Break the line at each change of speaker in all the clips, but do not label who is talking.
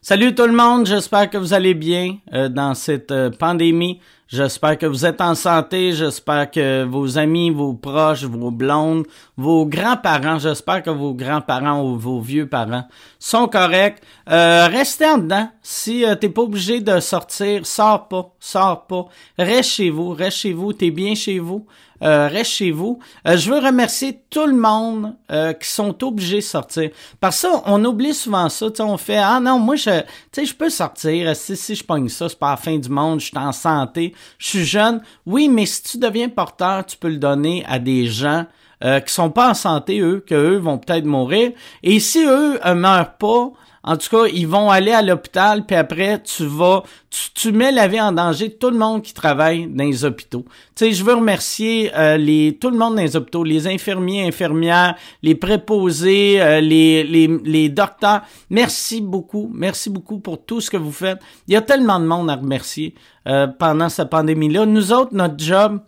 Salut tout le monde, j'espère que vous allez bien euh, dans cette euh, pandémie. J'espère que vous êtes en santé, j'espère que vos amis, vos proches, vos blondes, vos grands-parents, j'espère que vos grands-parents ou vos vieux-parents sont corrects. Euh, restez en dedans. Si euh, t'es pas obligé de sortir, sors pas, sors pas. Reste chez vous, reste chez vous, t'es bien chez vous. Euh, reste chez vous. Euh, je veux remercier tout le monde euh, qui sont obligés de sortir. Parce que ça, on oublie souvent ça. Tu sais, On fait Ah non, moi, je, tu sais, je peux sortir. Euh, Si, si je pogne ça, c'est pas la fin du monde. Je suis en santé. Je suis jeune. Oui, mais si tu deviens porteur, tu peux le donner à des gens euh, qui sont pas en santé, eux, que eux vont peut-être mourir. Et si eux ne meurent pas, en tout cas, ils vont aller à l'hôpital, puis après, tu vas, tu, tu mets la vie en danger de tout le monde qui travaille dans les hôpitaux. Tu sais, je veux remercier euh, les, tout le monde dans les hôpitaux, les infirmiers, infirmières, les préposés, euh, les, les, les docteurs. Merci beaucoup, merci beaucoup pour tout ce que vous faites. Il y a tellement de monde à remercier euh, pendant cette pandémie-là. Nous autres, notre job,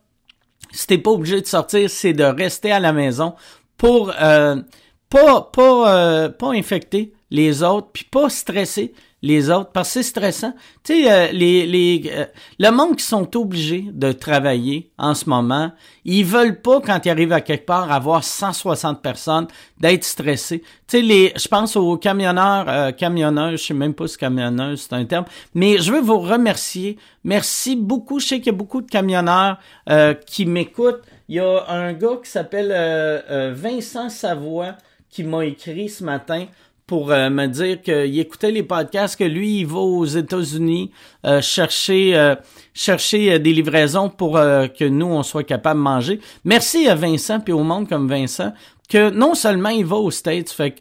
si t'es pas obligé de sortir, c'est de rester à la maison pour euh, pas pas euh, pas infecter les autres, puis pas stresser les autres parce que c'est stressant. Tu sais, euh, les les euh, le monde qui sont obligés de travailler en ce moment, ils veulent pas quand ils arrivent à quelque part avoir 160 personnes d'être stressés. Tu sais, les je pense aux camionneurs, euh, camionneuses, je sais même pas si camionneuse c'est un terme, mais je veux vous remercier. Merci beaucoup. Je sais qu'il y a beaucoup de camionneurs euh, qui m'écoutent. Il y a un gars qui s'appelle euh, euh, Vincent Savoie qui m'a écrit ce matin pour euh, me dire qu'il écoutait les podcasts, que lui, il va aux États-Unis euh, chercher, euh, chercher euh, des livraisons pour euh, que nous, on soit capable de manger. Merci à Vincent, puis au monde comme Vincent, que non seulement il va aux States, fait que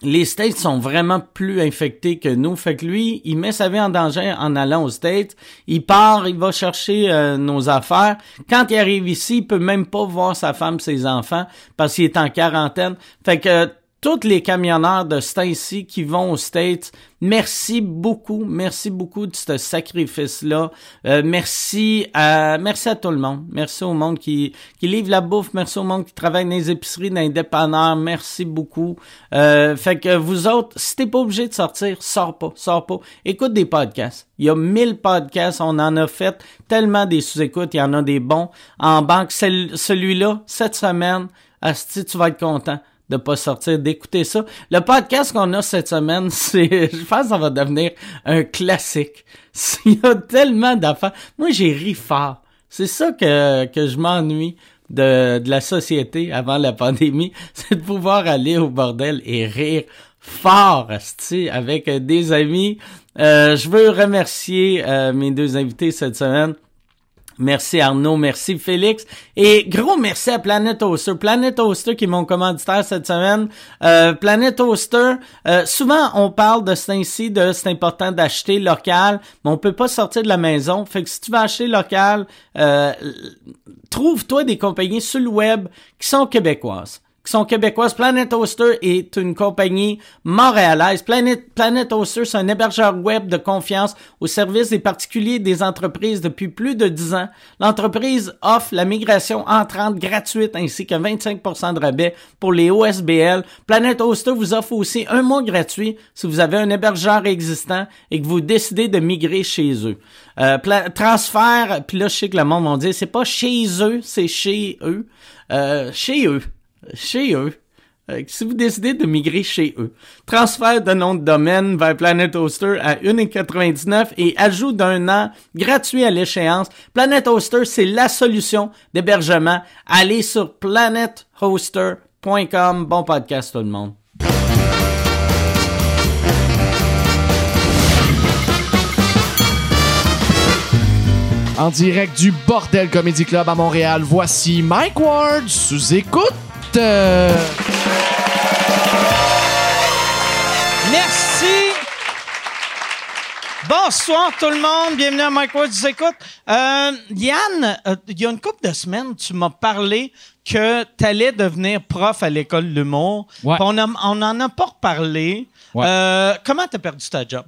les States sont vraiment plus infectés que nous. Fait que lui, il met sa vie en danger en allant aux States. Il part, il va chercher euh, nos affaires. Quand il arrive ici, il peut même pas voir sa femme, ses enfants, parce qu'il est en quarantaine. Fait que euh, tous les camionneurs de Stacy qui vont aux States, merci beaucoup, merci beaucoup de ce sacrifice-là. Euh, merci à Euh, merci à tout le monde. Merci au monde qui, qui livre la bouffe, merci au monde qui travaille dans les épiceries, dans les dépanneurs, merci beaucoup. Euh, fait que vous autres, si t'es pas obligé de sortir, sors pas, sors pas. Écoute des podcasts. Il y a 1000 podcasts, on en a fait tellement des sous-écoutes, il y en a des bons. En banque, cel- celui-là, cette semaine, Asti, tu vas être content de pas sortir, d'écouter ça. Le podcast qu'on a cette semaine, c'est, je pense, que ça va devenir un classique. Il y a tellement d'affaires. Moi, j'ai ri fort. C'est ça que, que je m'ennuie de, de la société avant la pandémie. C'est de pouvoir aller au bordel et rire fort, asti, avec des amis. Euh, je veux remercier euh, mes deux invités cette semaine. Merci Arnaud, merci Félix. Et gros merci à Planet Oster. Planet Oster qui est mon commanditaire cette semaine. Euh, Planet Oster, euh, souvent on parle de ce ainsi, de c'est important d'acheter local, mais on peut pas sortir de la maison. Fait que si tu vas acheter local, euh, trouve-toi des compagnies sur le web qui sont québécoises qui sont québécoises. Planet Oster est une compagnie montréalaise. Planet, Planet Oster, c'est un hébergeur web de confiance au service des particuliers et des entreprises depuis plus de 10 ans. L'entreprise offre la migration entrante gratuite ainsi que 25 de rabais pour les OSBL. Planet Oster vous offre aussi un mois gratuit si vous avez un hébergeur existant et que vous décidez de migrer chez eux. Euh, pla- transfert, puis là, je sais que le monde va dire, c'est pas chez eux, c'est chez eux. Euh, chez eux chez eux. Euh, si vous décidez de migrer chez eux, transfert de nom de domaine vers Planet Hoster à 1,99 et ajout d'un an gratuit à l'échéance. Planet Hoster, c'est la solution d'hébergement. Allez sur planethoster.com. Bon podcast tout le monde.
En direct du Bordel Comedy Club à Montréal, voici Mike Ward sous écoute. Euh,
Merci. Bonsoir tout le monde, bienvenue à Mike Ward, vous écoute. Euh, Yann, euh, il y a une couple de semaines, tu m'as parlé que tu allais devenir prof à l'école de l'humour.
Ouais.
Puis On, a- on en a pas reparlé.
Ouais.
Euh, comment t'as perdu ta job?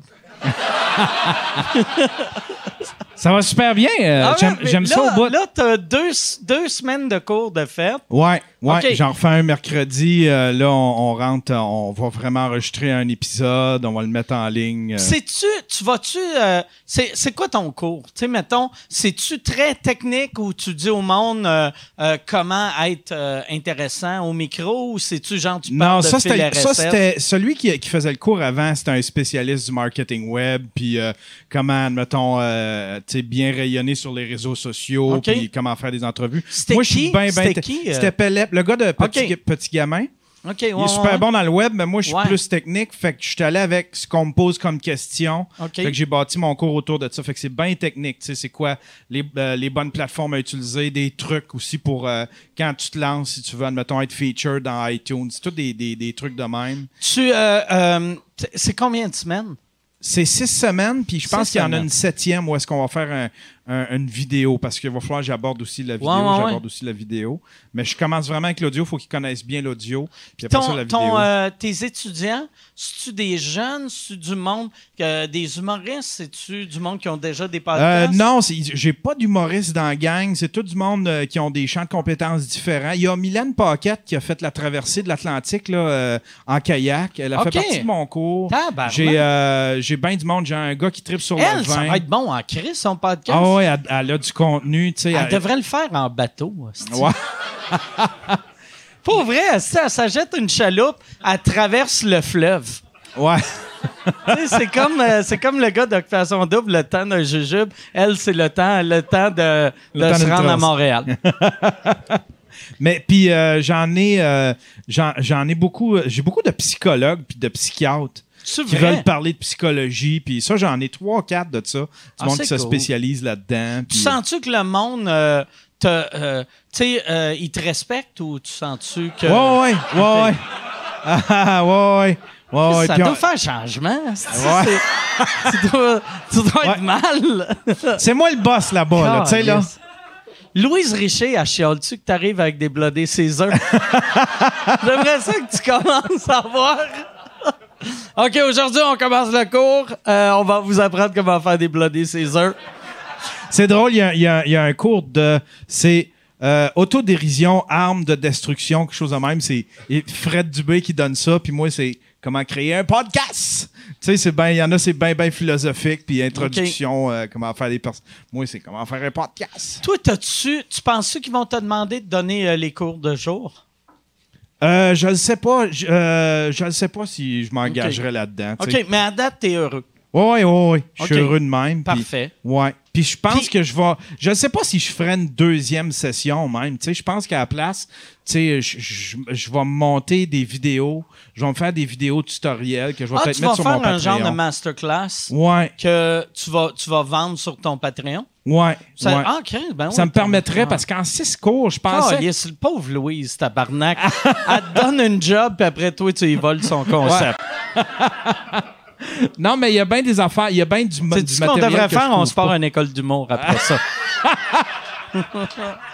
Ça va super bien. euh,
Ah ouais,
j'aime-
mais
J'aime
là,
ça au bout.
Là, t'as deux, deux semaines de cours de fête.
Ouais,
Ouais,
Ok.
j'en refais un mercredi. euh, là, on, on rentre, euh, on va vraiment enregistrer un épisode, on va le mettre en ligne. euh.
Sais-tu, tu vas-tu, euh, c'est c'est quoi ton cours? Tu sais, mettons, c'est-tu très technique où tu dis au monde euh, euh, comment être euh, intéressant au micro ou c'est-tu genre tu
Non,
parles
ça
de fil
c'était,
à
ça
recette?
c'était celui qui, qui faisait le cours avant, c'était un spécialiste du marketing web, puis euh, comment, admettons, euh, tu sais, bien rayonner sur les réseaux sociaux,
Ok.
puis comment faire des entrevues.
C'était
Moi, je suis
qui?
bien, bien.
C'était qui, euh?
C'était Pellet, le gars de Petit,
Ok.
Petit Gamin.
Ok,
Il est super bon dans le web, mais moi, je suis
Ouais.
plus technique. Fait que je suis allé avec ce qu'on me pose comme question.
Ok.
Fait que j'ai bâti mon cours autour de ça. Fait que c'est bien technique. Tu sais, c'est quoi les, euh, les bonnes plateformes à utiliser, des trucs aussi pour euh, quand tu te lances, si tu veux, admettons, être featured dans iTunes. C'est tout des, des, des trucs de même.
Tu, euh, euh, t- c'est combien de semaines?
C'est six semaines, puis je pense
Six
qu'il y en a
semaines.
une septième où est-ce qu'on va faire un- un- une vidéo parce qu'il va falloir que j'aborde aussi la vidéo.
Ouais, ouais,
j'aborde
ouais.
aussi la vidéo. Mais je commence vraiment avec l'audio. Il faut qu'ils connaissent bien l'audio. Puis après ça, la
Ton,
vidéo.
ton, euh, tes étudiants, c'est-tu des jeunes, c'est-tu du monde, euh, des humoristes, c'est-tu du monde qui ont déjà des
Euh,
podcasts?
non, c'est- j'ai pas d'humoriste dans la gang. C'est tout du monde euh, qui ont des champs de compétences différents. Il y a Mylène Paquette qui a fait la traversée de l'Atlantique là, euh, en kayak. Elle a
Ok.
fait partie de mon cours.
Tabarnak.
J'ai euh, j'ai bien du monde. J'ai un gars qui tripe sur le
Elle, ça
vin.
va être bon en crise, son podcast.
ah ouais, elle, elle a du contenu. tu sais,
Elle
elle-
devrait le faire en bateau. hostie.
Ouais.
Pour vrai, hostie, elle s'achète une chaloupe, elle traverse le fleuve.
ouais.
Tu sais, c'est comme, euh, c'est comme le gars d'Occupation Double, le temps d'un jujube. Elle, c'est le temps, le temps de,
Le
de
temps
se
d'une
rendre à
transe.
Montréal.
Mais puis euh, j'en ai, euh, j'en j'en ai beaucoup. euh, J'ai beaucoup de psychologues puis de psychiatres.
C'est
qui
vrai?
veulent parler de psychologie. Puis ça, j'en ai trois, quatre de ça. Du
Ah,
monde
c'est
qui se
cool.
spécialise là-dedans.
Tu
puis-
sens-tu que le monde, euh, te, euh, tu sais, euh, il te respecte ou tu sens-tu que...
Ouais, ouais, ouais, ouais, ouais. Ah, ah, ouais, ouais. ouais, ouais.
ça
Puis
doit
on-
faire un changement. hostie.
Ouais.
C'est- tu dois, tu dois être
Ouais.
mal.
C'est moi le boss là-bas, Oh, là, tu sais, là.
Calisse. Louise Richer, elle chiale-tu que t'arrives avec des blodés César? J'aimerais ça que tu commences à voir. OK, aujourd'hui, on commence le cours. Euh, on va vous apprendre comment faire des blodés César.
C'est drôle, il y a, il y a- il y a un cours de. C'est. euh, autodérision, arme de destruction, quelque chose de même. C'est et Fred Dubé qui donne ça, puis moi, c'est comment créer un podcast. Tu sais, c'est ben, il y en a, c'est bien, bien philosophique, puis introduction, euh, comment faire des personnes. Moi, c'est comment faire un podcast.
Toi, t'as-tu, tu penses-tu qu'ils vont te demander de donner euh, les cours de jour?
Euh, je ne sais pas, je, euh, je ne sais pas si je m'engagerais là-dedans. tu sais.
OK, mais à date, t'es heureux.
Ouais, ouais, ouais. Je suis
Ok.
heureux de même. puis-
Parfait.
ouais. Puis je pense
Puis-
que je vais. Je sais pas si je ferai une deuxième session même. Tu sais, je pense qu'à la place, tu sais, je, je, je vais monter des vidéos. Je vais me faire des vidéos tutoriels que je vais
Ah,
peut-être
tu
mettre
vas
sur
faire un
mon Patreon.
genre de masterclass
Ouais,
que tu vas, tu vas vendre sur ton Patreon?
ouais.
Ça,
ouais.
ah, ok, ben
Ça
ouais,
me permettrait
t'as-
parce qu'en six cours, je
Ah,
pensais.
yes, le pauvre Louise, tabarnak. Elle te donne une job, puis après, toi, tu y voles son concept.
Non, mais il y a bien des affaires. Il y a bien du, ma-
C'est
du
ce qu'on
matériel.
devrait
que je
faire. On
trouve
se part
pas.
une école d'humour après ça.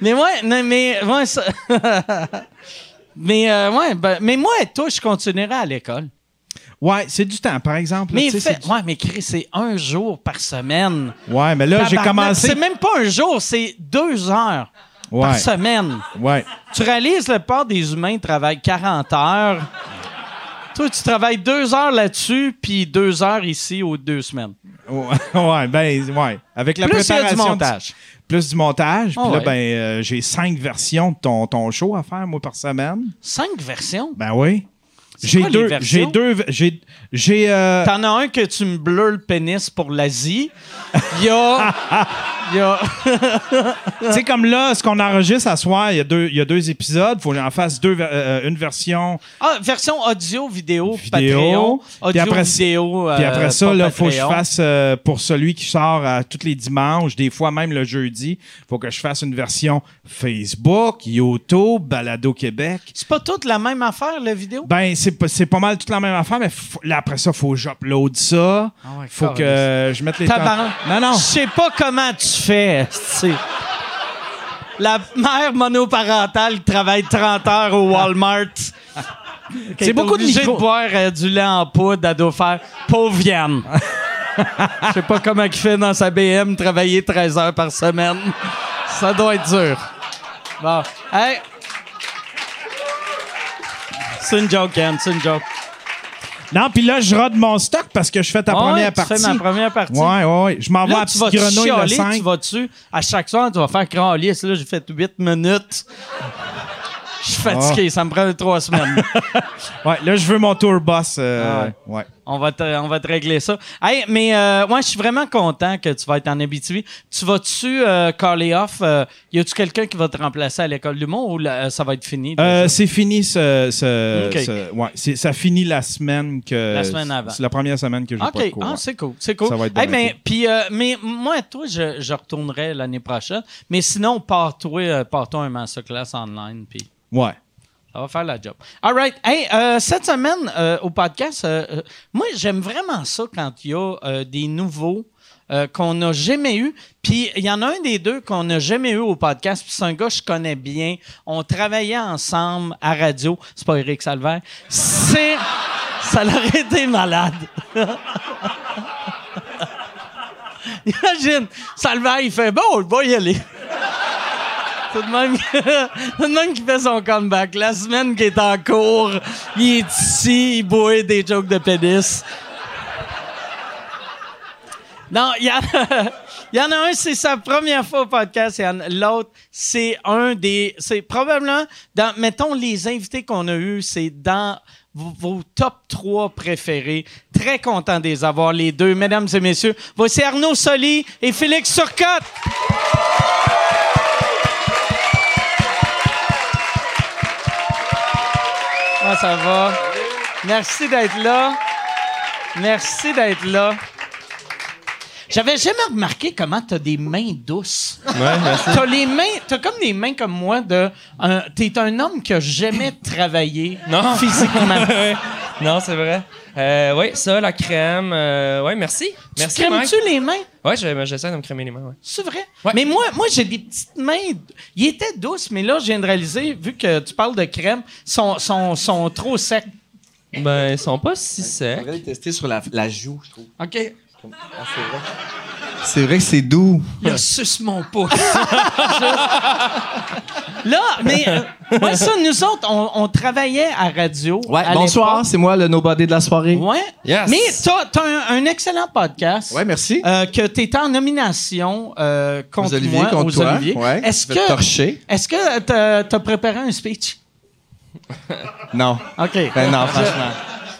mais ouais, non, mais ouais, ça- mais euh, ouais, ben, mais moi et toi, je continuerai à l'école.
Ouais, c'est du temps, par exemple. là,
Mais
tu sais,
fait,
c'est du-
ouais, mais Chris, c'est un jour par semaine.
Ouais, mais là, j'ai
Tabarnak,
commencé.
C'est même pas un jour, c'est deux heures
Ouais,
par semaine.
ouais.
Tu réalises le part des humains travaillent 40 heures. Toi, tu travailles deux heures là-dessus, puis deux heures ici aux deux semaines.
Ouais, ouais, ben, ouais. Avec la
Plus il y a du
préparation.
montage.
plus du montage. Puis
Ah
là,
ouais.
ben, euh, j'ai cinq versions de ton, ton show à faire, moi, par semaine.
Cinq versions?
Ben oui. J'ai
quoi les
deux,
versions?
j'ai deux, j'ai, j'ai, euh,
T'en as un que tu me bleu le pénis pour l'Asie. Il y a... il y a-
tu sais, comme là, ce qu'on enregistre à soir, il y a deux, il y a deux épisodes. Faut que j'en fasse deux, ver- euh, une version.
Ah, version audio, vidéo,
Vidéo.
Patreon. Audio,
Puis après-
vidéo,
Puis
euh,
après ça,
pas
là, faut que je
Patreon.
fasse, euh, pour celui qui sort euh, tous les dimanches, des fois même le jeudi, faut que je fasse une version Facebook, YouTube, Balado Québec.
C'est pas toute la même affaire, la vidéo?
Ben, c'est pas, c'est pas mal toute la même affaire, mais faut- là, après ça, faut que j'upload ça.
Ah ouais,
faut que
carrément.
euh, je mette les
Tabarnak.
temps- Non, non.
Je sais pas comment tu fais. esti. La mère monoparentale qui travaille 30 heures au Walmart. T'es
beaucoup de
obligé
micro-
boire euh, du lait en poudre à dos faire. Pauvre Yann. Je sais pas comment il fait dans sa BM travailler 13 heures par semaine. Ça doit être dur. Bon. Hey. C'est une joke, Yann. C'est une joke.
Non, puis là, je rode mon stock parce que je fais ta
Ouais,
première
tu
partie.
fais ma première partie.
Ouais, ouais, ouais. Je m'en vais à
Là,
la
tu
petite
vas
grenouille le
chialer,
5.
tu vas dessus. À chaque soir, tu vas faire crâlisse. Là, j'ai fait 8 minutes. Je suis fatigué.
Ah.
Ça me prend trois semaines.
Ouais, là, je veux mon tour boss.
Ah
euh, ouais.
On va, te, on va te régler ça. Hey, mais euh, moi, je suis vraiment content que tu vas être en Abitibi. Tu vas-tu euh, caller off? euh, y a-tu quelqu'un qui va te remplacer à l'école du monde ou là, euh, ça va être fini?
Euh,
déjà?
c'est fini ce. ce-
Ok.
ce- ouais, c'est- ça finit la semaine que.
La semaine avant.
C'est la première semaine que je
OK.
pas de cours.
Ah,
ouais.
c'est cool. C'est cool.
Ça va être
Hey,
bon
mais,
été.
puis, euh, mais moi, toi, je, je retournerai l'année prochaine. Mais sinon, pars-toi euh, pars-toi un masterclass online. Puis
Ouais.
Ça va faire la job. All right. Hey, euh, cette semaine, euh, au podcast, euh, euh, moi, j'aime vraiment ça quand il y a euh, des nouveaux euh, qu'on n'a jamais eu. Puis, il y en a un des deux qu'on n'a jamais eu au podcast. Puis, c'est un gars que je connais bien. On travaillait ensemble à radio. C'est pas Eric Salvaire. C'est... Ça l'aurait été malade. Imagine, Salvaire, il fait « Bon, on va y aller. » C'est de même, c'est de même qui fait son comeback. La semaine qui est en cours, il est ici, il boit des jokes de pénis. Non, il y, en a- il y en a un, c'est sa première fois au podcast. il y en a- L'autre, c'est un des. C'est probablement, dans, mettons, les invités qu'on a eus, c'est dans vos, vos top 3 préférés. Très content de les avoir, les deux. Mesdames et messieurs, voici Arnaud Soli et Félix Turcotte. Comment ça va? Merci d'être là. Merci d'être là. J'avais jamais remarqué comment t'as des mains douces. T'as les mains, t'as comme des mains comme moi de, un- t'es un homme qui a jamais travaillé
Non.
physiquement.
Ouais. non, c'est vrai. Euh, oui, ça, la crème. euh, ouais, merci.
tu
Merci,
crèmes-tu
Mike.
les mains?
Ouais, je- ben, j'essaie de me crémer les mains, ouais.
C'est vrai?
Ouais.
Mais moi, moi j'ai des petites mains. Ils étaient douces, mais là, je viens de réaliser, vu que tu parles de crème, sont, sont, sont trop secs.
Ben, ils sont pas si secs.
devrais le tester sur la, la joue, je trouve.
OK.
C'est vrai que c'est doux.
Il a suce mon pouce. Là, mais euh, ouais, ça, nous autres, on, on travaillait à radio.
Ouais,
à
bonsoir,
l'époque.
c'est moi le nobody de la soirée.
Ouais.
Yes.
Mais t'as, t'as un, un excellent podcast.
Ouais, merci.
euh, que tu étais en nomination euh, contre
Aux Olivier,
moi,
contre
aux
toi.
Olivier.
Ouais,
Est-ce
je vais te
que
torcher.
est-ce que t'as, t'as préparé un speech
Non.
Ok.
Ben non, franchement.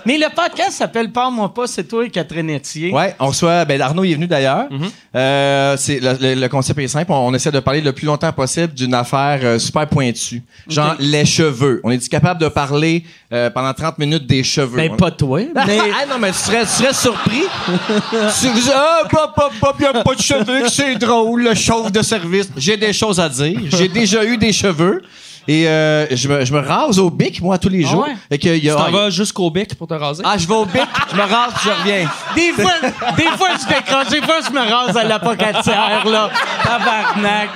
Mais le podcast s'appelle Parle-moi pas, c'est toi et Catherine Etier.
Ouais, on reçoit. Ben, Arnaud il est venu d'ailleurs. Euh, c'est le, le- le concept est simple. On, on essaie de parler le plus longtemps possible d'une affaire euh, super pointue. Genre les cheveux. On est capable de parler euh, pendant 30 minutes des cheveux.
Ben
On-
pas toi, mais
Ah non, mais tu serais, tu serais surpris. tu vous- ah, pas, pas, pas, y a pas de cheveux, que c'est drôle, le chauve de service. J'ai des choses à dire. J'ai déjà eu des cheveux. Et euh, je, me, je me rase au bic, moi, tous les
Ah
jours.
ouais?
Et que, y a-
Tu
ah,
t'en
y a-
vas jusqu'au bec pour te raser?
ah, je vais au bic, je me rase, puis je reviens.
Des fois, des fois, je décroche, des fois, je me rase à la pocatière, là. Tabarnak.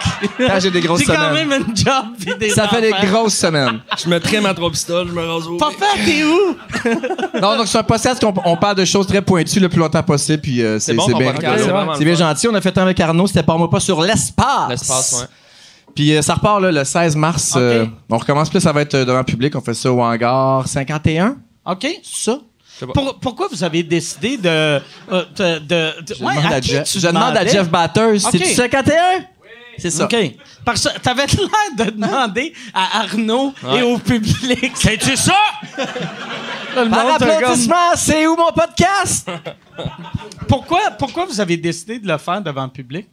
Ah, j'ai des grosses
J'ai quand
semaines.
même une job pis des
Ça fait des
enfants.
grosses semaines.
Je me crème à trois pistoles, je me rase au
Papa, t'es où?
Non, donc c'est un podcast qu'on on parle de choses très pointues le plus longtemps possible. Puis euh, c'est
C'est bon
c'est
ton
bien,
podcast,
rigolo.
c'est vraiment
C'est bien
le fun.
gentil. On a fait un avec Arnaud, c'était pas moi pas sur l'espace.
L'espace, ouais.
Puis euh, ça repart là, le 16 mars.
Ok.
euh, on recommence plus, ça va être euh, devant le public. On fait ça au hangar 51.
OK.
Ça?
C'est bon.
Pour- pourquoi vous avez décidé de. euh, de, de- de-
Je
ouais,
demande, à,
qui
Jeff-
tu
je demande à
demandais?
Jeff Batters.
Ok.
C'est-tu 51? C'est ça.
OK. Parce que t'avais l'air de demander à Arnaud et au public. C'est-tu ça? Le
Par
monde te
applaudissement, c'est où mon podcast?
gomme. Pourquoi, pourquoi vous avez décidé de le faire devant le public?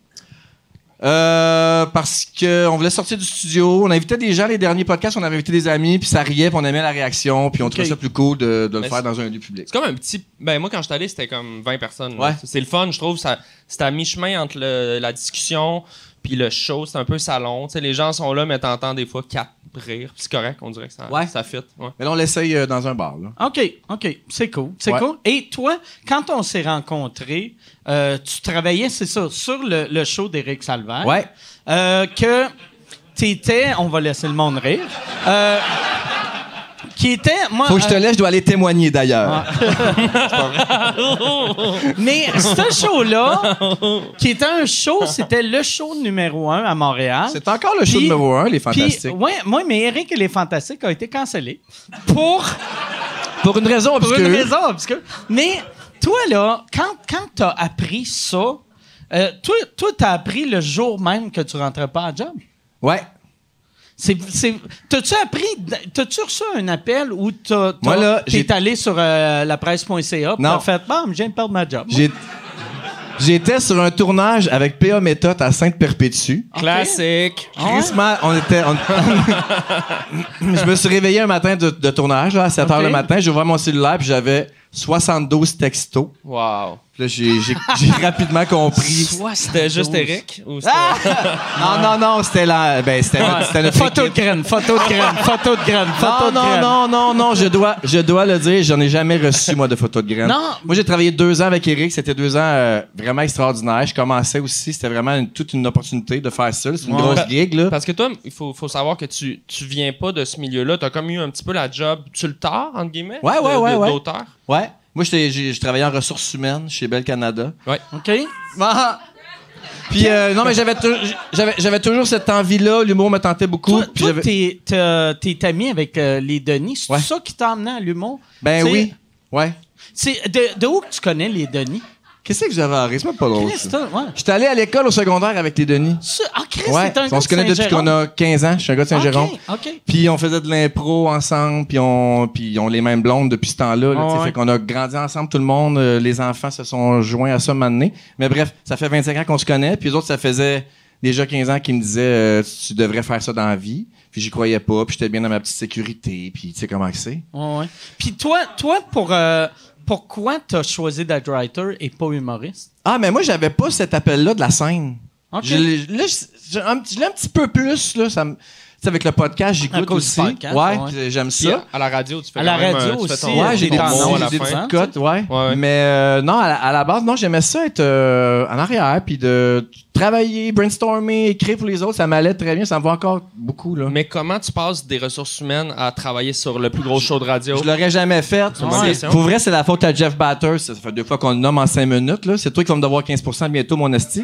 Euh, parce que on voulait sortir du studio. On invitait des gens les derniers podcasts. On avait invité des amis, puis ça riait, puis on aimait la réaction, puis on trouvait ça plus cool de, de le
Mais
faire
c'est-
dans un lieu public.
C'est comme un petit. Ben, moi, quand j'étais allé, c'était comme 20 personnes. là.
Ouais.
C'est le fun, je trouve. Ça... C'était à mi-chemin entre le- la discussion puis le show. C'est un peu salon. Tu sais, les gens sont là, mais t'entends des fois quatre rires. puis C'est correct, on dirait que ça,
Ouais.
ça fit. Ouais.
Mais là, on l'essaye euh, dans un bar. Là.
OK, OK. C'est cool. C'est
Ouais.
cool. Et toi, quand on s'est rencontrés, euh, tu travaillais, c'est ça, sur le, le show d'Éric Salvaire.
Ouais.
Euh, que t'étais... On va laisser le monde rire. Euh, qui était. Moi,
Faut que je te
euh,
laisse, je dois aller témoigner d'ailleurs.
Mais ce show-là, qui était un show, c'était le show numéro un à Montréal.
C'est encore le show
Puis-
numéro un, les
Puis,
Fantastiques.
ouais, moi, mais Eric et les Fantastiques ont été cancellés pour,
pour une raison
pour
obscure.
une raison obscure. Mais toi, là, quand, quand t'as appris ça, euh, toi, toi, t'as appris le jour même que tu rentrais pas à job.
Ouais.
C'est, c'est- t'as-tu appris, t'as-tu reçu un appel ou t'as, t'as-
Moi, là,
t'es
j'ai-
allé sur euh, la presse.ca pis
Non.
t'as fait, bam, je viens de perdre ma job.
J'ai- J'étais sur un tournage avec P.A. Méthode à Sainte-Perpétue.
Classique.
Ah
Crissement, on était. on- je me suis réveillé un matin de, de tournage, là, à 7 h
Ok.
le matin. J'ai ouvert mon cellulaire, puis j'avais 72 textos.
Wow.
Puis là, j'ai- j'ai j'ai rapidement compris.
C'était juste Eric ou c'était-
Ah! Non, non, non, c'était la. Ben, c'était notre, c'était notre
Photo de
équipe.
graines, photo de graines, photo de graines, photo
Non,
de graines.
non, non, non, non, je dois, je dois le dire, j'en ai jamais reçu, moi, de photos de graines.
Non.
Moi, j'ai travaillé deux ans avec Eric, c'était deux ans euh, vraiment extraordinaires. Je commençais aussi, c'était vraiment une- toute une opportunité de faire ça. là. C'est une grosse gig, là.
Parce que toi, il faut, faut savoir que tu, tu viens pas de ce milieu-là. T'as comme eu un petit peu la job, tu le tard, entre guillemets,
Ouais, ouais,
de- de-
ouais, ouais.
d'auteur.
Ouais. Moi, j'étais- j'ai j'ai travaillé en ressources humaines chez Bel Canada.
OK? Ah.
Puis, euh, non, mais j'avais tou- j'avais- j'avais toujours cette envie-là, l'humour me tentait beaucoup.
Toi,
puis
toi,
j'avais-
t'es, t'as- t'es ami avec euh, les Denis. C'est
Ouais.
ça qui t'a amené à l'humour?
ben
T'sais,
oui. Ouais.
c'est- de, de où que tu connais les Denis?
Qu'est-ce que vous avez en rire? Oh, C'est même pas drôle.
Chris,
ça.
toi, ouais.
J'étais allé à l'école au secondaire avec les Denis.
Ça- Ah, Chris,
Ouais,
c'est un gars
on
de
se connaît depuis qu'on
Saint-Jérôme.
a 15 ans. Je suis un gars de Saint-Jérôme.
OK, OK.
Puis on faisait de l'impro ensemble, puis on, puis on les mêmes blondes depuis ce temps-là. là, tu sais. Fait qu'on a grandi ensemble, tout le monde. euh, les enfants se sont joints à ça maintenant. Mais bref, ça fait 25 ans qu'on se connaît. Puis les autres, ça faisait déjà 15 ans qu'ils me disaient euh, Tu devrais faire ça dans la vie. » Puis j'y croyais pas, puis j'étais bien dans ma petite sécurité. Puis tu sais comment que c'est.
Ouais, ouais. Puis toi, toi pour, euh, pourquoi t'as choisi d'être writer et pas humoriste?
Ah, mais moi, j'avais pas cet appel-là de la scène.
Ok.
Je l'ai- là, je- je- un, petit- je l'ai un petit peu plus, là. Ça me- tu sais, avec le podcast,
À
j'écoute
cause du
aussi.
podcast,
ouais,
ouais.
puis j'aime
Puis
ça.
à la radio, tu fais
À
quand
la
même,
radio
euh, tu fais ton-
aussi,
Ouais,
euh,
j'ai
t'es
des
ton
en
petits-
mot à
ondes,
la
j'ai des
fin.
petites cotes, ouais.
ouais.
Mais euh, non, à la, à la base, non, j'aimais ça être euh, en arrière, puis de travailler, brainstormer, écrire pour les autres, ça m'allait très bien, ça me va encore beaucoup, là.
Mais comment tu passes des ressources humaines à travailler sur le plus gros show de radio?
Je l'aurais jamais fait.
une bonne
C'est-
question.
Pour vrai, c'est la faute à Jeff Batters. Ça fait deux fois qu'on le nomme en cinq minutes. là. C'est toi qui vas me devoir 15 bientôt, mon esti.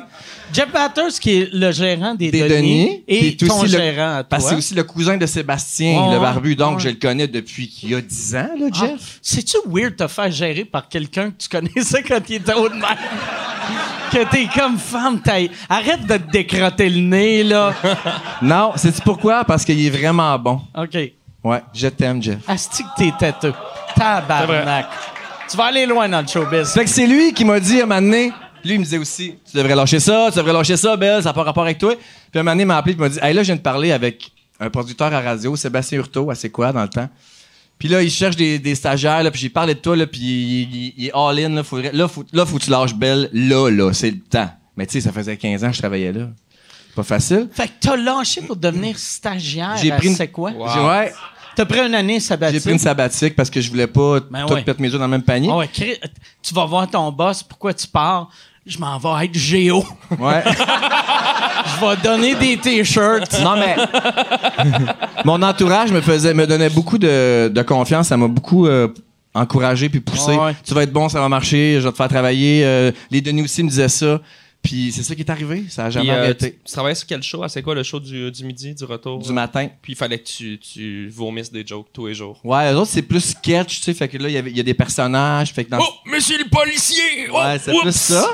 Jeff Batters, qui est le gérant des,
des
Denis,
Denis,
et
qui est
ton
aussi le-
gérant à toi.
Parce que c'est aussi le cousin de Sébastien,
Ouais,
le barbu. Donc,
ouais.
je le connais depuis qu'il y a 10 ans, là,
Ah,
Jeff.
C'est-tu weird de te faire gérer par quelqu'un que tu connaissais quand il était haut de mer? que t'es comme femme, t'as- Arrête de te décrotter le nez, là.
Non, c'est pourquoi? Parce qu'il est vraiment bon.
OK.
Ouais, je t'aime, Jeff.
Asti que t'es têteux. Tabarnak. Tu vas aller loin dans le showbiz.
Fait que c'est lui qui m'a dit à un moment donné, lui, il me disait aussi, tu devrais lâcher ça, tu devrais lâcher ça, Belle, ça n'a pas rapport avec toi. Puis à un moment donné, il m'a appelé, puis il m'a dit, hey, là, je viens de parler avec un producteur à radio, Sébastien Hurtaud, à C'est quoi, dans le temps. Puis là, il cherche des, des stagiaires, là, puis j'ai parlé de toi, là, puis il, il- il est all-in, là, faudrait- là, faut, là, faut que tu lâches Belle, là, là, c'est le temps. Mais tu sais, ça faisait 15 ans que je travaillais là. Pas facile.
Fait que t'as lâché pour devenir stagiaire.
J'ai pris une-
C'est quoi?
Wow.
J'ai- ouais,
T'as pris une année sabbatique.
j'ai pris une sabbatique parce que je voulais pas
Ben
tout
ouais.
perdre mes œufs dans le même panier.
Ah ouais, cri- tu vas voir ton boss, pourquoi tu pars? Je m'en vais être géo.
Ouais.
Je vais donner des t-shirts.
non mais mon entourage me faisait me donnait beaucoup de, de confiance, ça m'a beaucoup euh, encouragé puis poussé.
Ouais, ouais.
Tu vas être bon, ça va marcher, je vais te faire travailler. Euh, les Denis aussi me disaient ça. Puis c'est ça qui est arrivé, ça a jamais
Puis, euh,
arrêté.
tu, tu travaillais sur quel show? Ah, c'est quoi le show du, du midi, du retour?
Du matin.
Puis il fallait que tu, tu vomisses des jokes tous les jours.
Ouais, les autres c'est plus sketch, tu sais, fait que là il y avait- il y a des personnages, fait que
Oh,
dans
monsieur le policier!
Ouais, c'est plus ça.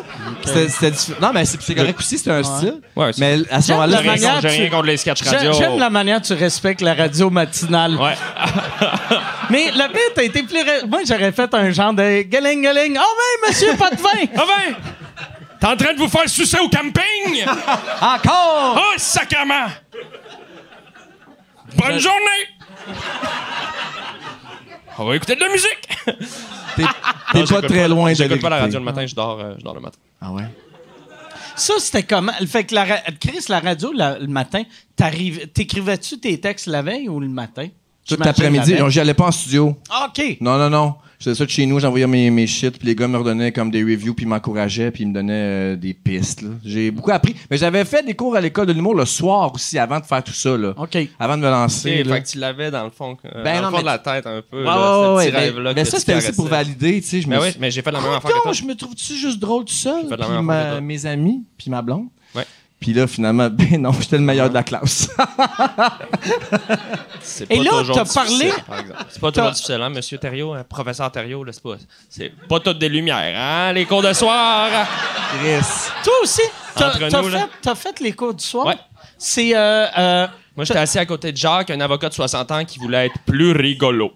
C'était- c'était diffi- Non, mais c'est c'est correct aussi, c'est un style.
Ouais, c'est-
mais à ce
J'aime
moment-là,
la
je me-
manière-
J'ai rien
tu-
contre les sketchs
J'a-
radio.
J'aime la manière dont tu respectes la radio matinale.
Ouais.
Mais la pire, t'as été plus. ra- Moi, j'aurais fait un genre de galing, galing. Oh, ben, monsieur, pas de vin!
Ah ben! T'es en train de vous faire sucer au camping?
Encore!
Oh, sacrement! Bonne journée! On va écouter de la musique!
T'es t'es pas très loin de la
J'écoute pas la
vérité.
radio le matin, je dors, euh, je dors le matin.
Ah ouais?
Ça, c'était comment? Fait que la ra- Chris, la radio, la- le matin, t'arrives- t'écrivais-tu tes textes la veille ou le matin?
Tout
matchais
l'après-midi.
avec.
Donc, J'y allais pas en studio.
OK.
Non, non, non. Je faisais ça de chez nous, j'envoyais mes, mes shit, puis les gars me redonnaient comme des reviews, puis ils m'encourageaient, puis ils me donnaient euh, des pistes. là. J'ai beaucoup appris. Mais j'avais fait des cours à l'école de l'humour le soir aussi, avant de faire tout ça, là.
OK.
avant de me lancer.
C'est
là.
fait que tu l'avais dans le fond, euh,
Ben
dans le
non,
fond
mais-
de la tête un peu,
Ouais,
là,
ouais,
ce
ouais,
petit
mais-
rêve-là.
mais
que
ça,
tu
c'était aussi
caressais.
pour valider, tu sais. Je me
Ben oui,
suis-
mais j'ai fait la même
Ah,
affaire que
non,
toi.
je me trouve-tu juste drôle tout seul?
J'ai fait la
Puis
même affaire que
ma-
toi.
mes amis, puis ma blonde.
Ouais.
Puis là, finalement, ben non, j'étais le meilleur de la classe.
C'est
Et
pas
là,
toujours
t'as
difficile,
parlé-
par exemple. C'est pas toujours difficile, hein, monsieur Thériault, hein, professeur Thériault, là, c'est pas... C'est pas toutes des lumières, hein, les cours de soir. hein.
Chris.
Toi aussi, t'as
Entre
t'as
nous, là.
fait, t'as fait les cours du soir?
Ouais.
C'est. euh, euh,
Moi, j'étais assis à côté de Jacques, un avocat de 60 ans qui voulait être plus rigolo.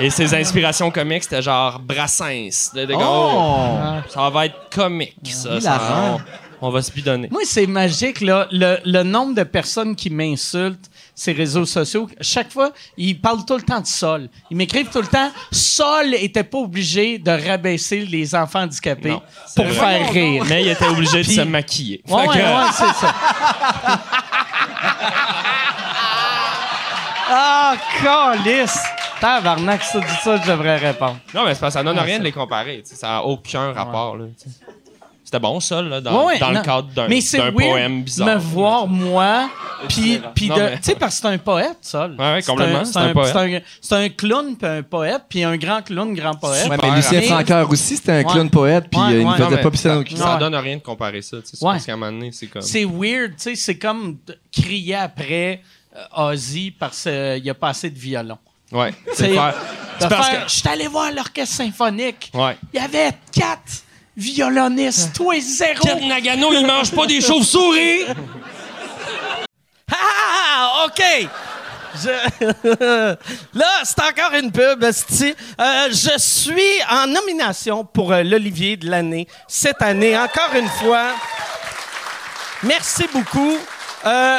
Et ses inspirations comiques, c'était genre Brassens. Des- des gars,
Oh!
oh, Ça va être comique, ça. ça,
Hilarant.
on, on va se bidonner.
Moi, c'est magique, là. Le, le nombre de personnes qui m'insultent, ces réseaux sociaux, chaque fois, ils parlent tout le temps de Sol. Ils m'écrivent tout le temps Sol était pas obligé de rabaisser les enfants handicapés
Non, c'est
pour
vrai.
faire rire.
Mais il était obligé de
Puis-
se maquiller.
Ouais,
Fait
ouais,
que-
ouais, c'est ça. ah, calice! Tabarnak, ça dit ça, je devrais répondre.
Non, mais c'est parce que ça donne rien de les comparer. tu sais, Ça n'a aucun rapport. là, tu sais. C'était bon, ça, là, dans,
Ouais, ouais,
dans le
non.
cadre d'un
Mais c'est
d'un
weird
poème bizarre.
Me voir moi, puis
différent.
puis
Non,
de,
mais-
tu sais parce que c'est un poète ça. là.
Ouais, ouais, complètement,
C'est un,
poète.
c'est un- c'est un clown puis un poète puis un grand clown, grand poète.
Ouais, mais Lucien
Mais-
Francoeur aussi, c'était un
Ouais.
clown poète, puis
Ouais,
euh, il ne
ouais,
Non,
faisait
mais
pas pisser dans le cul.
ça, ça
Ouais.
donne rien de comparer ça. tu sais, c'est
Ouais.
Parce qu'à un moment donné, c'est comme.
C'est weird, tu sais, c'est comme de- crier après euh, Ozzy parce qu'il n'y a pas assez de violon.
Ouais.
Tu sais,
C'est faire-
de
c'est parce que.
faire, Je suis allé voir l'orchestre symphonique.
Ouais.
Il y avait quatre violonistes, toi et zéro.
Ken Nagano, il mange pas des chauves-souris!
Ah, OK. Je- Là, c'est encore une pub, esti. Euh, je suis en nomination pour euh, l'Olivier de l'année cette année, encore une fois. Merci beaucoup. Euh,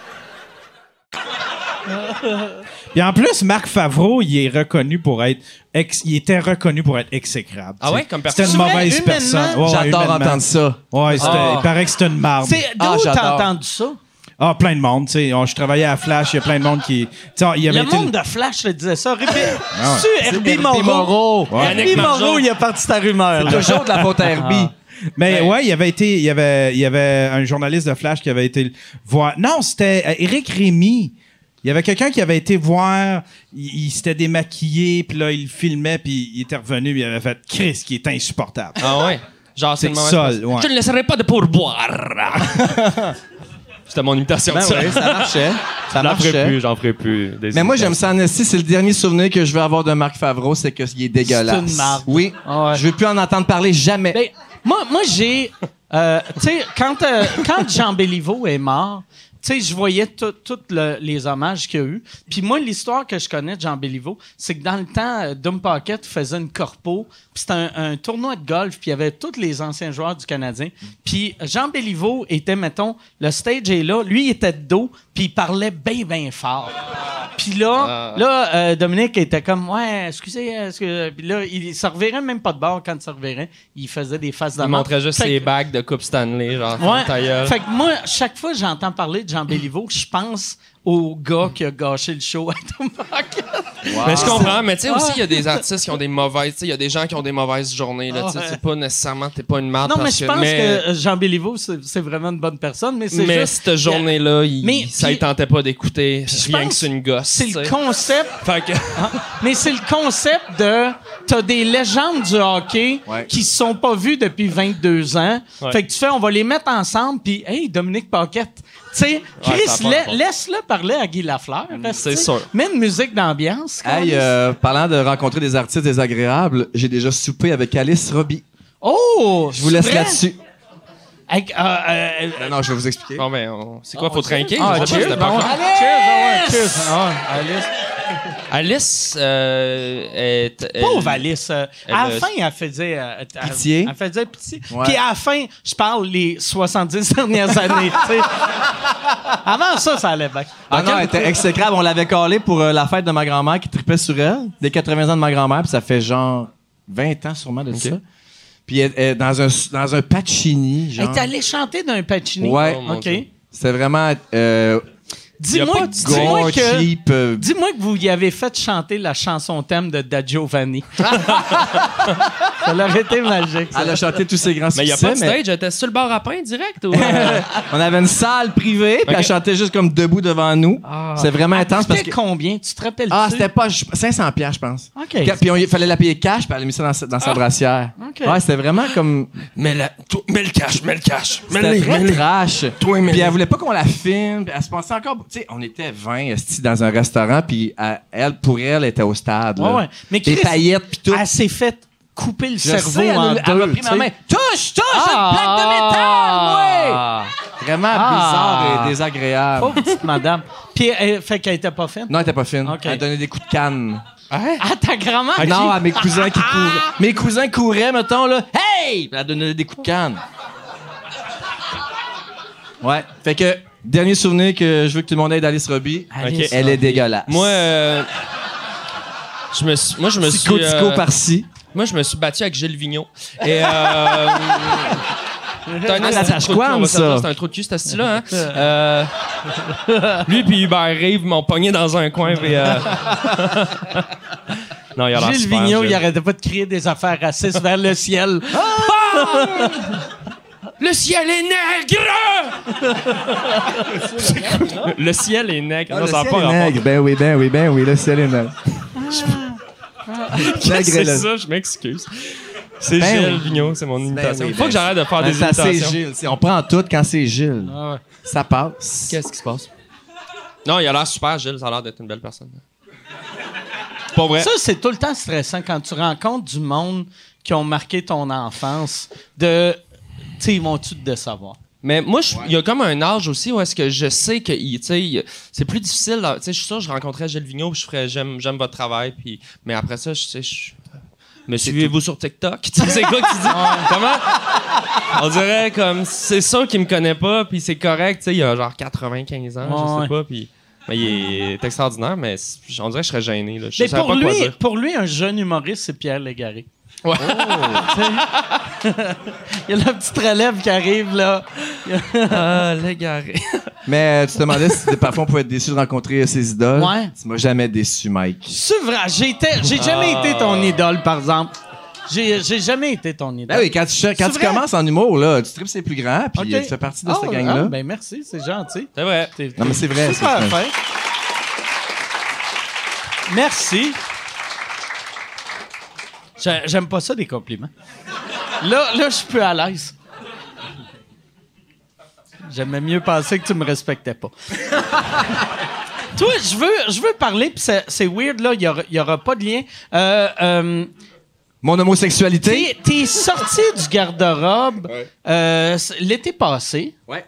Et en plus, Marc Favreau, il est reconnu pour être. ex- il était reconnu pour être exécrable. tu
Ah
sais.
ouais, comme personne.
C'était une
C'est vrai,
mauvaise
humainement,
personne. Ouais, ouais,
J'adore
humainement.
entendre ça.
Ouais, c'était-
Ah.
il paraît que c'était une marde.
Ah, j'adore.
ça
Ah, plein de monde, tu sais. Oh, Je travaillais à Flash, il y a plein de monde qui. tu sais, ah, il y avait
Le
été
monde de Flash le disait ça. Répé-
Ah
Tu
ouais.
Herbie Moreau.
Ouais.
Herbie
Yannick
Moreau,
Margeau.
il a parti ta rumeur. là.
Toujours de la faute à
Ah.
Herbie.
Mais ouais, il y avait été, il y avait, il y avait un journaliste de Flash qui avait été voir. Non, c'était euh, Éric Rémy. Il y avait quelqu'un qui avait été voir, il, il s'était démaquillé, puis là, il filmait, puis il était revenu, puis il avait fait Chris qui est insupportable.
Ah ouais? Genre,
C'est
c'est le
le
moment.
sol, ouais.
Je ne laisserai pas de pourboire! C'était mon imitation
Ben
de ça.
oui, ça marchait. Ça
J'en ferai
marchait.
plus, j'en ferai plus. des
Mais moi, j'aime
imitations.
ça en esti. C'est le dernier souvenir que je veux avoir de Marc Favreau, c'est qu'il est dégueulasse.
C'est une marde.
Oui.
Ah ouais.
Je veux plus en entendre parler jamais.
Ben, moi, moi j'ai. euh, tu sais, quand, euh, quand Jean Béliveau est mort, tu sais, je voyais tous les hommages qu'il y a eu. Puis moi, l'histoire que je connais de Jean Béliveau, c'est que dans le temps, euh, Doom Pocket faisait une corpo, puis c'était un, un tournoi de golf, puis il y avait tous les anciens joueurs du Canadien. Puis Jean Béliveau était, mettons, le stage est là, lui, il était de dos, puis il parlait bien, bien fort. Puis
Ah.
là, là euh, Dominique était comme, ouais, excusez, euh, excusez. Puis là, il se reverrait même pas de bord quand il se reverrait. Il faisait des faces
Il
d'amour.
montrait juste ses bagues de Coupe Stanley, genre,
Ouais.
ta gueule.
Fait que moi, chaque fois que j'entends parler de Jean Béliveau, je pense au gars qui a gâché le show à Tom Pocket.
Mais je comprends, mais tu sais
Ah.
aussi, il y a des artistes qui ont des mauvaises, tu sais, il y a des gens qui ont des mauvaises journées, là, tu
Ah ouais.
sais, c'est pas nécessairement, t'es pas une marde
Non, mais
parce
je pense
mais-
que euh, Jean Béliveau, c'est c'est vraiment une bonne personne, mais c'est
Mais
juste...
cette journée-là, il-
Mais
ça
puis-
ne tentait pas d'écouter
je
rien que
pense
c'est une gosse.
C'est
tu
le
sais.
concept...
Fait que- hein?
Mais c'est le concept de t'as des légendes du hockey
Ouais.
qui se sont pas vues depuis 22 ans.
Ouais.
Fait que tu fais on va les mettre ensemble puis hey Dominique Paquette. Tu sais Chris
ça a pas
la-
rapport.
laisse-le parler à Guy Lafleur. parce que,
c'est
tu sais,
sûr.
Mets une musique d'ambiance.
Hey,
Carlis.
euh, parlant de rencontrer des artistes désagréables, j'ai déjà soupé avec Alice Robbie.
Oh!
Je vous laisse là-dessus.
Avec, euh, euh,
Non, non, je vais vous expliquer.
Bon, ben, on- c'est quoi, faut trinquer?
Ah,
Je sais pas,
cheers,
c'était
ben
pas
ouais.
clair.
Alice!
Alice. Alice euh, est. elle-
Pauvre Alice. euh, à la
elle-
fin, elle faisait... euh, elle-
Pitié.
Elle faisait pitié.
Ouais.
Puis à la fin, je parle les 70 dernières années. tu sais. Avant ça, ça allait bien.
Ah non, elle était exécrable. On l'avait collé pour euh, la fête de ma grand-mère qui tripait sur elle, des 80 ans de ma grand-mère, puis ça fait genre 20 ans sûrement de ça. Puis elle, elle- dans un dans un Pacini,
Elle
genre.
est allée chanter d'un Pacini.
Ouais.
Oh, mon
OK.
Dieu.
C'était vraiment euh,
Dis-moi dis-moi
gros,
que...
cheap. euh,
Dis-moi que vous y avez fait chanter la chanson thème de Da Giovanni. ça aurait été magique. ça.
elle a chanté tous ses grands
Mais il n'y a
succès,
pas de
mais
stage, elle était sur le bar à pain direct ou. euh,
on avait une salle privée,
Ok.
puis elle chantait juste comme debout devant nous.
Ah.
C'est vraiment intense parce
C'était
que
combien? Tu te rappelles-tu?
ah, c'était pas je- 500 pièces, je pense.
OK. Ah.
Puis- Puis on- il fallait la payer cash, puis elle a mis ça dans sa, dans sa brassière.
Ok.
Ouais, c'était vraiment comme.
Mais la- tout- mets le cash, mets le cash. mets
C'était
le- mets
très
le-
trash.
Toi, mais-
Puis elle voulait pas qu'on la filme. puis Elle se pensait encore. Tu sais, on était 20 esti, dans un restaurant, puis elle- elle, pour elle, elle était au stade. là.
Ouais, ouais. Mais
Des
Chris-
paillettes, puis tout.
Elle s'est fait couper le
Je
cerveau
sais, elle
en
nous- elle
deux.
m'a pris
tu
ma
sais.
main. Touche, touche, une plaque de
Ah!
métal, ouais!
Ah!
Vraiment bizarre et désagréable.
Pauvre Oh, petite madame. Puis, elle, fait qu'elle était pas fine.
Non, elle était pas fine.
Ok.
Elle donnait des coups de canne.
Ah, ta grand-mère? Ah!
Non, à mes cousins qui
Ah!
couraient. Mes cousins couraient, mettons, là. Hey! Puis Elle donnait des coups de canne. Ouais. Fait que, dernier souvenir que je veux que tout le monde ait d'Alice Robbie.
Alice
Elle est dégueulasse.
Moi, euh, je me suis, moi, je me suis,
Tico, tico
euh,
par-ci.
moi, je me suis battu avec Gilles Vignon. Et, euh, t'as un
Ah, la
esti de
tache
trou de cul, on va
Kwan,
se le dire,
ça.
C'est un trou de cul, cet style-là, hein? Euh, lui puis Hubert Rive m'ont pogné dans un coin, puis, euh, Non, il a l'air
Gilles
super,
Vigneault, il
Gilles.
arrêtait pas de crier des affaires racistes vers le ciel.
Le ciel est nègre! le ciel est
Ah,
nègre. Non, ça a pas rapport.
Ben oui, ben oui, ben oui, le ciel est nègre. Ah.
Qu'est-ce que
Malgré
c'est
le-
ça? Je m'excuse. C'est
Ben
Gilles
oui.
Vigneault, c'est mon imitation.
oui,
Faut
ben-
que j'arrête de faire
Ben,
Ah, des
ça, c'est
imitations. Ah,
Gilles. C'est- On prend tout quand c'est Gilles. Ça passe.
Qu'est-ce qui se passe? Non, il a l'air super, Gilles. Ça a l'air d'être une belle personne. Pas vrai.
Ça, c'est tout le temps stressant quand tu rencontres du monde qui ont marqué ton enfance. De. Tu sais, ils vont-tu te décevoir?
Mais moi, je- il y a comme un âge aussi où est-ce que je sais que il- tu sais, il- c'est plus difficile. là. Tu sais, Je suis sûr que je rencontrais Gilles Vigneault puis je ferais j'aime, j'aime votre travail. Puis, mais après ça, je sais, je. Me suivez-vous sur TikTok? Tu sais, c'est quoi que tu dis? Comment? On dirait comme. C'est sûr qu'il me connaît pas, puis c'est correct. Tu sais, il a genre 95 ans, je
Ouais.
sais pas. Puis, mais il est extraordinaire, mais c'est- on dirait que je serais gêné. Là. Je
Mais
sais pas
pour
quoi
lui,
dire.
pour lui, un jeune humoriste, c'est Pierre Légaré.
Ouais.
Il y a la petite relève qui arrive, là.
Ah, l'égaré.
Mais euh, tu te demandais si parfois on pouvait être déçu de rencontrer euh, ses idoles.
Ouais.
Tu m'as jamais déçu, Mike.
C'est vrai, j'étais- j'ai
Ah.
jamais été ton idole, par exemple. J'ai j'ai jamais été ton idole.
Ben oui, quand tu, cher- quand
C'est
tu
vrai?
commences en humour, là, tu tripes ses plus grands,
Ok.
puis euh, tu fais partie de
Ah,
cette
ah,
gang-là.
ben merci, c'est gentil.
C'est vrai.
T'es-
non, mais c'est vrai.
Super
c'est vrai.
fin. Merci. J'ai- J'aime pas ça, des compliments. Là, là je suis plus à l'aise. J'aimais mieux penser que tu me respectais pas. Toi, je veux, je veux parler, puis c'est c'est weird, là, il n'y aura, il y aura pas de lien. Euh, euh,
Mon homosexualité.
T'es t'es sorti du garde-robe euh, c- l'été passé.
Ouais.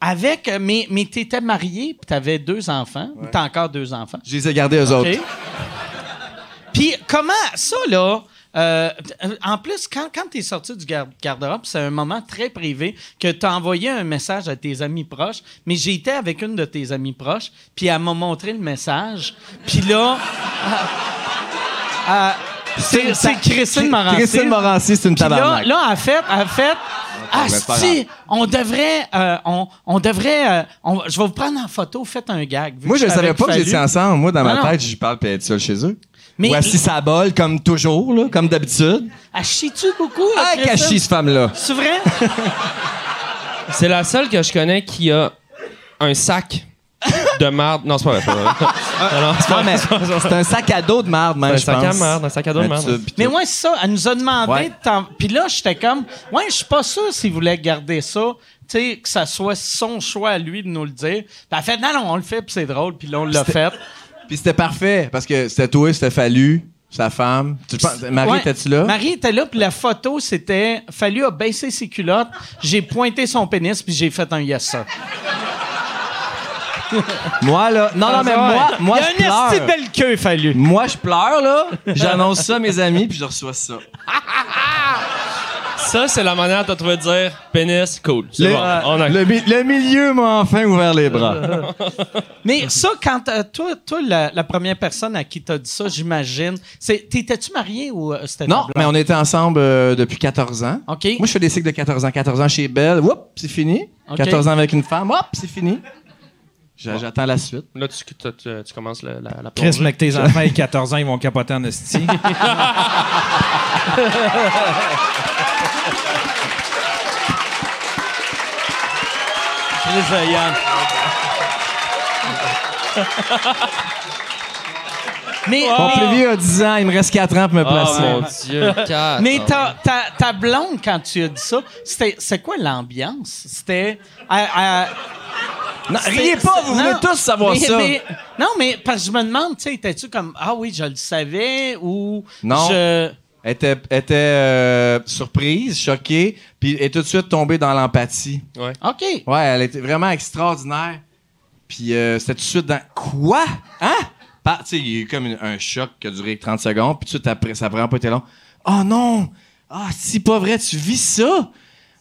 Avec, euh, mais, mais t'étais marié, puis t'avais deux enfants, ou t'as encore deux enfants.
Je les ai gardés eux
OK.
autres.
Puis comment ça, là... euh, t- euh, en plus, quand, quand t'es sorti du gar- garde-robe, c'est un moment très privé que t'as envoyé un message à tes amis proches, mais j'étais avec une de tes amies proches, puis elle m'a montré le message, puis là... euh, euh, c'est c'est Christine Morancy.
Christine Morancy, c'est une
Puis là,
tabarnak. Ah,
là, en fait, en fait, asti, on devrait, euh, on, on devrait, euh, on- je vais vous prendre en photo, faites un gag. vu
Moi, je
que
ne savais
avec
pas que
Fallu.
j'étais ensemble. Moi, dans
Ah,
ma
non.
tête, je parle puis elle est seule chez eux.
Mais-
Ou assis sa bol, comme toujours, là, comme d'habitude.
Elle chie-tu beaucoup?
Ah,
Christine?
cachis, cette femme-là.
C'est vrai?
C'est la seule que je connais qui a un sac de marde. Non, c'est pas vrai. c'est pas vrai. Non, non, Ah, c'est pas
Non, mais
vrai, c'est pas vrai.
c'est un sac à dos de marde, même,
Un
je pense.
sac à marde, un sac à dos de marde.
tube, puis
Mais
tout.
ouais, c'est ça. Elle nous a demandé
Ouais.
de t'en- Puis là, j'étais comme, ouais, je suis pas sûr s'il voulait garder ça. Tu sais, que ça soit son choix à lui de nous le dire. Puis elle fait, non, non, on le fait, puis c'est drôle, puis là, on l'a fait.
Puis c'était parfait, parce que c'était toi, c'était Fallu, Sa femme. Tu penses- Marie,
Ouais.
t'es-tu là?
Marie était là, puis la photo, c'était Fallu a baissé ses culottes, j'ai pointé son pénis, puis j'ai fait un yes, sir.
Moi, là. Non, non, mais moi, moi, je
Ah, Il y a une esti de
pleure.
belle queue, Fallu.
Moi, je pleure, là. J'annonce ça à mes amis, puis je reçois ça.
Ça, c'est la manière de trouver de dire pénis, cool. C'est
Le, euh, Ah.
bon, on a-
le mi- le milieu m'a enfin ouvert les bras.
Mais ça, quand euh, toi, toi la, la première personne à qui t'as dit ça, j'imagine, c'est t'étais-tu marié ou euh, c'était
non, mais on était ensemble euh, depuis 14 ans.
Ok.
Moi, je fais des cycles de 14 ans. 14 ans chez Belle, whoop, c'est fini.
Ok.
14 ans avec une femme, hop, c'est fini. J'a- J'attends la suite.
Là, tu, tu- tu- tu commences la, la, la
Chris,
plongée.
mais que tes enfants aient 14 ans, ils vont capoter en esti.
mais,
Mon
mais-
plus vieux a 10 ans, il me reste 4 ans pour me
Oh
placer.
mon Dieu, quatre.
mais ta, ta- ta blonde, quand tu as dit ça, c'était c'est quoi l'ambiance? C'était. euh, euh,
Non,
c'est-
riez pas,
c'est-
vous
non,
voulez tous savoir
mais-
ça.
mais- non, mais parce que je me demande, tu sais, étais-tu comme Ah oui, je le savais ou.
Non.
je-
Elle était, elle était, euh, surprise, choquée, puis elle est tout de suite tombée dans l'empathie.
OK.
Ouais, elle était vraiment extraordinaire. Puis euh, c'était tout de suite dans quoi Hein Par- Tu sais, il y a eu comme une- un choc qui a duré 30 secondes, puis tout de suite après, ça a vraiment pas été long. Oh non Ah, si pas vrai, tu vis ça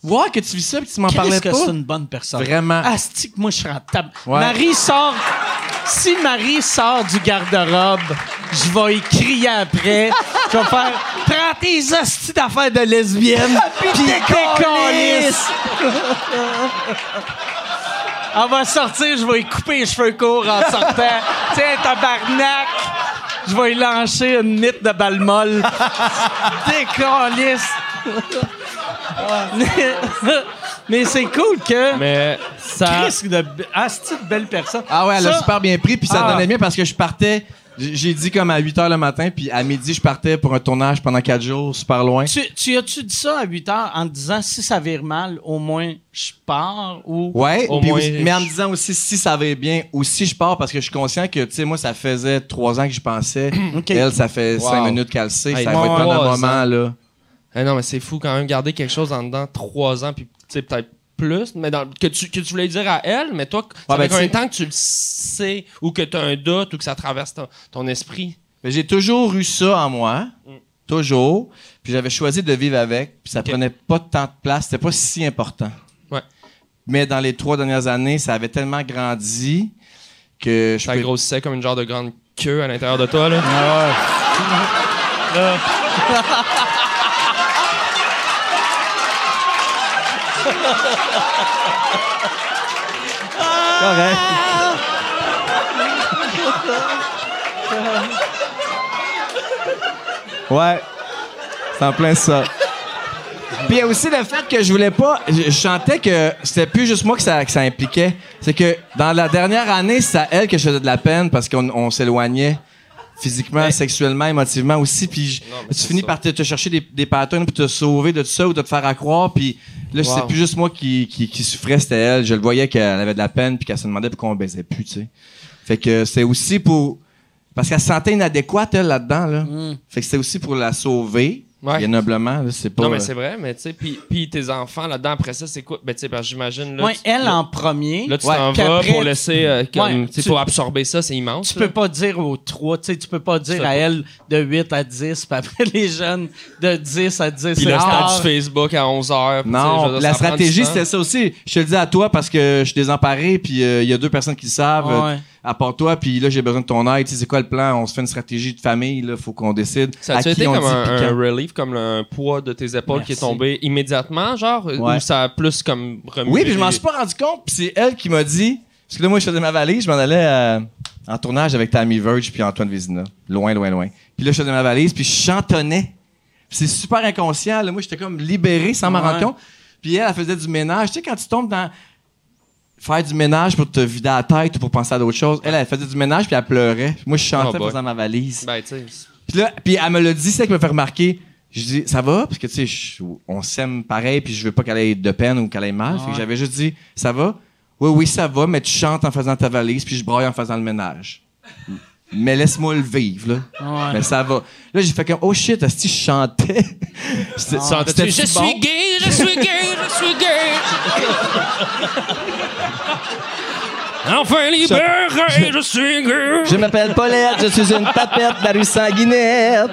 Voir que tu vis ça, puis tu m'en
Qu'est-ce
parlais
que c'est
pas.
une bonne personne?
Vraiment.
Asti que moi, je suis en table.
Ouais.
Marie sort. Si Marie sort du garde-robe, je vais y crier après. Je vais faire Prends tes hosties d'affaires de lesbienne, puis décalisse. Elle va sortir, je vais y couper les cheveux courts en sortant. Tiens, tabarnak! Je vais y lancer une mythe de balle molle. Décalisse. Mais- Mais c'est cool que.
Mais ça.
Chris, de asti de belle personne.
Ah ouais, elle a
Ça-
super bien pris, puis ça
Ah.
donnait bien parce que je partais. j- J'ai dit comme à 8 h le matin, puis à midi, je partais pour un tournage pendant 4 jours, super loin.
Tu, tu as-tu dit ça à 8 heures en te disant si ça vire mal, au moins je pars ou.
Ouais,
Au
puis
moins,
aussi- mais en
je-
me disant aussi si ça va bien ou si je pars parce que je suis conscient que, tu sais, moi, ça faisait trois ans que je pensais.
Ok.
Elle, ça fait
Wow.
cinq minutes qu'elle le sait.
Hey,
ça va être
trois
pendant un
ans.
moment, là.
Eh non, mais c'est fou quand même garder quelque chose en dedans trois ans, puis tu sais, peut-être plus, mais dans- que, tu, que tu voulais dire à elle, mais toi, ça
Ouais, ben,
fait combien
tu-
de temps que tu le sais, ou que tu as un doute, ou que ça traverse ton, ton esprit?
Mais j'ai toujours eu ça en moi. Toujours. Puis j'avais choisi de vivre avec. Puis ça
Ok.
prenait pas tant de place. C'était pas si important.
Ouais.
Mais dans les trois dernières années, ça avait tellement grandi que je
Ça
peux-
grossissait comme une genre de grande queue à l'intérieur de toi, là.
Correct. ouais. C'est en plein ça. Puis il y a aussi le fait que je voulais pas. Je, je chantais que c'était plus juste moi que ça, que ça impliquait. C'est que dans la dernière année, c'est à elle que je faisais de la peine parce qu'on on s'éloignait physiquement, sexuellement, émotivement aussi. Puis je-
Non, mais
tu
c'est
finis
ça.
par te, te chercher des, des patterns pour te sauver de tout ça ou de te faire accroire. Puis là,
Wow.
c'est plus juste moi qui, qui, qui souffrais, c'était elle. Je le voyais qu'elle avait de la peine puis qu'elle se demandait pourquoi on baisait plus, tu sais. Fait que c'est aussi pour. Parce qu'elle se sentait inadéquate, elle, là-dedans, là. Fait que c'était aussi pour la
Mm.
sauver.
Ouais.
Bien noblement, là, c'est pas.
Non, mais
euh,
c'est vrai, mais tu sais, puis, puis tes enfants là-dedans, après ça, c'est quoi? Ben, tu sais, parce que j'imagine, là.
Ouais,
tu-
elle
là,
en premier.
Là, tu
Ouais,
t'en
puis
vas
après,
pour laisser. euh, comme,
Ouais,
tu sais,
tu-
pour absorber ça, c'est immense.
Tu
là.
peux pas dire aux trois, tu sais, tu peux pas dire
sais
à
pas.
elle de 8 à 10, puis après les jeunes de 10 à 10.
Puis le stade du Facebook à 11h.
Non, la stratégie, c'était ça aussi. Je te le dis à toi parce que je suis désemparé, puis euh, il y a deux personnes qui le savent, euh,
Ouais.
à part toi, puis là, j'ai besoin de ton aide. Tu sais, c'est quoi le plan? On se fait une stratégie de famille, là, faut qu'on décide.
Ça
à
a-tu
qui
été
on
comme
dit
un,
puis
un
quand.
relief, comme le- un poids de tes épaules qui
Merci.
est tombé immédiatement, genre?
Ouais.
Ou ça a plus comme remué?
Oui, puis je m'en suis pas rendu compte, puis c'est elle qui m'a dit. Parce que là, moi, je faisais ma valise, je m'en allais euh, en tournage avec Tammy Verge puis Antoine Vézina. Loin, loin, loin. Puis là, je faisais ma valise, puis je chantonnais. Puis c'est super inconscient, là. Moi, j'étais comme libéré sans m'en
Ouais.
rendre compte. Puis elle, elle faisait du ménage. Tu sais, quand tu tombes dans. Faire du ménage pour te vider la tête ou pour penser à d'autres choses. Elle, elle faisait du ménage puis elle pleurait. Moi, je chantais
Oh
en
boy.
faisant ma valise.
Ben, tu sais,
Puis là, puis elle me l'a dit, c'est qu'elle me fait remarquer. Je dis, ça va? Parce que, tu sais, je- on s'aime pareil, puis je veux pas qu'elle ait de peine ou qu'elle ait mal. Fait que j'avais juste dit, ça va? Oui, oui, ça va, mais tu chantes en faisant ta valise, puis je broye en faisant le ménage. mais laisse-moi le vivre, là.
Ouais.
Mais ça va. Là, j'ai fait comme, oh shit, si je chantais. C'était-
Ah.
c'était-tu
Je
bon?
suis gay, je suis gay, je suis gay. enfin libéré, je, suis gay.
Je m'appelle Paulette, je suis une papette de la rue Sanguinette.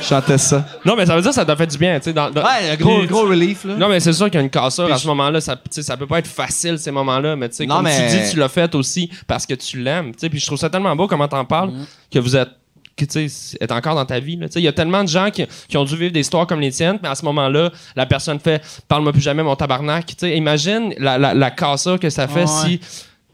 Je chantais ça.
Non, mais ça veut dire que ça t'a fait du bien, tu sais. Dans, dans-
Ouais, gros, gros relief, là.
Non, mais c'est sûr qu'il y a une cassure à ce moment-là. Ça, tu sais, ça peut pas être facile, ces moments-là. Mais tu sais,
Non,
comme
mais-
tu dis, tu l'as fait aussi parce que tu l'aimes. tu sais. Puis je trouve ça tellement beau comment t'en parles
Mm-hmm.
que vous êtes que tu sais, est encore dans ta vie. là. Tu sais, Il y a tellement de gens qui, qui ont dû vivre des histoires comme les tiennes, mais à ce moment-là, la personne fait « Parle-moi plus jamais, mon tabarnak ». Tu sais, Imagine la, la, la cassure que ça fait
Ouais.
si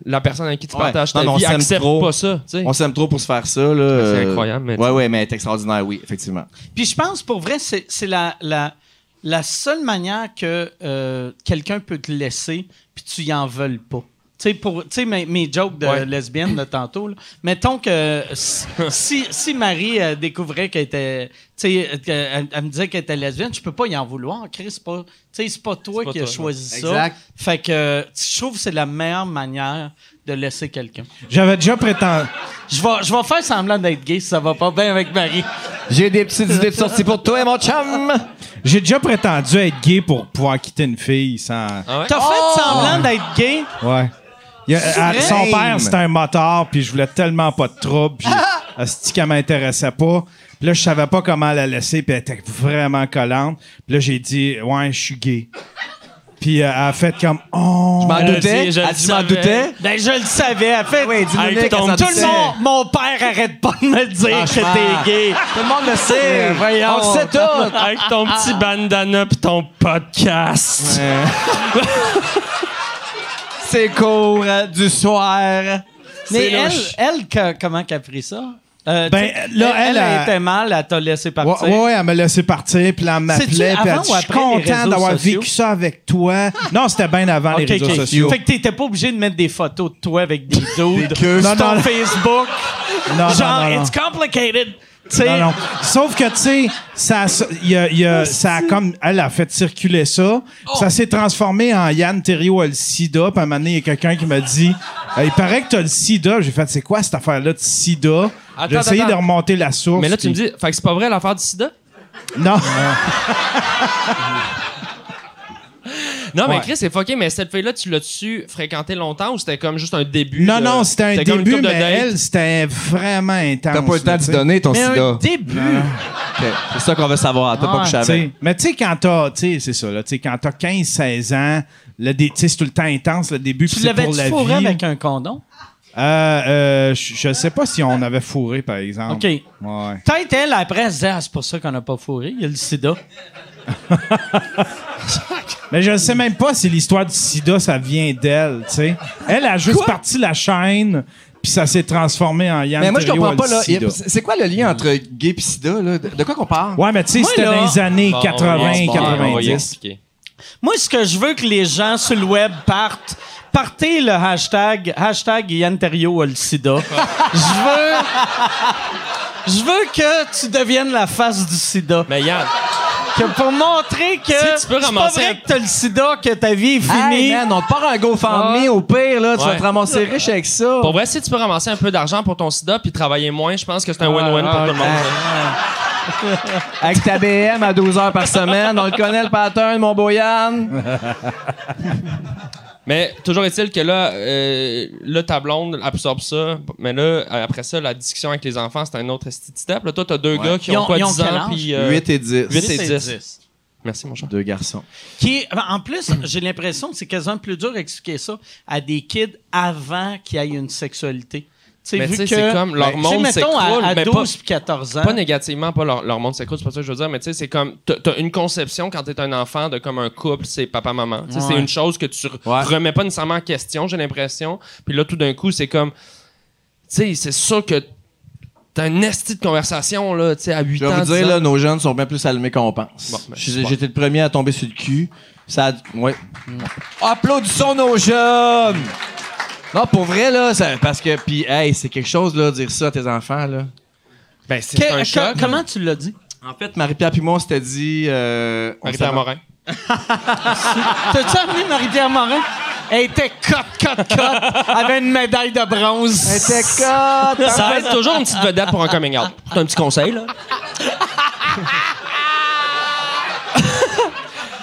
la personne avec qui tu
Ouais.
partages ta
Non, mais on
vie
s'aime
accepte
trop.
pas ça. tu sais.
On s'aime trop pour se faire ça, là.
C'est
Euh,
incroyable, mais-
Ouais, ouais, mais c'est extraordinaire, oui, effectivement.
Puis je pense, pour vrai, c'est c'est la, la, la seule manière que euh, quelqu'un peut te laisser, puis tu y en veuilles pas. Tu sais, pour, tu sais, mes, mes jokes de
Ouais.
lesbienne de tantôt, là. mettons que si, si- si Marie euh, découvrait qu'elle était. Tu sais, euh, qu'elle- elle me disait qu'elle était lesbienne, je peux pas y en vouloir. Chris, c'est pas, tu sais, c'est pas toi
pas
qui as
toi,
choisi
Exact.
ça. Fait que euh, je trouve que c'est la meilleure manière de laisser quelqu'un.
J'avais déjà prétendu.
Je vais, je vais faire semblant d'être gay si ça va pas bien avec Marie.
J'ai des petites idées de sortie pour toi, mon chum.
J'ai déjà prétendu être gay pour pouvoir quitter une fille sans.
Ah ouais?
T'as fait semblant d'être gay?
Ouais. Il y a-
C'est
à-
vrai?
son père, c'était un motard, puis je voulais tellement pas de trouble, puis asti qu'elle m'intéressait pas. Puis là, je savais pas comment la laisser, puis elle était vraiment collante. Puis là, j'ai dit, ouais, je suis gay. Puis euh, elle a fait comme, oh.
Je m'en
Elle a
doutais.
dit, je
Elle
le
dit, je m'en
savais.
doutais.
Ben, je le savais. En fait,
Oui, dis-nous,
Hey,
Nick,
tout
elle s'en
le
doutait.
monde, mon père arrête pas de me dire
Ah,
que
je pense.
t'es gay.
Tout le monde le sait.
Eh, voyons.
On le sait tout. Ah.
Avec ton petit bandana pis ton podcast.
C'est cours euh, du soir.
Mais
C'est
elle,
louche.
elle, que- comment qu'elle a pris ça? Euh,
Ben,
tu sais,
là, elle,
elle
elle-
était mal, elle t'a laissé
Ouais,
partir.
ouais, ouais, elle me laissait partir, puis là, elle m'appelait,
C'est-tu
puis elle
avant
dit,
ou
je suis
après les
content
réseaux
d'avoir
sociaux?
vécu ça avec toi. Non, c'était bien avant
Ok,
les réseaux
ok.
sociaux.
Fait que t'étais pas obligé de mettre des photos de toi avec des dudes
queues.
sur
Non,
ton
non.
Facebook.
Non, non,
Genre,
non, non.
it's complicated. Tu sais,
Non, non. Sauf que, tu sais, ça, ça- y a- y a- ça a comme. Elle a fait circuler ça.
Oh.
Ça s'est transformé en Yann Thériault a le sida. Puis à un moment donné, il y a quelqu'un qui m'a dit Euh, Il paraît que t'as le sida. J'ai fait C'est quoi cette affaire-là de sida J'ai
Attends,
essayé de
attends.
remonter la source.
Mais là, tu me
puis-
dis, fait que c'est pas vrai l'affaire du sida?
Non.
Non, mais
Ouais.
Chris, c'est fucké, mais cette fille-là, tu l'as-tu fréquentée longtemps ou c'était comme juste un début?
non,
de-
non, c'était un
comme une
début,
couple
mais
de dates?
elle, c'était vraiment intense.
T'as pas le temps
là,
de
tu
se
sais.
donner ton
mais un
sida.
début.
Ok, C'est ça qu'on veut savoir. T'as pas
Ouais.
couché
Tu sais,
avec.
mais tu sais, quand t'as, tu sais, c'est ça, là, tu sais, quand t'as 15, 16 ans, le dé- tu sais, c'est tout le temps intense, le début,
Tu
puis c'est pour
l'avais-tu
la
fourré
vie.
avec un condom?
Euh, euh, je je sais pas si on avait fourré, par exemple.
OK.
Ouais.
Peut-être elle, après, elle se dit, ah, c'est pour ça qu'on n'a pas fourré, il y a le sida.
Mais je sais même pas si l'histoire du sida, ça vient d'elle, tu sais. Elle a juste parti la chaîne, puis ça s'est transformé en Yann
Mais moi, je
Terriot
comprends
a
pas,
le
là.
sida.
C'est c'est quoi le lien entre gay et sida, là? De de quoi qu'on parle?
Ouais, mais tu sais,
Moi,
c'était
là-
dans les années
Bon, on va
80,
y- on va y
90.
expliquer.
Moi, ce que je veux que les gens sur le web partent, partez le hashtag, hashtag Yann Terriot a le sida. je veux. Je veux que tu deviennes la face du sida.
Mais Yann,
Que pour montrer que
Si tu peux
c'est pas
ramasser
vrai
un-
que t'as le sida, que ta vie est
Hey,
finie.
man, on te part un GoFundMe au pire, là. Tu
Ouais.
vas te ramasser riche avec ça.
pour vrai, si tu peux ramasser un peu d'argent pour ton sida puis travailler moins, je pense que c'est un win-win pour tout le monde.
Avec ta BM à 12 heures par semaine. On le connaît, le pattern, mon beau Yann.
Mais toujours est-il que là, euh, là, ta blonde absorbe ça, mais là, après ça, la discussion avec les enfants, c'est un autre esti de step. Là, toi, t'as deux gars qui
Ils
ont,
ont-
pas
ils ont
10
quel
ans
âge?
puis... euh,
8 et 10.
huit et
C'est
10. Merci, mon cher.
Deux garçons.
Qui, ben, en plus, j'ai l'impression que c'est quasiment plus dur d'expliquer ça à des kids avant qu'ils aient une sexualité. Tu sais,
Mais
vu
tu sais,
que- Ben,
c'est comme leur
tu sais,
monde
mettons,
s'écroule,
à, à
mais pas-
12 puis 14 ans.
Pas négativement, pas leur, leur monde s'écroule, c'est pas ça que je veux dire, mais tu sais, c'est comme. t'as- T'as une conception quand t'es un enfant de comme un couple, c'est papa-maman. Tu sais, C'est
Ouais.
une chose que tu re- remets pas nécessairement en question, j'ai l'impression. Puis là, tout d'un coup, c'est comme. Tu sais, c'est sûr que t'as une esti de conversation, là, tu sais, à 8
Je vais
ans.
vous dire,
10 ans.
là, nos jeunes sont bien plus allumés qu'on pense.
Bon, ben,
J'ai-
super.
J'étais le premier à tomber sur le cul. Ça a- Ouais. Mm. Applaudissons nos jeunes! Non, pour vrai, là, ça- parce que, puis, hey, c'est quelque chose, là, dire ça à tes enfants, là.
Ben, c'est
Que-
un
que-
choc.
comment tu l'as dit?
En fait, Marie-Pierre puis moi, on s'était dit... euh, on
Marie-Pierre
s'est-
Morin.
T'as-tu amené Marie-Pierre Morin? Elle était cote, cote, cote. Avait une médaille de bronze. Elle était cote.
Ça aide toujours une petite vedette pour un coming out. C'est un petit conseil, là.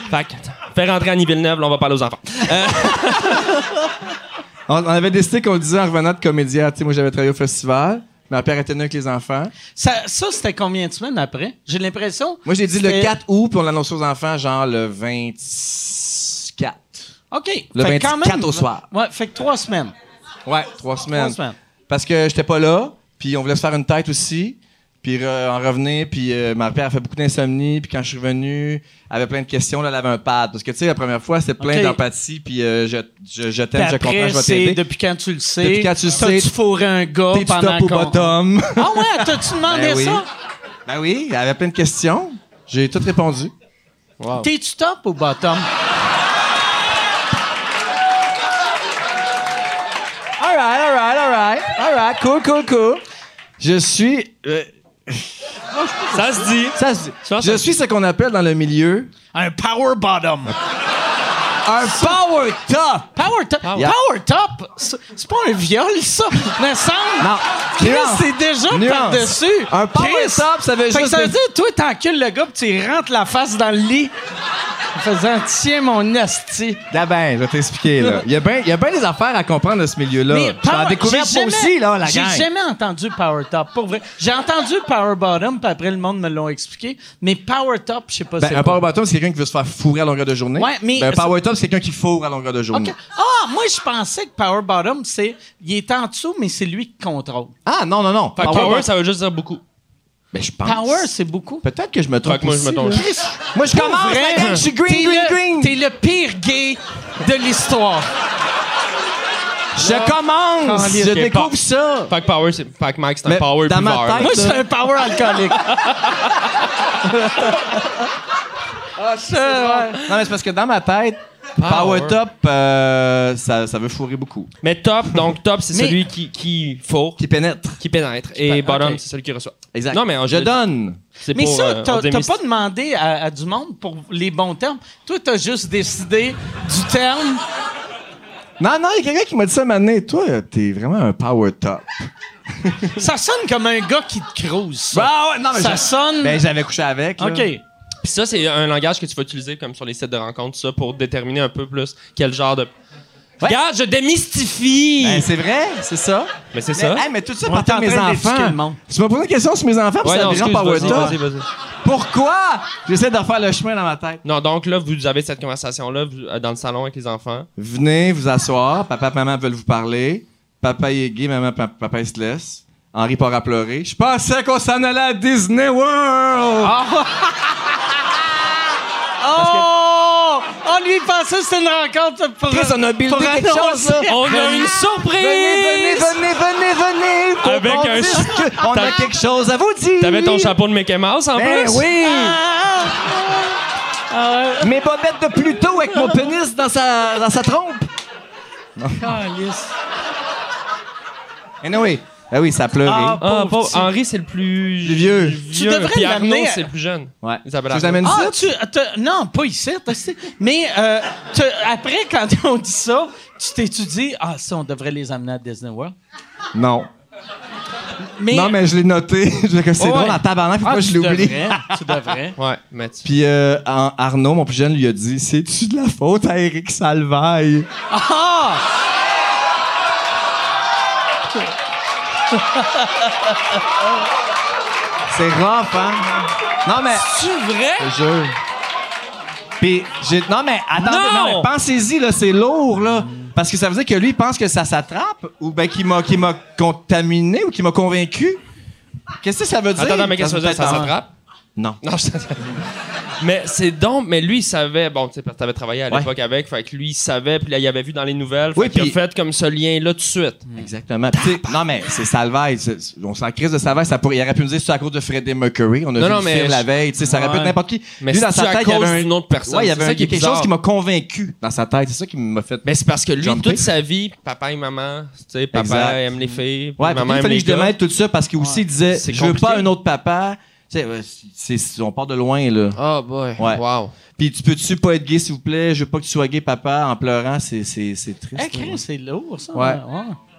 fait que, fais rentrer Annie Villeneuve, là, on va parler aux enfants. Euh,
On, on avait décidé qu'on le disait en revenant de comédien. Tu sais, moi, j'avais travaillé au festival. Ma père était venu avec les enfants.
Ça, ça, c'était combien de semaines après? J'ai l'impression.
Moi, j'ai dit le
C'était-
4 août, puis on l'annonçait aux enfants, genre le 24.
OK.
Le
Fait que quand
24
même-
au soir.
Ouais, fait que trois semaines.
Ouais, trois semaines.
Trois semaines.
Parce que j'étais pas là, puis on voulait se faire une tête aussi, puis re- en revenir, puis euh, ma père a fait beaucoup d'insomnie, puis quand je suis revenu, elle avait plein de questions, là, elle avait un pad. Parce que, tu sais, la première fois, c'était plein
Ok.
d'empathie, puis euh, je, je, je
Puis
t'aime, je
après,
comprends, je vais
c'est
t'aider.
depuis quand tu le sais?
Depuis quand tu le sais.
T'as-tu fourré un gars
T'es-tu
pendant
top ou
qu'on-
bottom?
Ah ouais, t'as-tu demandé
Ben oui.
ça?
ben oui, elle avait plein de questions. J'ai tout répondu.
T'es-tu top ou bottom?
All right, all right, all right. All right, cool, cool, cool. Je suis... euh,
ça se dit.
ça se dit.
Ça,
Ah,
ça
je
se-
suis ce qu'on appelle dans le milieu
Un power bottom.
un power top.
Power top.
Power.
Power top. C'est c'est pas un viol, ça, me semble.
Non.
Chris,
Nuance.
c'est déjà
Nuance.
par-dessus.
Un power
Chris.
top, ça veut
Fait que
juste
ça veut
dire-
dire, toi, t'encules le gars, puis tu rentres la face dans le lit en faisant Tiens, mon asti.
Là ben, je vais t'expliquer là. Il y a bien des affaires à comprendre de ce milieu-là.
Mais
J'en
power-
ai découvert
j'ai
moi
jamais-
aussi là, la gang.
J'ai jamais entendu Power Top, pour vrai. J'ai entendu Power Bottom, puis après le monde me l'a expliqué, mais Power Top, je sais pas
Ben,
c'est
un
quoi.
power bottom, c'est quelqu'un qui veut se faire fourrer à longueur de journée.
Ouais, mais-
Ben, un power top, c'est quelqu'un qui fourre à longueur de journée.
Ok. Ah, moi je pensais que Power Bottom, c'est il est en dessous, mais c'est lui qui contrôle.
Ah non non non.
Fait que
Power
power,
bottom-
ça veut juste dire beaucoup.
Ben, je pense.
Power, c'est beaucoup.
Peut-être que je me
Fait
trompe.
que moi, je
aussi,
me tombe.
là. Moi, je commence.
Pour vrai,
la gang, je suis green,
t'es
green,
le-
green.
T'es le pire gay de l'histoire.
Je commence.
Caliste,
je
j'ai
découvre
peur.
ça.
Fait que power, c'est. Fait que Mike, c'est un
Mais
power
dans ma
buveur,
tête-
là.
Moi, je suis un power alcoolique.
Ah, Non mais c'est parce que dans ma tête,
Power.
power, top, euh, ça, ça veut fourrer beaucoup.
Mais top, donc top, c'est
Mais-
celui qui, qui fourre,
Qui pénètre.
qui pénètre. Et
pénètre,
bottom,
ok.
c'est celui qui reçoit.
Exact.
Non, mais en
je
jeu-
donne.
C'est
Mais
pour,
ça,
euh, on
t'as t'as
démyst-
pas demandé à, à du monde pour les bons termes. Toi, t'as juste décidé du terme.
Non non, il y a quelqu'un qui m'a dit ça un moment donné. Toi, t'es vraiment un power top.
Ça sonne comme un gars qui te crouse. Ça,
Bah ouais, non, mais
Ça
je-
sonne.
Ben, j'avais couché avec. là.
OK.
Puis ça, c'est un langage que tu vas utiliser comme sur les sites de rencontres, ça, pour déterminer un peu plus quel genre de. Regarde, je démystifie!
Ben, c'est vrai, c'est ça.
mais c'est
Mais,
ça.
hey, mais tout ça
On
partait
est en
de mes
train d'éduquer
enfants.
le monde.
Tu m'as posé une question sur mes enfants, puis
Ouais,
ça
non,
devient
excuse,
power
vas-y,
top.
vas-y, vas-y.
Pourquoi? J'essaie de refaire le chemin dans ma tête.
Non, donc là, vous avez cette conversation-là vous- euh, dans le salon avec les enfants.
Venez vous asseoir. Papa et maman veulent vous parler. Papa il est gay, maman pa- papa il se laisse. Henri part à pleurer. Je pensais qu'on s'en allait à Disney World.
Ah,
Oh! On lui pensait que c'était une rencontre pour.
Chris, on a buildé
pour
quelque chose,
annoncer.
là.
On a une surprise!
Venez, venez, venez, venez, venez. Qu'on-
Avec
on
un
dise
ch-
que On a
T'avais-
quelque chose à vous dire.
T'avais ton chapeau de Mickey Mouse en
Ben
plus?
oui.
Ah! Ah ouais.
Mes bobettes de Pluto avec mon pénis dans sa, dans sa trompe.
Calisse.
Anyway, ah oui, ça a pleuré.
Ah,
Ah,
pauvre
pauvre,
petit.
Henri, c'est le plus
Le vieux.
Tu
vieux.
devrais
Puis
l'amener
Arnaud,
à-
c'est le plus jeune.
Ouais.
Isabelle
Tu veux que je
Arnaud.
l'amène
Ah,
ici?
tu, t'as- non, pas ici, t'as- c'est- mais euh, t'as- après, quand on dit ça, tu t'étudies, ah, ça, on devrait les amener à Disney World.
Non.
Mais,
Non, mais je l'ai noté. Je- que c'est
Ouais.
drôle en tabarnak,
Ah,
pourquoi je
tu
l'ai oublié.
devrais, tu devrais.
Ouais, mais tu-
Puis euh, Ar- Arnaud, mon plus jeune, lui a dit C'est-tu de la faute à Eric Salvaille
Ah!
C'est rough, hein Non, mais.
C'est vrai?
Je te jure. Puis, j'ai. Non, mais attendez,
Non!
non, mais pensez-y, là, c'est lourd, là. Parce que ça veut dire que lui, il pense que ça s'attrape, ou bien qu'il m'a, qu'il m'a contaminé, ou qu'il m'a convaincu. Qu'est-ce que ça veut dire
Attends, attends, mais qu'est-ce que ça veut dire? Ça s'attrape?
Non.
Non, je Mais c'est donc, mais lui, il savait, bon, tu sais, parce que t'avais travaillé à
Ouais.
l'époque avec, fait que lui, il savait, puis là, il avait vu dans les nouvelles, fait
Oui,
qu'il a
puis- Mm.
fait comme ce lien-là tout de suite.
Exactement. Puis, tu sais, non, mais c'est Salvaille. c'est- On s'en crise de Salvaille. Ça pourrait, il aurait pu me dire c'est à cause de Freddie Mercury. On a
Non,
vu
non,
le
mais
film la
je-
veille. tu sais, Ça aurait pu être
Ouais.
n'importe qui.
Mais
Lui,
c'est
dans sa
à
tête, il y
cause
avait un-
d'une autre personne.
Ouais, il y
C'est
avait
ça
un-
qui est
quelque
bizarre.
chose qui m'a convaincu dans sa tête. C'est ça qui m'a fait.
Mais c'est parce que lui,
Jumpé.
toute sa vie, papa et maman, tu sais, papa
Exact. Mm.
aime les filles, puis
ouais, puis
maman
il
aime
fallait
les
que je
gars.
démêle tout ça parce qu'il aussi disait
C'est
je veux
compliqué.
pas un autre papa. Tu sais, euh, c'est- c'est- on part de loin, là.
Oh boy.
Ouais.
Wow.
Puis tu peux-tu pas être gay, s'il vous plaît? Je veux pas que tu sois gay, papa, en pleurant. C'est c'est- c'est triste.
Hey, Eh, Chris, c'est lourd, ça.
Ouais.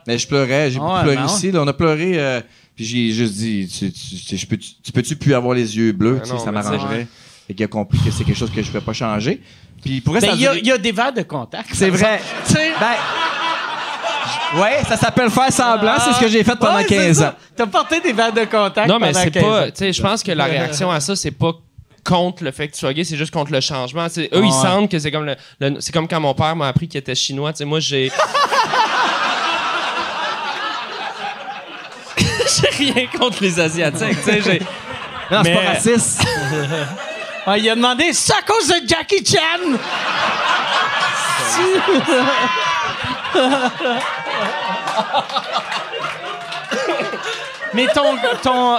Mais je pleurais, j'ai
Ah
beaucoup
ouais,
pleuré
ben ouais.
ici. Là, on a pleuré, euh, puis j'ai juste dit, tu, tu- tu- je peux, tu, tu peux-tu plus avoir les yeux bleus?
Ben
Tu sais,
non,
ça
mais ça,
m'arrangerait. Et qu'il a compris que c'est quelque chose que je ne peux pas changer. Puis pour ça
Ben,
a
il y, a-
duré-
il y a des verres de contact.
C'est vrai.
Tu sais,
Ben, ouais, ça s'appelle faire semblant. C'est ce que j'ai fait pendant
ouais, c'est
15
ça.
ans.
T'as porté des verres de contact
Non, mais
pendant
c'est
15
pas.
ans.
Tu sais, je pense que la réaction à ça, c'est pas contre le fait que tu sois gay, c'est juste contre le changement. Tu sais, eux, ils sentent que c'est comme le, le- c'est comme quand mon père m'a appris qu'il était chinois. Tu sais, moi, j'ai. j'ai rien contre les Asiatiques. Tu sais, j'ai.
Non, c'est
Mais-
pas raciste.
Ouais, il a demandé « C'est à cause de Jackie Chan! » Mais ton, ton,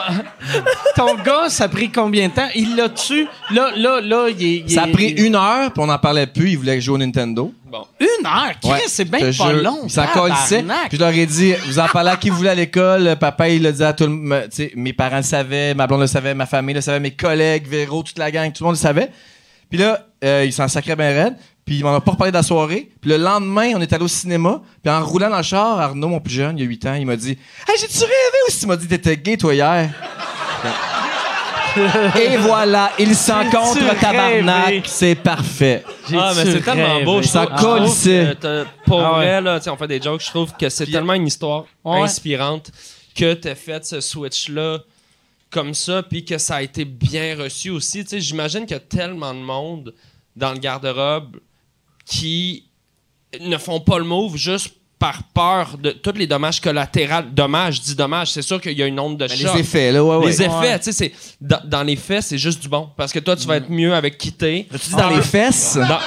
ton gars, ça a pris combien de temps? Il l'a tu Là, là, là, il est... il
ça a
est-
pris une heure, puis on n'en parlait plus. Ils voulaient jouer au Nintendo.
Bon.
Une heure? Chris,
Ouais,
c'est
je
bien
te
pas
jure.
long.
Ils s'en collissaient.
tabarnak.
Puis Je leur ai dit, vous en parlez à qui vous voulez à l'école. Papa, il le disait à tout le monde. Tu sais, Mes parents le savaient, ma blonde le savait, ma famille le savait, mes collègues, Véro, toute la gang, tout le monde le savait. Puis là, euh, ils s'en sacraient bien raide. Puis ils m'en ont pas reparlé de la soirée. Puis le lendemain, on est allé au cinéma. Puis en roulant dans le char, Arnaud, mon plus jeune, il y a 8 ans, il m'a dit Hey, j'ai-tu rêvé aussi Tu m'as dit t'étais gay, toi, hier. Et voilà, ils s'en
J'ai-tu
contre
rêvé?
tabarnak. C'est parfait.
Ah, mais c'est tellement beau. Je
Ça
trouve- je
colle
trouve
ici.
que t'as- Pour
Ah ouais.
vrai, là, tu sais, on fait des jokes. Je trouve que c'est tellement une histoire
Ouais.
inspirante que t'as fait ce switch-là comme ça, puis que ça a été bien reçu aussi. Tu sais, j'imagine qu'il y a tellement de monde dans le garde-robe qui ne font pas le move juste par peur de tous les dommages collatéraux. Dommages, dis dommages, c'est sûr qu'il y a une onde de
Ben,
choc.
les effets, là, ouais, Mm. ouais.
Les effets, tu sais, c'est- dans, dans les faits, c'est juste du bon. Parce que toi, tu vas être mieux avec quitter.
As-tu dit Ah. dans les fesses?
Dans-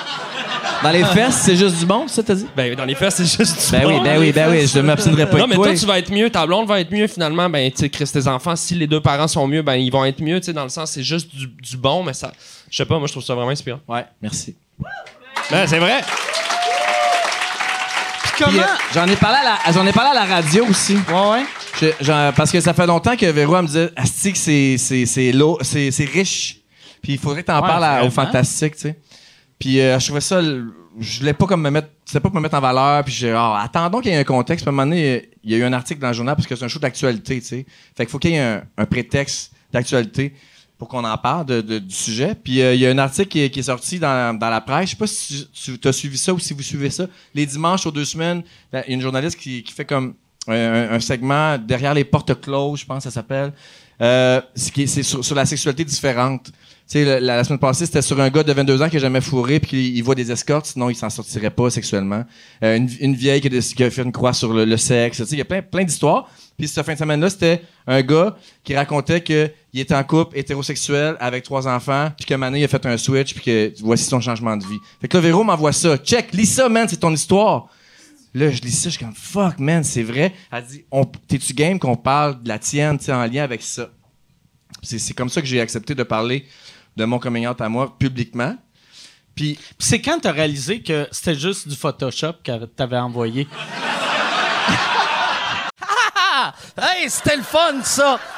Dans les fesses, c'est juste du bon, ça, t'as dit?
Ben, dans les faits, c'est juste du
Ben
bon.
oui, ben oui, ben oui, je ne m'abstiendrai pas
Non,
avec
mais
toi.
toi, tu vas être mieux, ta blonde va être mieux finalement. Ben, tu sais, Chris, tes enfants, si les deux parents sont mieux, ben, ils vont être mieux, tu sais, dans le sens, c'est juste du, du bon, mais ça. Je sais pas, moi, je trouve ça vraiment inspirant.
Ouais, merci.
c'est vrai.
Puis, euh, J'en ai, parlé à la- j'en ai parlé à la radio aussi.
Ouais, ouais.
Je- j'en- parce que ça fait longtemps que Véro elle me dit Asti, que c'est- c'est c'est lourd- c'est- c'est riche. Puis il faudrait que t'en
Ouais,
parles à-
vraiment.
au Fantastique, tu sais. Puis euh, je trouvais ça. l- Je voulais pas comme me mettre. C'était pas pour me mettre en valeur. Puis j'ai Ah, attendons qu'il y ait un contexte. Puis à un moment donné, euh, il y a eu un article dans le journal parce que c'est un show d'actualité, tu sais. Fait qu'il faut qu'il y ait un, un prétexte d'actualité pour qu'on en parle de- de- du sujet. Puis euh, il y a un article qui est, qui est sorti dans, dans la presse. Je sais pas si tu, tu as suivi ça ou si vous suivez ça. Les dimanches aux deux semaines, la- il y a une journaliste qui, qui fait comme un, un- un segment derrière les portes closes, je pense que ça s'appelle. Euh, ce qui est- c'est sur, sur la sexualité différente. Tu sais, le- la, la semaine passée, c'était sur un gars de 22 ans qui a jamais fourré puis il, voit des escortes, sinon il s'en sortirait pas sexuellement. Euh, une, une vieille qui a, déc- qui a fait une croix sur le, le sexe. Tu sais, il y a plein, plein d'histoires. Puis cette fin de semaine-là, c'était un gars qui racontait que il était en couple hétérosexuel avec trois enfants, puis que Mané il a fait un switch, puis que voici son changement de vie. Fait que là, Véro m'envoie ça. Check, lis ça, man, c'est ton histoire. Là, je lis ça, je suis comme fuck, man, c'est vrai. Elle dit, on- t'es-tu game qu'on parle de la tienne, tu sais, en lien avec ça? C'est c'est comme ça que j'ai accepté de parler de mon coming out à moi publiquement. Puis,
Puis c'est quand t'as réalisé que c'était juste du Photoshop que t'avais envoyé. Ah! hey, c'était le fun, ça!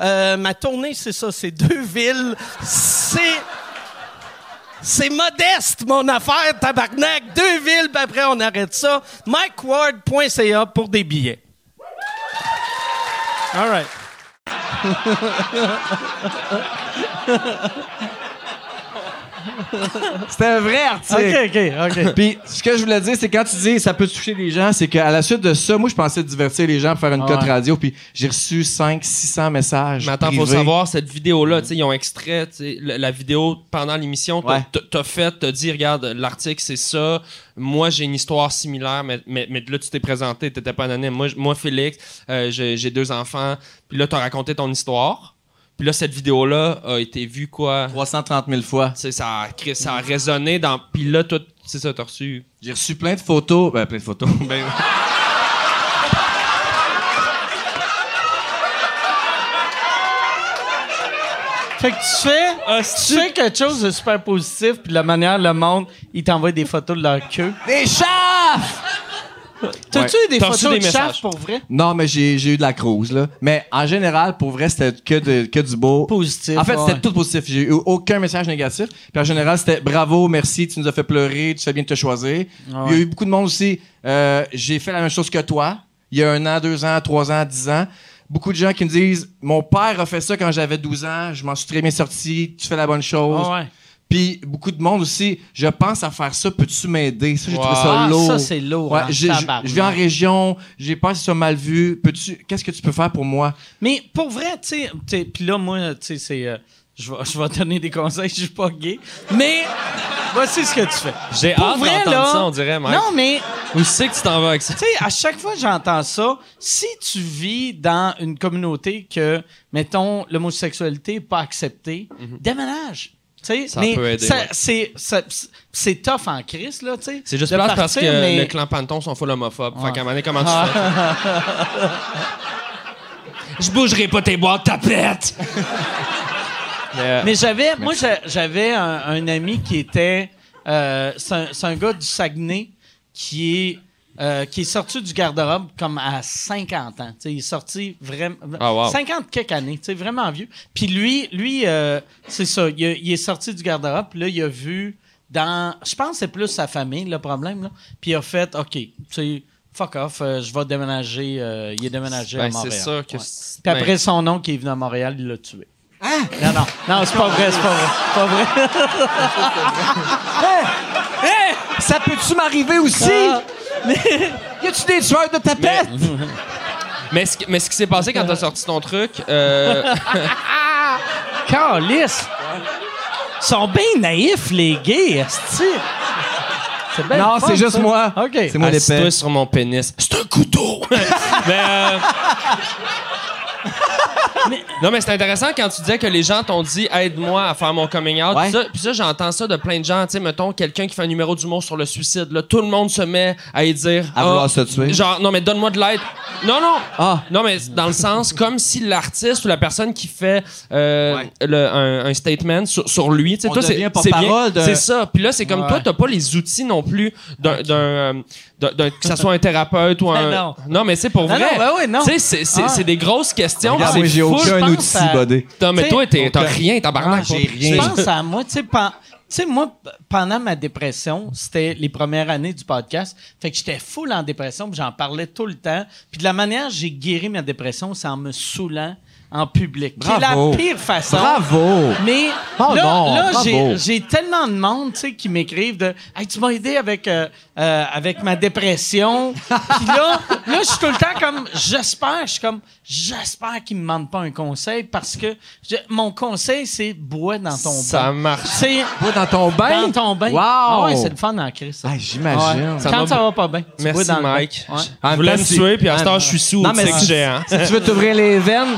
Euh, ma tournée, c'est ça, c'est deux villes. C'est... C'est modeste, mon affaire, tabarnak. Deux villes, puis après, on arrête ça. MikeWard.ca pour des billets. All right.
c'était un vrai article.
OK, OK, OK.
Puis, ce que je voulais dire, c'est quand tu dis ça peut toucher les gens, c'est qu'à la suite de ça, moi, je pensais divertir les gens, faire une cote radio, puis j'ai reçu 5 600 messages.
Ah Mais attends,
privés.
faut savoir, cette vidéo-là, tu sais, ils ont extrait tu sais, la, la vidéo pendant l'émission. T'as
Mm. Ouais.
t'as- t'as fait, t'as dit, regarde, l'article, c'est ça. Moi, j'ai une histoire similaire, mais, mais, mais là, tu t'es présenté, t'étais pas anonyme. Moi, je- moi Félix, euh, j'ai j'ai deux enfants. Puis là, t'as raconté ton histoire. Puis là, cette vidéo-là a été vue, quoi.
330 000 fois.
Tu sais, ça, a, cré- ça a résonné dans. Puis là, tout. C'est ça, t'as reçu.
J'ai reçu plein de photos. Ben, plein de photos. Ben,
Fait que tu fais,
Ah,
tu fais quelque chose de super positif, puis de la manière le monde, ils t'envoient des photos de leur queue.
des chefs!
T'as-tu eu des
T'as
photos
reçu des
de chasse
messages.
pour vrai?
Non, mais j'ai j'ai eu de la crouse, là. Mais en général, pour vrai, c'était que, de- que du beau.
Positif.
En fait,
ouais.
c'était tout positif. J'ai eu aucun message négatif. Puis en général, c'était bravo, merci, tu nous as fait pleurer, tu fais bien de te choisir.
Ah
Il y a eu beaucoup de monde aussi. euh, j'ai fait la même chose que toi. Il y a un an, deux ans, trois ans, dix ans. Beaucoup de gens qui me disent Mon père a fait ça quand j'avais 12 ans, je m'en suis très bien sorti, tu fais la bonne chose.
Ah ouais.
Puis beaucoup de monde aussi, je pense à faire ça, peux-tu m'aider? Ça, j'ai
Wow.
trouvé ça
Ah,
lourd.
ça, c'est lourd.
Ouais,
hein,
j'ai- je
tabarnak.
je vis en région, j'ai peur que ce soit mal vu. Peux-tu, qu'est-ce que tu peux faire pour moi?
Mais pour vrai, tu sais, tu sais, puis là, moi, tu sais, c'est. euh, je vais, je vais donner des conseils, je suis pas gay. Mais voici ce que tu fais.
J'ai
Pour
hâte
vrai,
d'entendre
là-
ça, on dirait, Mike.
Non, mais
Où c'est que tu t'en vas avec ça?
tu sais, à chaque fois que j'entends ça, si tu vis dans une communauté que, mettons, l'homosexualité n'est pas acceptée, déménage. Tu sais,
Mhm. Ça
mais
peut aider,
ça-
ouais.
c'est- ça- c'est tough en crise, là, tu sais.
C'est juste
de
plate parce que
partir, mais-
le clan Panton sont full homophobes. Fait qu'à un moment donné, comment tu fais? Ah. Je bougerai pas tes boîtes, ta pète! Mais,
Mais j'avais, moi, j'a- j'avais un, un ami qui était, euh, c'est un, c'est un gars du Saguenay qui est, euh, qui est sorti du garde-robe comme à 50 ans. Tu sais, il est sorti vraiment
Ah, wow.
50 quelques années, tu sais, vraiment vieux. Puis lui, lui, euh, c'est ça, il, a- il est sorti du garde-robe, puis là, il a vu dans, je pense que c'est plus sa famille le problème là. Puis il a fait, ok, tu sais, fuck off, euh, je vais déménager. euh, il est déménagé à
Ben,
Montréal.
c'est sûr que.
Ouais.
c'est-
Puis
ben,
après son nom qui est venu à Montréal, il l'a tué. Non, non, non, c'est pas vrai, c'est pas vrai. c'est Pas vrai.
Ça peut-tu m'arriver aussi?
Ah.
Y a-tu des tueurs de tapettes?
Mais ce, qui- mais ce qui s'est passé quand t'as sorti ton truc, euh,
Calice! Ils sont bien naïfs, les gays, esti. C'est bien
Non,
le fun,
c'est juste
ça.
moi.
OK.
C'est moi l'épée.
assis-toi sur mon pénis. C'est un couteau! mais, euh, Non, mais c'est intéressant quand tu disais que les gens t'ont dit aide-moi à faire mon coming out.
Ouais.
Puis ça- Puis ça, j'entends ça de plein de gens. Tu sais, mettons, quelqu'un qui fait un numéro d'humour sur le suicide. Là, tout le monde se met à y dire Ah,
À vouloir se tuer.
Genre, non, mais donne-moi de l'aide. Non, non.
Ah.
Non, mais dans le sens, comme si l'artiste ou la personne qui fait euh, le- un, un statement sur, sur lui, tu sais,
On
toi, c'est
devient
c'est bien.
porte-parole de-
C'est ça. Puis là, c'est comme toi, t'as pas les outils non plus d'un, d'un, euh, d'un- d'un- que ça soit un thérapeute ou un.
Ben non.
mais c'est
Non,
pour vrai.
non, ben oui, non.
Tu sais, c'est, c'est-
Ah.
c'est des grosses questions.
Regarde,
c'est
moi, j'ai
full-
aucun
je pense
outil,
à-
buddy.
T'as- mais
T'sais,
toi, t'es- t'as
aucun-
euh, rien, tabarnak.
j'ai
Je
rien.
pense à moi, tu sais, pen- tu sais, moi, p- pendant ma dépression, c'était les premières années du podcast, fait que j'étais full en dépression, puis j'en parlais tout le temps. Puis de la manière que j'ai guéri ma dépression, c'est en me saoulant en public. qui est
Bravo.
la pire façon.
Bravo!
Mais
Oh
là,
non,
là,
bravo.
j'ai- j'ai tellement de monde tu sais, qui m'écrivent de Hey, tu m'as aidé avec, euh, euh, avec ma dépression. Puis là, là je suis tout le temps comme J'espère, je suis comme J'espère qu'ils me demandent pas un conseil parce que je- mon conseil, c'est bois dans ton
Ça
bain.
marche.
C'est
Toi, dans ton bain?
dans ton bain.
Wow!
Ah ouais, c'est le fun en crise. ça.
Ah, j'imagine.
Ouais.
Ça
Quand
m'a-
ça va pas bien, tu bois
Merci,
dans le bain.
Mike.
Ouais.
Je voulais me tuer, puis à ce temps, je suis sous.
Non,
tu
mais
sais que
si-
j'ai, hein.
Si tu veux t'ouvrir les veines,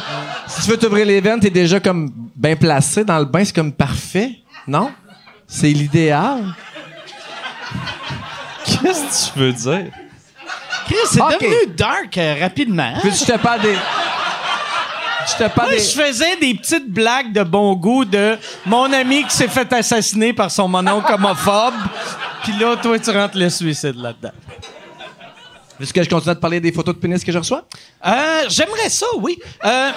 si tu veux t'ouvrir les veines, t'es déjà comme bien placé dans le bain, c'est comme parfait, non? C'est l'idéal.
Qu'est-ce que tu veux dire?
Chris, c'est
Ok.
devenu dark euh, rapidement. hein?
Puis je te parle des. Je te parle
Moi,
des.
je faisais des petites blagues de bon goût de mon ami qui s'est fait assassiner par son mononcle homophobe. Puis là, toi, tu rentres le suicide là-dedans.
Est-ce que je continue à te parler des photos de pénis que je reçois?
Euh, J'aimerais ça, oui. Euh,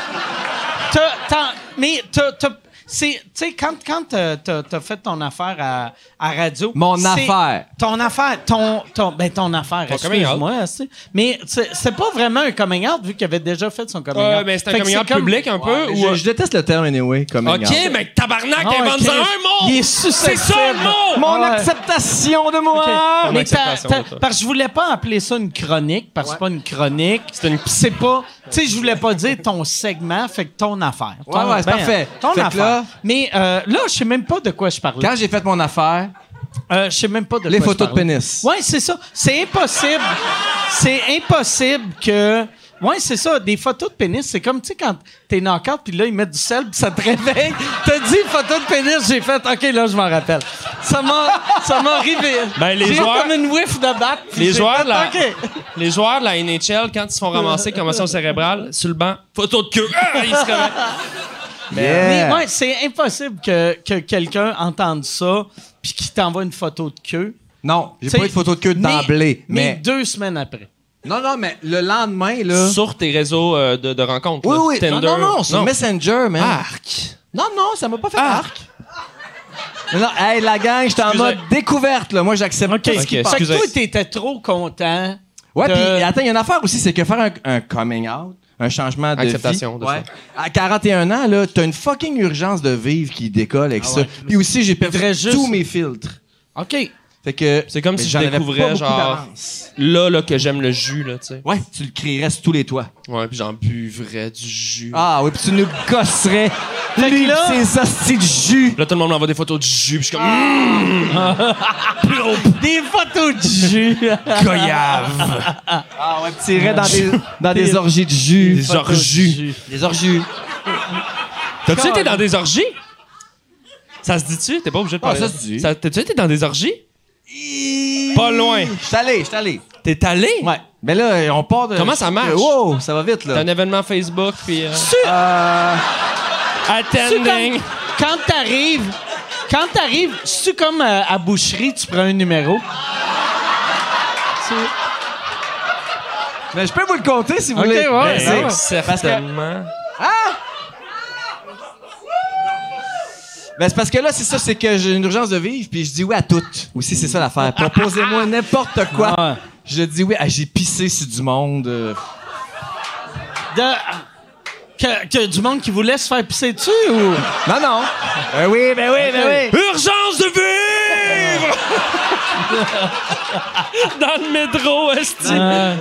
t'as- t'as- mais t'as- t'as- c'est- tu sais, quand, quand t'as- t'as t'as fait ton affaire à, à radio...
Mon
c'est-
affaire.
Ton affaire, ton, ton, ben ton affaire,
Ton coming out.
excuse-moi. c'est- Mais c'est c'est pas vraiment un coming out, vu qu'il avait déjà fait son coming
Euh,
out.
mais c'est
Fait
un
que
coming out
comme-
public un peu Euh, ou. euh,
Je, je déteste le terme anyway, comme
Ok, mais tabarnak,
Ah ouais,
invente-en
Chris,
un mot!
Il est
C'est
susceptible.
ça le mot!
Mon
Ouais.
acceptation de moi!
OK.
Ton
Ah, Mais t'as-
acceptation,
t'as-
toi.
parce que je voulais pas appeler ça une chronique, parce que c'est pas une chronique.
C'est une
Puis c'est pas. Tu sais, je voulais pas dire ton segment, fait que ton affaire. Ton-
Ouais, ouais, c'est parfait.
Ton
Fait que
affaire.
là-
Mais euh, là, je sais même pas de quoi je parlais.
Quand j'ai fait mon affaire,
Euh, je sais même pas de
les
quoi
photos
je
de
parlais.
pénis.
Ouais, c'est ça. C'est impossible. c'est impossible que. Ouais, c'est ça. Des photos de pénis, c'est comme, tu sais, quand t'es knock-out, puis là, ils mettent du sel, puis ça te réveille. T'as dit photo de pénis, j'ai fait, OK, là, je m'en rappelle. Ça m'a, ça m'a arrivé.
Ben, les
J'ai eu
joueurs-
comme une whiff de batte. puis
Les
j'ai
joueurs
fait,
de
Ah.
la-
OK.
Les joueurs de la NHL, quand ils se font ramasser commotion cérébrale, sur le banc, photo de queue, ah, ils se réveillent.
Mais ouais, c'est impossible que, que quelqu'un entende ça, puis qu'il t'envoie une photo de queue.
Non, j'ai
T'sais,
pas eu de photo de queue d'emblée. Mais,
deux semaines après.
Non, non, mais le lendemain, là.
Sur tes réseaux euh, de, de rencontres.
Oui,
là,
oui. Non,
Tinder.
non, non, sur Messenger, man.
Arc. Ah.
Non, non, ça m'a pas fait arc. Non, non, hey, la gang, j'étais en
Excusez.
mode découverte, là. Moi, j'accepte tout ce
ok,
qui passe.
Fait que
excusez.
toi, t'étais trop content.
Ouais,
de-
puis attends, il y a une affaire aussi, c'est que faire un, un coming out, un changement de
Acceptation de
vie, ouais. À 41 ans, là, t'as une fucking urgence de vivre qui décolle avec ça. Puis aussi, j'ai perdu
Faudrait juste-
tous mes filtres.
OK.
Fait que...
C'est comme
mais
si je
j'en avais pas
découvrais,
beaucoup
genre-
d'avance.
Là, là, que j'aime le jus, là, tu sais.
Ouais, tu le crierais sur tous les toits.
Ouais, puis j'en buvrais du jus.
Ah oui, puis tu nous gosserais. Lui,
là-
ses hosties de jus.
Là, tout le monde m'envoie des photos du jus, puis je suis
Ah,
comme...
Des photos de jus.
Ah ouais, puis tu irais dans des, dans des orgies de jus.
Des orgies.
Des orgies.
T'as-tu été dans des orgies? Ça se dit-tu? T'es pas obligé de
Ah,
parler.
ça se dit.
T'as-tu été dans des orgies? Pas loin.
J'étais allé, j'étais allé.
T'es allé?
Ouais. Mais là, on part de. Euh,
Comment ça marche?
Wow, ça va vite,
T'as
là.
un événement Facebook, puis... euh, Attending.
Quand t'arrives, quand t'arrives, c'est comme euh, à boucherie, tu prends un numéro.
Mais je peux vous le compter si vous
Ok,
voulez.
ouais.
Mais
Ben,
c'est- parce que-
certainement.
mais Ben, c'est parce que là, c'est ça, c'est que j'ai une urgence de vivre, puis je dis oui à toutes. Aussi, c'est ça l'affaire. Proposez-moi n'importe quoi.
Ouais.
Je dis oui. Ah, j'ai pissé sur du monde. euh.
De- que, que du monde qui voulait se faire pisser dessus ou.
Non, non. Ben oui, ben oui, ben oui.
Urgence de vivre! Dans le métro, est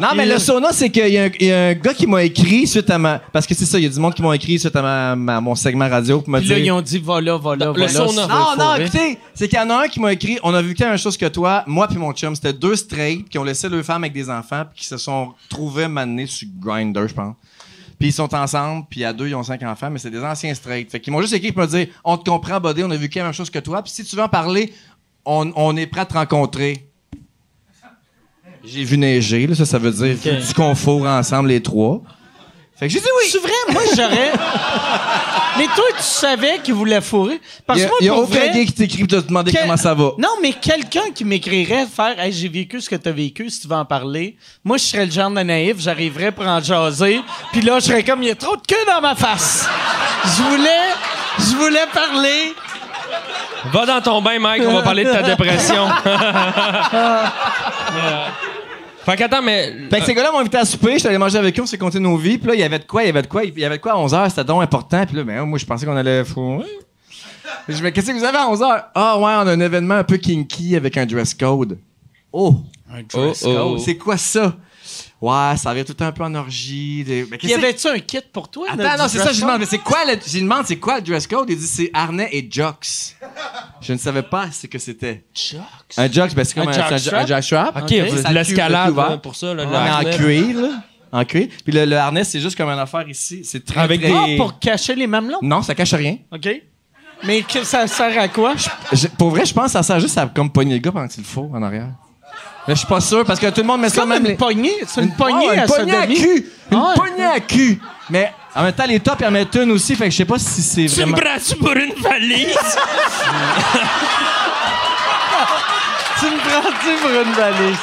Non, mais le sauna, c'est qu'il y, a un- il y a un gars qui m'a écrit suite à ma. Parce que c'est ça, il y a du monde qui m'a écrit suite à ma, ma- mon segment radio pour me
Puis là,
dire.
ils ont dit voilà, voilà,
Le
voilà.
sauna.
Non, non,
fourrer.
écoutez, c'est qu'il y en a un qui m'a écrit On a vu la même chose que toi, moi puis mon chum. C'était deux straight qui ont laissé leurs femmes avec des enfants puis qui se sont trouvés manés sur Grindr, je pense. Puis ils sont ensemble, puis à deux, ils ont cinq enfants, mais c'est des anciens straight. Fait qu'ils m'ont juste écrit pour me dire On te comprend, Bodé, on a vu la même chose que toi, puis si tu veux en parler, on, on est prêt à te rencontrer. J'ai vu neiger, là, ça, ça veut dire du confort ensemble, les trois. Fait que j'ai dit oui.
C'est vrai, moi j'aurais. mais toi, tu savais qu'il voulait fourrer. Parce que moi,
Il n'y a,
pour
aucun
vrai,
gars qui t'écrit pour te demander
quel-
comment ça va.
Non, mais quelqu'un qui m'écrirait faire Hey, j'ai vécu ce que t'as vécu, si tu veux en parler. Moi, je serais le genre de naïf, j'arriverais pour en jaser. Puis là, je serais comme Il y a trop de queue dans ma face. Je voulais. Je voulais parler.
Va dans ton bain, Mike, on va parler de ta dépression. Euh, fait qu'attends, mais.
Fait que ces gars-là m'ont invité à souper, j'étais allé manger avec eux, on s'est compté nos vies, puis là, il y avait de quoi, il y avait de quoi, il y avait de quoi à 11h, c'était donc important, puis là, ben, moi, je pensais qu'on allait fourrer. Je me dis, qu'est-ce que vous avez à 11h? Ah, ouais, on a un événement un peu kinky avec un dress code. Oh!
Oh, oh.
C'est quoi ça? Ouais, ça vient tout le temps un peu en orgie. Des... Mais
Il
qu'est-ce
y
que
avait-tu un kit pour toi?
c'est?
là,
Attends,
du
non, c'est ça,
dress
je lui
code?
demande, mais c'est quoi le, je lui demande, c'est quoi le dress code? Il dit, c'est harnais et jocks. Je ne savais pas ce que c'était.
Jocks?
Un jocks, ben, c'est comme
Un
un,
jockstrap?
c'est un- un jockstrap.
Ok,
Ok,
vous-
ça
l'escalade
tue, le tout
hein,
vert.
pour ça. Là,
Ouais,
le
mais en
harnais.
cuir, là. En cuir. Puis le, le harnais, c'est juste comme une affaire ici. C'est très,
Avec
très-
des-
Ah, pour cacher les mamelons.
Non, ça cache rien.
OK. Mais que ça sert à quoi?
Je- pour vrai, je pense que ça sert juste à comme pogner le gars pendant qu'il le faut en arrière. Mais je suis pas sûr parce que tout le monde met
C'est
ça
comme
même.
une
les-
poignée. C'est une, poignée
Ouais, une
à
poignée à
sodomie.
cul. Une
Ah ouais.
poignée à cul. Mais en même temps, les tops, ils en mettent une aussi. Fait que je sais pas si c'est
Tu me
vraiment.
prends-tu pour une valise?
Tu me prends-tu pour une valise?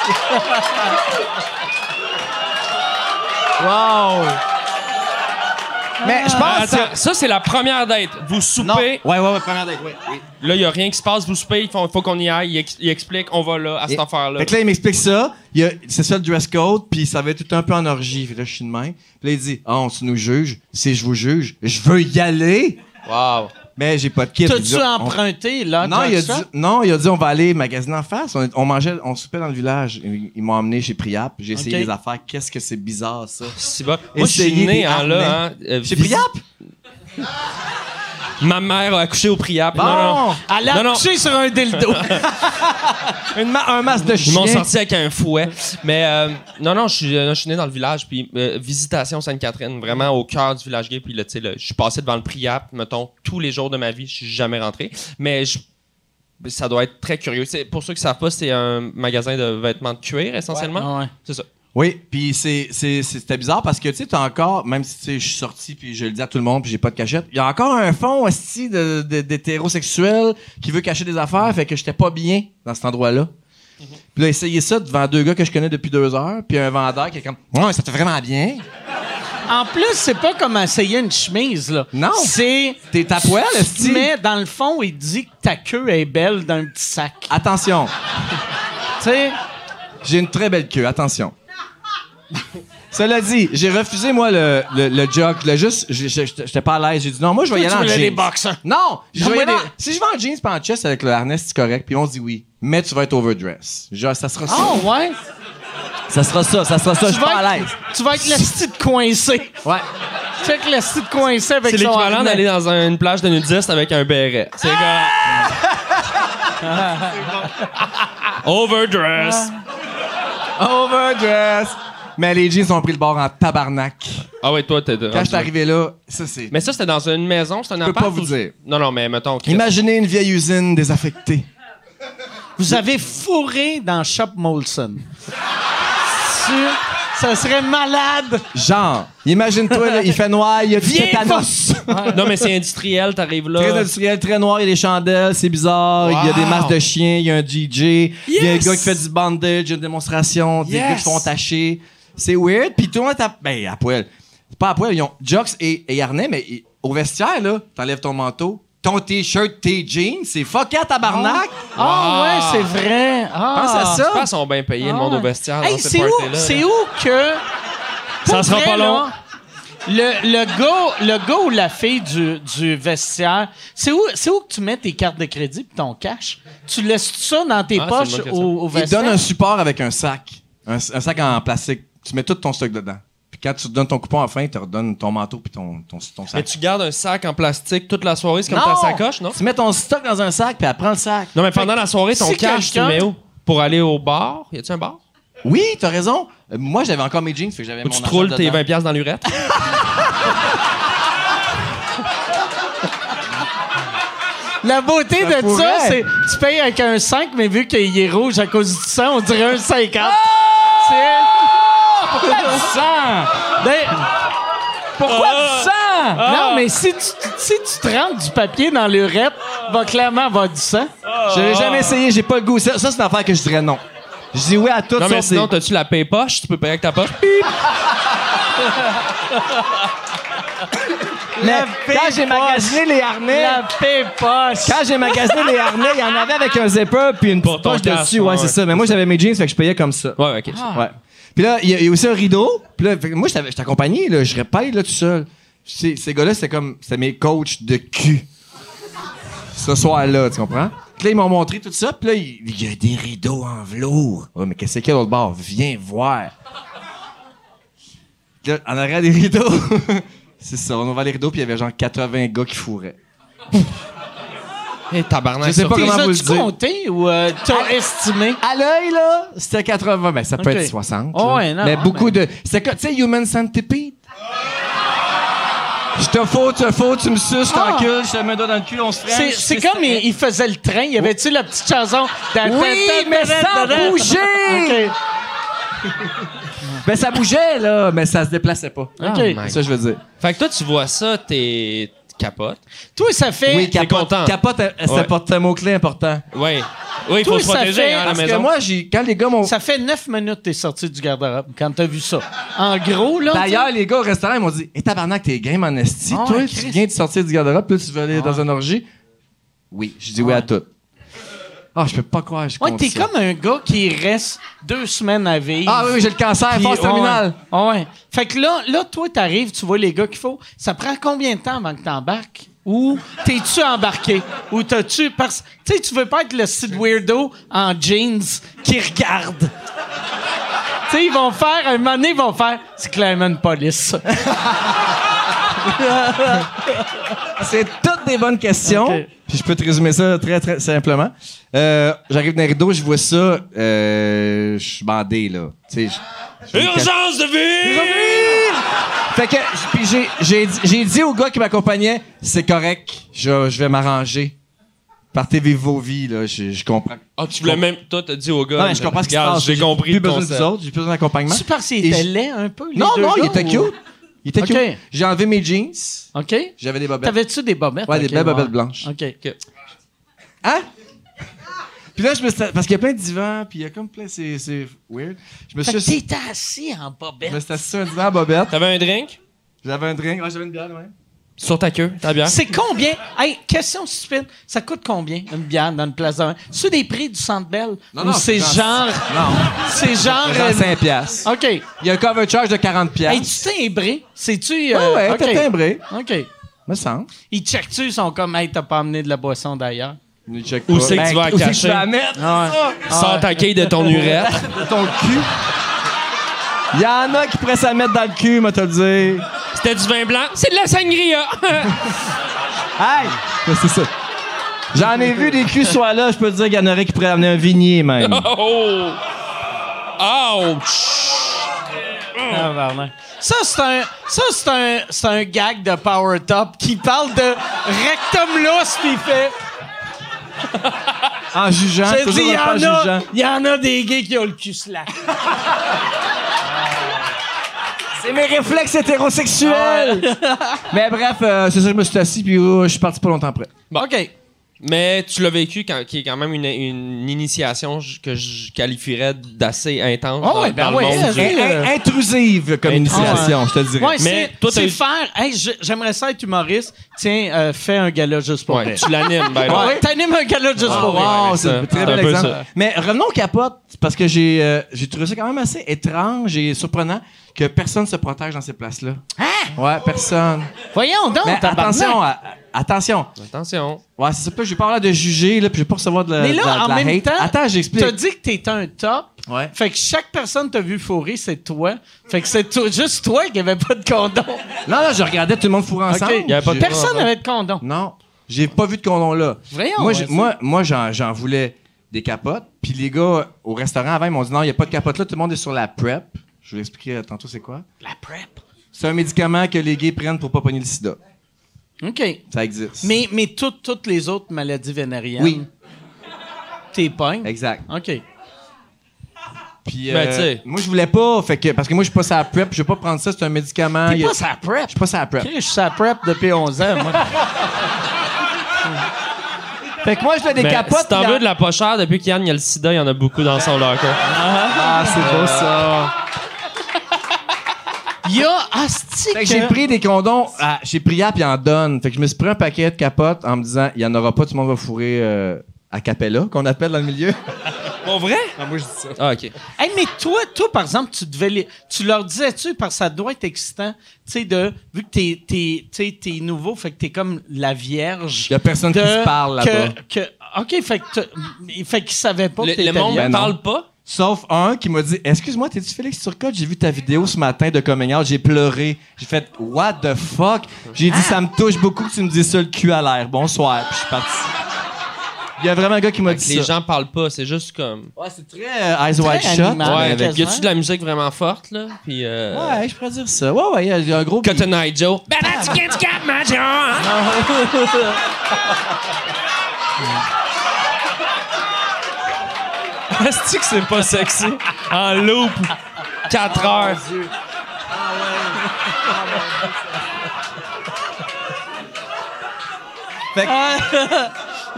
Wow! Mais je
Ah,
pense que ça.
attends, ça, c'est la première date. Vous
Non.
soupez,
Ouais, ouais, ouais, première date, ouais. oui.
là, il a rien qui se passe, vous soupez, il faut, faut qu'on y aille, il, ex- il explique, on va là, à cette
Et-
affaire-là.
Fait que là, il m'explique ça. Il y a- c'est ça le dress code, puis ça va être tout un peu en orgie. Fait que là, je suis de main. Puis là, il dit Ah, on se nous juge. Si je vous juge, je veux y aller.
Wow.
Mais Ben, j'ai pas de kit. Il dit,
T'as-tu
on-
emprunté, là?
Non il, a dit,
Jackson?
non, il a dit on va aller magasiner en face. On, on mangeait, on soupait dans le village. Ils, ils m'ont emmené chez Priap. J'ai essayé
Ok.
les affaires. Qu'est-ce que c'est bizarre, ça.
C'est bon. Moi, je suis
Essayez
né
des
en là.
harnais.
Hein, euh,
Chez
visi-
Priap?
Ma mère a accouché au priape.
Bon,
Non, non.
elle a
Non, non.
couché sur un dildo. Une ma- un masque de
Ils
chien.
m'ont sorti avec un fouet. Mais euh, non, non, je suis, euh, je suis né dans le village, puis euh, visitation Sainte-Catherine, vraiment au cœur du village gay. Puis là, tu sais, là, je suis passé devant le priap, mettons, tous les jours de ma vie, je suis jamais rentré. Mais je- ça doit être très curieux. C'est- pour ceux qui savent pas, c'est un magasin de vêtements de cuir, essentiellement.
Ah ouais.
C'est ça.
Oui, puis c'est- c'est- c'est- c'était bizarre parce que, tu sais, t'as encore, même si tu sais, je suis sorti puis je le dis à tout le monde puis j'ai pas de cachette, il y a encore un fond aussi de- de- d'hétérosexuel qui veut cacher des affaires, fait que j'étais pas bien dans cet endroit-là.
Mhm.
Puis là, essayer ça devant deux gars que je connais depuis deux heures, puis un vendeur qui est comme, ouais, mais ça te fait vraiment bien.
En plus, c'est pas comme essayer une chemise, là.
Non.
C'est.
T'es à poil, esti.
Mais dans le fond, il dit que ta queue est belle d'un petit sac.
Attention,
Tu sais,
j'ai une très belle queue, attention. Cela dit, j'ai refusé, moi, le, le, le jock. Là, juste, je- je- j'étais j'étais pas à l'aise. J'ai dit, non, moi, je vais y aller
tu
en
voulais des
jeans.
boxers.
Non! je
Non,
vais
moi,
aller-
des-
Si je vais en jeans pas en chest avec le harnais, c'est correct, puis on se dit oui. Mais tu vas être overdress. Genre, ça sera ça.
Oh, ouais.
Ça sera ça, ça sera ça, Ah, je suis pas à
être,
l'aise.
tu vas être le style coincé.
Ouais.
Check le style coincé avec
C'est
son
l'équivalent
harnais.
d'aller dans un- une plage de nudistes avec un béret. C'est comme... Overdress.
Overdress! Mais les jeans ont pris le bord en tabarnak.
Ah ouais, toi, t'es...
Quand je suis arrivé là, ça c'est.
Mais ça, c'était dans une maison, c'était un
peux
appart?
pas vous
ou-
dire.
Non, non, mais mettons... Chris.
Imaginez une vieille usine désaffectée.
Vous avez fourré dans Shop Molson. Sûr, ça serait malade.
Genre, imagine-toi, là, il fait noir, il y a du
Viens
tétanos.
Non, mais c'est industriel, t'arrives là.
Très industriel, très noir, il y a des chandelles, c'est bizarre. Il y a des masques de chiens, il y a un DJ, il y a un
Yes!
gars qui fait du bandage, il y a une démonstration, des gars qui
Yes!
se font tacher. C'est weird, puis tout le monde est à... Ben, à poil. C'est Pas à poil, ils ont jocks et, et harnais, mais ils- au vestiaire, là, t'enlèves ton manteau, ton t-shirt, tes jeans, c'est fuck à tabarnak!
Ah ouais, c'est vrai. Ah.
Pense à
Ah,
ça.
Je pense qu'ils sont bien payés, le monde
Ah.
au vestiaire.
Hey,
dans cette
c'est où,
party-là, là.
c'est où que.
Ça
pour
sera
vrai,
pas
là,
long.
Le, le gars, le gars ou la fille du, du vestiaire, c'est où, c'est où que tu mets tes cartes de crédit et ton cash? Tu laisses ça dans tes
Ah, c'est une
poches
bonne question.
au, au
Ils te
vestiaire?
donnent un support avec un sac. Un, un sac en plastique. Tu mets tout ton stock dedans. Puis quand tu donnes ton coupon à la fin, ils te redonnent ton manteau puis ton, ton, ton
Mais
sac.
tu gardes un sac en plastique toute la soirée, c'est comme ta sacoche, non?
Tu mets ton stock dans un sac puis elle prend le sac.
Non, mais pendant la soirée, ton
si
cash, tu
quelqu'un-
mets où? Pour aller au bar? Y a-tu un bar?
Oui, t'as raison. Euh, Moi, j'avais encore mes jeans, fait que j'avais
Où
mon
tu
argent
troules tes
dedans.
20$ piastres dans l'urette?
La beauté
Ça
de
pourrait.
ça, c'est tu payes avec un 5, mais vu qu'il est rouge à cause du sang, on dirait un 50. Pourquoi du sang? Pourquoi du sang? Ben, Ah! Non, mais si tu, si tu te rentres du papier dans l'urette, va clairement avoir du sang.
Je l'ai jamais essayé, j'ai pas le goût. Ça, ça, c'est une affaire que je dirais non. Je dis oui à tout
Non,
ça.
mais
c'est-
sinon, t'as-tu la paye poche? Tu peux payer avec ta poche?
mais
paix
quand j'ai
poche.
magasiné les harnais,
La pépoche.
quand j'ai magasiné les harnais, il y en avait avec un zipper puis une
Pour
petite
ton
poche
casque,
dessus. Ouais,
ouais,
c'est ça. Mais moi, j'avais mes jeans, fait que je payais comme ça.
Ouais, ok.
Ouais. Puis là, il y, a- il y a aussi un rideau. Puis là, fait que moi, je t'avais- je t'accompagnais, là. Je serais pas allé là tout seul. Ces, ces gars-là, c'était comme. C'était mes coachs de cul. Ce soir-là, tu comprends? Puis là, ils m'ont montré tout ça. Puis là, il il y, a des rideaux en velours. Ouais, mais qu'est-ce qu'il y a l'autre bord? Viens voir. Puis Là, en arrière des rideaux. C'est ça, on ouvrait les rideaux, puis il y avait genre 80 gars qui fourraient.
Hey, tabarnak,
Je sais
ça.
pas
T'es
comment vous le
as-tu
dire.
compté ou euh, t'as estimé?
À l'œil, là, c'était 80, mais ça peut
Ok.
être 60.
Oh,
là.
ouais, non,
mais
non,
beaucoup de. C'était quoi, tu sais, Human Centipede? Je te fous, tu te fous, tu me suces, je
Ah!
t'encule, je te mets un doigt dans le cul, on se
C'est,
freine.
c'est comme il, il faisait le train. Il y avait-tu la petite chanson?
Oui, mais sans bouger!
OK.
Ben, ça bougeait, là, mais ça se déplaçait pas. Ah,
OK.
my
Ça, je veux dire.
Fait que toi, tu vois ça, t'es capote.
Toi, ça fait.
Oui, capote.
content.
Capote, euh, c'est
Ouais.
important, un mot-clé important.
Ouais. Oui, il faut
Toi,
se
ça fait-
protéger, hein, à la
Parce que
maison.
moi, j'ai, quand les gars m'ont.
Ça fait neuf minutes que t'es sorti du garde-robe quand t'as vu ça. En gros, là.
D'ailleurs, les gars au restaurant, ils m'ont dit Eh tabarnak, t'es game en esti.
Ah,
Toi,
ouais, Ah.
tu
Christ.
viens de sortir du garde-robe, puis là, tu veux aller dans une orgie Oui, je dis oui à tout. Ah, je peux pas croire, je suis
tu sais, ouais,
contre
t'es
ça.
comme un gars qui reste deux semaines à vivre.
Ah oui, oui, j'ai le cancer,
Puis-
force
ouais,
terminale.
Ouais, ouais. Fait que là, là, toi, t'arrives, tu vois les gars qu'il faut. Ça prend combien de temps avant que t'embarques? Ou t'es-tu embarqué? Ou t'as-tu. Parce tu sais, tu veux pas être le site weirdo en jeans qui regarde. tu sais, ils vont faire. un moment donné, ils vont faire. C'est clairement une police.
C'est toutes des bonnes questions.
Ok.
Puis je peux te résumer ça très, très simplement. Euh, J'arrive dans les rideaux, je vois ça. euh, je suis bandé, là. Tu sais, je- je-
Urgence de vie!
Fait que, puis j'ai- j'ai dit- j'ai dit au gars qui m'accompagnait, c'est correct, je, je vais m'arranger. Partez vivre vos vies, là, je, je comprends.
Ah, tu voulais même. Toi, t'as dit au gars.
Non, mais je comprends ce qui se
Regarde,
passe.
J'ai compris.
Plus
le
besoin
concept.
des autres, j'ai plus besoin d'accompagnement.
Tu penses qu'il
Et
était
je-
laid un peu? les
Non,
deux
non, il
gars,
était
ou-
cute. Il était
Ok.
cute. J'ai enlevé mes jeans,
OK.
j'avais des bobettes.
T'avais-tu des bobettes?
Ouais, des
Ok,
belles bobettes blanches.
OK.
Hein? Puis là, je me suis... Parce qu'il y a plein de divans, puis il y a comme plein... C'est c'est weird. Je me
Fait
suis...
que
assis-
t'étais assis en
Je
bobette.
me suis assis sur un divan à bobette.
T'avais un drink?
J'avais un drink. Ouais, j'avais une bière, ouais.
Sur ta queue, ta bière?
C'est combien? Hey, question stupide. Ça coûte combien, une bière dans une place de vin? C'est des prix du Centre Bell?
Non,
Ou
non,
c'est
c'est
genre...
Non.
C'est genre... euh,
Genre 5 piastres.
OK. Hey,
Il y a un cover charge de 40
tu
piastres.
timbré? C'est-tu...
Ouais,
euh,
ouais,
OK.
t'es timbré.
OK.
Me semble.
Ils checkent-tu, ils sont comme, hey, t'as pas amené de la boisson d'ailleurs?
Nous check
Où
pas.
c'est que tu vas la
où c'est que
cacher?
Ben, tu vas la mettre?
Sans ta quille de ton urètre.
De ton cul. Il y en a qui pourraient s'en mettre dans le cul, moi, te le dire.
C'était du vin blanc? C'est de la sangria!
Hey! Mais C'est ça. J'en ai vu des culs soient là, je peux te dire qu'il y en aurait qui pourraient amener un vignier, même.
oh! Ouch!
Ça, c'est un, ça, c'est un, c'est un gag de Power Top qui parle de rectum lousse, pis il fait.
En jugeant,
J'ai dit,
Ah, toujours
il y,
en
en
jugeant.
a, il y en a des gays qui ont le cul slack.
C'est mes réflexes hétérosexuels! Ah Mais bref, euh, c'est ça, je me suis assis, puis euh, je suis parti pas longtemps après.
OK.
Mais tu l'as vécu, quand- qui est quand même une, une initiation j- que je qualifierais d'assez intense
Ah
dans,
ouais, ben
dans le
ouais,
monde.
c'est-
du-
In- in- intrusive comme initiation, je te le dirais.
Ouais, c'est,
toi, t'as
c'est
eu-
faire. Hey, je- j'aimerais ça être humoriste. Tiens, euh, fais un gala juste pour
Ouais,
elle.
tu l'animes, ben là.
Ouais, T'animes un gala juste
Ah
pour
ouais,
elle.
ouais,
Wow,
ouais,
c'est
ça.
un très
C'est un
bel
peu
exemple.
ça.
Mais revenons au capote, parce que j'ai euh, j'ai trouvé ça quand même assez étrange et surprenant que personne se protège dans ces places-là. Ouais, personne.
Voyons donc,
Mais
Hein? Oh, tabarnak.
attention, à- à- attention.
Attention.
Ouais, c'est ça, puis j'ai pas l'air de juger, là, puis je vais pas recevoir de la,
Mais
de la-
là,
de
en
la
même
hate.
temps,
Attends, j'explique.
t'as dit que t'étais un top.
Ouais.
Fait que chaque personne t'a vu fourrer, c'est toi. Fait que c'est toi- juste toi qui avait pas de condom.
Non, non, je regardais tout le monde fourré ensemble.
Ok.
y avait pas de-
Personne n'avait de condom.
Non, j'ai pas vu de condom là.
Voyons, euh,
moi,
ouais,
j'ai-
c'est-
moi, moi, j'en, j'en voulais des capotes. Puis les gars au restaurant avant, ils m'ont dit non, il n'y a pas de capote là, tout le monde est sur la PrEP. Je vais vous expliquer euh, tantôt c'est quoi.
La PrEP.
C'est un médicament que les gays prennent pour pas pogner le sida.
OK.
Ça existe.
Mais, mais tout- toutes les autres maladies vénériennes,
Oui,
t'es pognes.
exact.
OK.
Puis
Ben,
euh,
tu sais.
moi, je voulais pas. Fait que, parce que moi, je suis pas sur la PrEP. Je vais pas prendre ça, c'est un médicament.
T'es
il y a-
pas sa PrEP.
Je suis pas sur la PrEP.
Chris, Je suis sa PrEP depuis 11 ans, moi.
Fait que moi, je voulais des
Mais
capotes.
si t'en
puis
veux
en-
de la pas chère, depuis qu'Yann y a le sida, il y en a beaucoup dans son locker.
Ah, c'est beau ça.
Il y a Asti
Fait que j'ai pris des condoms à- chez Priap, ils en donnent. Fait que je me suis pris un paquet de capotes en me disant, il y en aura pas, tout le monde va fourrer euh, à Capella, qu'on appelle dans le milieu.
Pour vrai?
Ah, moi, je dis ça.
Ah, ok.
Hey, mais toi, toi, par exemple, tu devais les- tu leur disais-tu, parce que ça doit être excitant, tu sais, de, vu que t'es, t'es, tu sais, t'es nouveau, fait que t'es comme la vierge.
Il y a personne qui
de-
se parle là-bas.
que- que- OK, fait que t'as- fait qu'ils savaient pas que
Le,
t'étais
le monde
bien.
Ben non.
parle pas?
Sauf un qui m'a dit, excuse-moi, t'es-tu Félix Turcotte? J'ai vu ta vidéo ce matin de coming out, j'ai pleuré. J'ai fait, what the fuck? J'ai dit, ça me touche beaucoup que tu me dises ça, le cul à l'air. Bonsoir. Puis je suis parti. Il y a vraiment un gars qui m'a
Fait que
dit
les
ça.
gens parlent pas, c'est juste comme.
Ouais, c'est très euh, eyes wide
Très
shut.
animal. Ah,
ouais,
ben,
y a-tu
quasiment.
de la musique vraiment forte, là? Puis. Euh...
Ouais, je pourrais dire ça. Ouais, ouais, il y a- il y a un gros...
Cotton Eye Joe. Ben, est-ce que c'est pas sexy? En loop. 4 heures.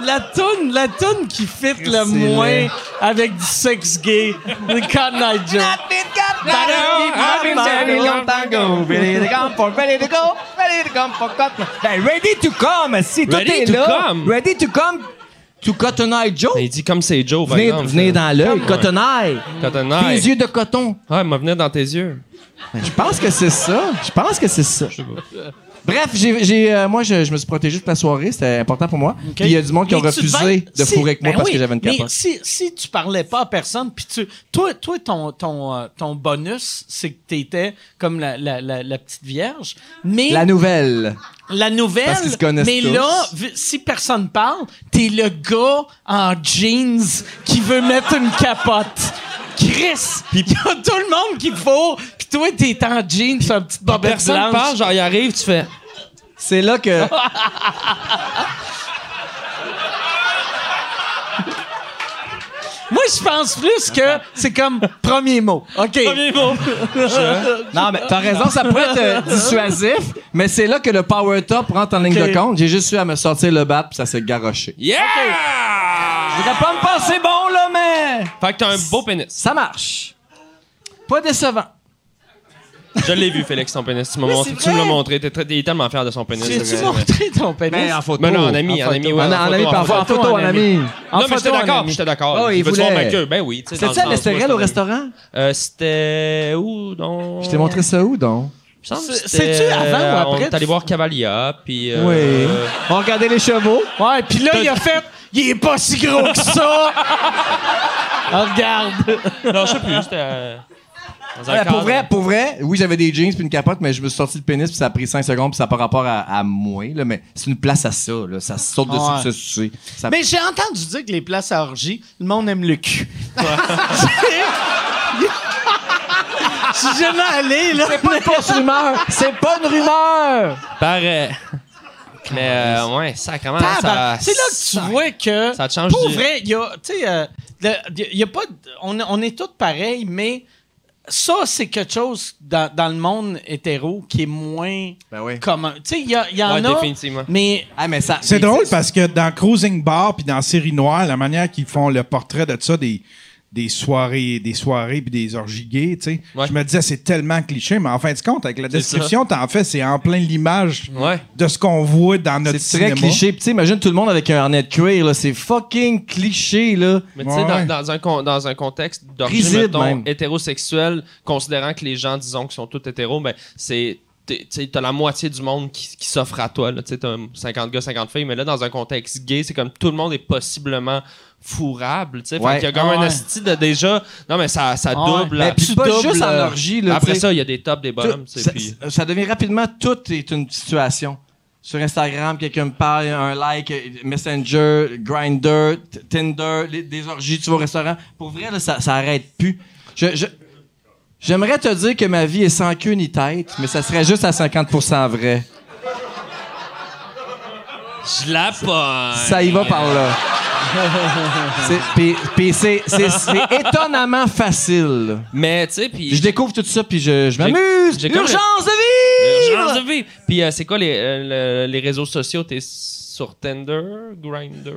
La toune, la toune qui fit le
C'est
moins
laid.
avec du sexe gay, le Cotton Eye Joe.
Ben, ready to come, si tout
Ready
est
to
là.
come.
Ready to come to Cotton Eye Joe.
Il dit comme c'est Joe, par
Venez,
exemple.
venez dans l'œil, Cotton Eye.
Cotton
Tes
Eye.
yeux de coton.
Ouais, il m'a venu dans tes yeux.
Je pense que c'est ça. Je pense que c'est ça. Bref, j'ai, j'ai, euh, moi, je, je me suis protégé toute la soirée. C'était important pour moi. Puis il y a du monde qui
Mais
ont
tu devais-
refusé de
si-
fourrer avec moi
ben
parce
oui,
que j'avais une
mais
capote.
si, si tu parlais pas à personne, puis tu. Toi, toi ton, ton, euh, ton bonus, c'est que t'étais comme la, la, la, la petite vierge. Mais
La nouvelle.
la nouvelle.
Parce qu'ils se connaissent
mais
tous.
là, vu- si personne parle, t'es le gars en jeans qui veut mettre une capote. Chris! Il y a tout le monde qui faut, puis toi, t'es en jeans, pis un petit bobette
Personne
blanche.
parle, genre, il arrive, tu fais.
C'est là que.
Moi, je pense plus que c'est comme premier mot. OK.
Non, mais t'as raison, ça pourrait être euh, dissuasif, mais c'est là que le power top rentre en ligne
Ok.
de compte. J'ai juste eu à me sortir le bat, puis ça s'est garoché.
Yeah!
Je voudrais pas me passer bon, là, mais
Fait que t'as un beau pénis.
ça marche. Pas décevant.
Je l'ai vu, Félix, ton pénis. Tu, m'as montré- tu me l'as montré. T'es très- Il est tellement fier de son pénis. Euh,
Tu
Ouais.
montré ton pénis?
Mais en photo.
Ben, Mais non, en ami, en
photo.
ami, ouais,
En,
en
en
photo,
ami,
en
parfois en
photo,
photo, en ami. En
Non, mais
photo,
j'étais
en
d'accord,
ami.
j'étais d'accord.
Ah, il
Veux-tu voir
voulait-
ma queue? Ben oui. tu sais,
C'était-tu
dans le
à
sens, moi,
l'Estérel
je
au
me-
restaurant?
Euh, C'était où donc
Je t'ai montré ça où, donc?
Il me semble que
C'est-
c'était- euh,
c'est-tu avant ou après?
On est allé voir Cavalia, puis. euh,
Oui. On regardait les chevaux.
Ouais, puis là, il a fait Il est pas si gros que ça! Ah, regarde!
Non, je sais plus. C'était. euh, dans un
Ouais, Ah, pour
cadre.
vrai, pour vrai, oui, j'avais des jeans puis une capote, mais je me suis sorti le pénis puis ça a pris 5 secondes puis ça n'a pas rapport à, à moi, là, mais c'est une place à ça, là. Ça saute dessus
Ouais.
pis ça se suit. Ça-
Mais j'ai entendu dire que les places à orgie, le monde aime le cul. Je suis jamais allé, là.
C'est pas une fausse rumeur! C'est pas une rumeur!
Pareil. Mais, euh, ouais, sacrément, ça.
Tabarnak. C'est là que tu vois que.
ça te change
Pour
du-
vrai, il y a. Tu sais, euh, le- y a pas. de- On, on est tous pareils, mais ça, c'est quelque chose dans, dans le monde hétéro qui est moins
Ben oui.
commun. Tu sais, il y, a- il y en
Ouais,
a.
définitivement.
Mais
Ah, mais ça.
C'est
mais
drôle
ça-
parce que dans Cruising Bar puis dans Série Noire, la manière qu'ils font le portrait de ça, des, des soirées, des soirées puis des orgies gays, tu sais,
Ouais.
je me disais c'est tellement cliché, mais en fin de compte, avec la description, t'en fais, c'est en plein l'image
Ouais.
de ce qu'on voit dans notre
C'est très
cinéma.
cliché. Puis tu sais, imagine tout le monde avec un harnais de cuir, là. C'est fucking cliché, là.
Mais tu sais,
Ouais.
dans, dans un, con- dans un contexte d'origine,
Risible,
mettons,
même.
hétérosexuel, considérant que les gens, disons, qui sont tous hétéros, ben, c'est. t'es- tu sais, T'as la moitié du monde qui, qui s'offre à toi. là. Tu sais, T'as 50 gars, 50 filles, mais là, dans un contexte gay, c'est comme tout le monde est possiblement fourrable. tu sais.
Ouais.
Fait qu'il y a comme
Ah
un
ouais.
asti de déjà. Non, mais ça, ça
Ah ouais.
double.
Mais
la-
puis
puis
pas
double,
juste en
euh,
orgie, là.
Après
tu sais.
ça, il y a des tops, des
Tout-
bottoms. tu sais,
ça,
puis-
ça- ça devient rapidement tout est une situation. Sur Instagram, quelqu'un me parle, un like, euh, Messenger, Grinder, Tinder, les- des orgies, tu vas au restaurant. Pour vrai, là, ça, ça arrête plus. Je- je- j'aimerais te dire que ma vie est sans queue ni tête, mais ça serait juste à 50% vrai.
Je la pogne.
Ça y va par là. C'est- Puis puis c'est c'est- c'est étonnamment facile.
Mais tu sais, puis.
Je découvre tout ça, puis je, je
J'ai-
m'amuse.
j'ai comme-
Urgence de vivre!
Urgence de vie. Puis euh, c'est quoi les, euh, le- les réseaux sociaux? T'es sur Tinder, Grinder?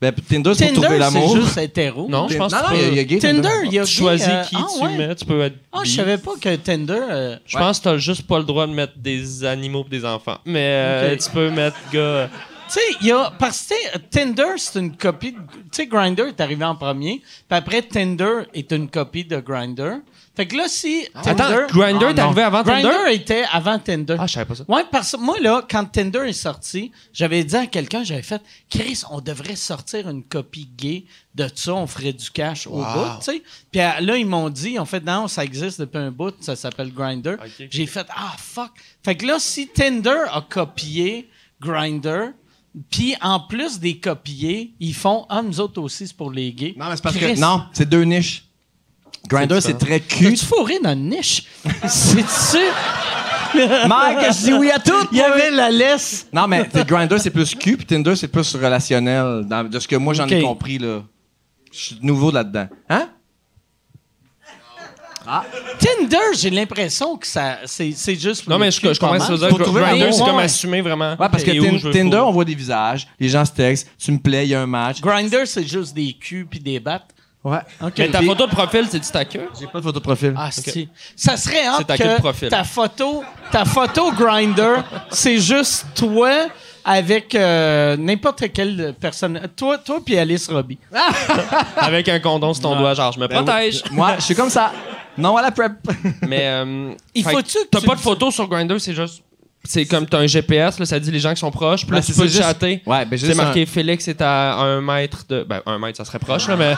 Ben, Tinder, c'est pour trouver
Tinder,
l'amour.
c'est juste hétéro.
Non, je pense
non,
que
non,
tu
il y a-
peux-
il y a gay,
Tinder, il y a
tu choisis
euh,
qui
ah,
tu
ouais.
mets. Tu peux être.
Ah, je
bi.
savais pas que Tinder. euh,
Je pense que t'as juste pas le droit de mettre des animaux pis des enfants. Mais euh,
Ok.
tu peux mettre gars.
Tu sais, il y a. Parce que tu sais, Tinder, c'est une copie. de- Tu sais, Grinder est arrivé en premier. Puis après, Tinder est une copie de Grinder. Fait que là, si. Tinder,
Ah.
Ah,
Attends, Grinder est arrivé avant
Grindr
Tinder?
était avant Tinder.
Ah, je savais pas ça.
Ouais, parce que moi, là, quand Tinder est sorti, j'avais dit à quelqu'un, j'avais fait, Chris, on devrait sortir une copie gay de ça, on ferait du cash au bout, tu sais. Puis euh, là, ils m'ont dit, en fait, non, ça existe depuis un bout, ça s'appelle Grinder. J'ai fait, ah, fuck. Fait que là, si Tinder a copié Grinder, puis en plus des copiés, ils font, ah, nous autres aussi, c'est pour les gays.
Non, mais c'est parce
Chris,
que. Non, c'est deux niches. Grinder, c'est très cul.
T'as-tu fourré dans une niche? c'est sûr.
Mike, je dis oui à tout!
Il y avait la laisse.
Non, mais t'es- Grinder, c'est plus cul, puis Tinder, c'est plus relationnel. dans- de ce que moi, j'en ai
Ok.
compris, là. Je suis nouveau là-dedans. Hein?
Tinder, j'ai l'impression que ça, c'est, c'est juste.
Non,
le
mais je,
cul,
je comprends
pas
ce que tu
mal.
veux dire.
Pour trouver un
Grinder,
bon
c'est comme
ouais.
assumer vraiment.
Ouais, parce que
Et où
Tin-
je veux
Tinder,
fourrer.
on voit des visages, les gens se textent, tu me plais, il y a un match.
Grinder, c'est juste des culs puis des battes.
Ouais.
Mais ta photo de profil, c'est-tu ta queue?
J'ai pas de photo de profil.
Ah, si. Ça serait hot
C'est à quel
que
profil?
ta photo, ta photo Grinder, c'est juste toi avec euh, n'importe quelle personne. Toi, toi puis Alice Robbie.
Ben Avec un condom sur ton doigt, genre, je me protège.
Moi, je suis comme ça.
Non à la prep.
Ah,
Mais euh,
Il
fait
faut-tu que
T'as
tu
pas
le
de photos sur Grindr, c'est juste. C'est comme t'as un GPS, là, ça dit les gens qui sont proches, puis là,
Ah,
tu
c'est
peux
juste-
chatter.
Ouais, ben,
C'est
juste
marqué Félix est à un mètre de. Ben, un mètre, ça serait proche, là, mais.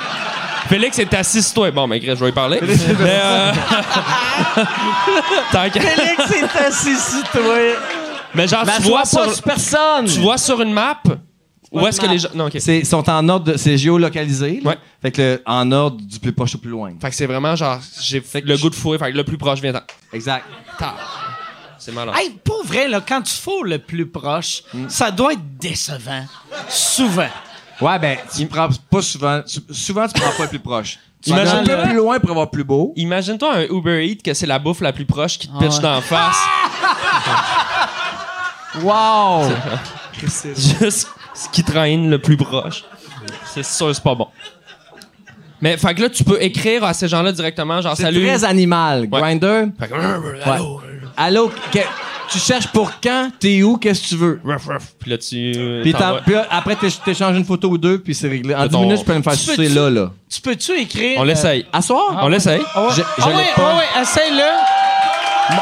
Félix est assis sur toi. Bon, mais Greg, je vais lui parler. mais. euh, tant qu'à-
Félix est assis sur toi.
mais genre,
Mais
tu
Ben, je
vois,
vois
sur,
pas sur personne.
tu vois sur une map où
une
est-ce que
map.
les gens. Non, ok.
C'est- Ils sont en ordre, de- c'est géolocalisé. là.
Ouais.
Fait que le- en ordre du plus proche au plus loin.
Fait que c'est vraiment genre, j'ai le goût de fouet, fait que le plus proche vient.
Exact.
C'est malade.
Hey, pour vrai, là, quand tu fous le plus proche,
Hmm.
ça doit être décevant. Souvent.
Ouais, ben, tu prends pas souvent. sou- Souvent, tu prends pas le plus proche. Tu vas
Imagine
un peu
le-
plus loin pour avoir plus beau.
Imagine-toi un Uber Eats que c'est la bouffe la plus proche qui te pitche
ouais.
Ah
dans la face.
Wow!
Juste ce qui traîne le plus proche. C'est sûr, c'est pas bon. Mais fait que là, tu peux écrire à ces gens-là directement, genre
C'est
salut.
très animal.
Ouais.
Grinder.
Fait que-
Allô? Allô? que- tu cherches pour quand? T'es où? Qu'est-ce que tu veux?
Puis là, tu.
Puis,
t'envoies-
t'en- puis là, après, t'é- t'échanges une photo ou deux, puis c'est réglé. En 10
ton-
minutes, je peux me faire
Tu
sucer
peux-tu-
là, là.
Tu peux-tu écrire.
On l'essaye.
À soir?
On l'essaye.
Ah euh, ouais,
Ah oui, ah oui, essaye-le.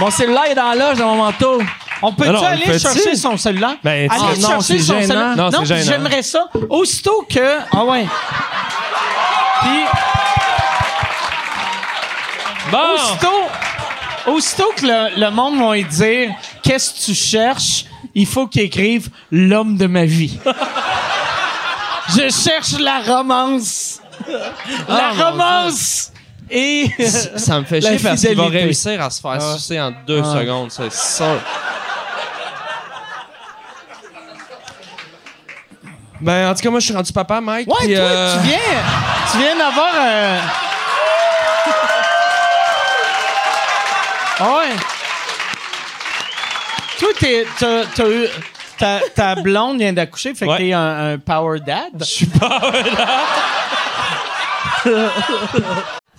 Mon cellulaire est dans l'âge dans mon manteau.
On peut-tu
Non, non, on
aller
le fait-tu?
chercher son cellulaire?
Ben, tu-
aller
Ah non,
chercher
c'est
son
gênant.
cellulaire.
Non, c'est
puis
gênant.
J'aimerais ça. Aussitôt que. Ah ouais. Puis.
Ah!
Bon!
Aussitôt, aussitôt que le, le monde va lui dire Qu'est-ce que tu cherches il faut qu'ils écrivent L'homme de ma vie. Je cherche la romance. La
Ah, mon
romance et.
Ça me fait
La
chier parce qu'il va
fidélité.
réussir à se faire
Ah.
sucer en deux
Ah.
secondes, c'est sûr. Ben, en tout cas, moi, je suis rendu papa, Mike.
Ouais,
puis,
toi,
euh,
tu viens. Tu viens d'avoir un. Ah ouais. Toi, t'es- t'as- t'as eu- Ta, ta blonde vient d'accoucher, fait que
Ouais.
t'es un, un power dad.
Je suis pas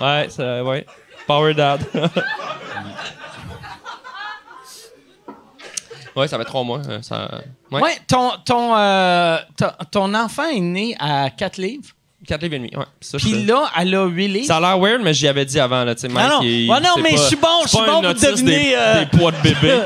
Ouais, ça, ouais. Power Dad. ouais, ça fait trois mois. euh, Ça... Ouais.
Ouais, ton, ton, euh, ton, ton enfant est né à 4 livres.
Quatre livres et demi. Ouais. Ça, je
Puis
peux-
là, elle a 8 livres.
Ça a l'air weird, mais j'y avais dit avant, là, tu sais, Mike.
non.
il-
Ouais, non,
c'est
mais
pas-
je suis bon,
c'est
je suis
pas
bon
un
pour
autiste
deviner,
Des,
euh,
des poids de bébé.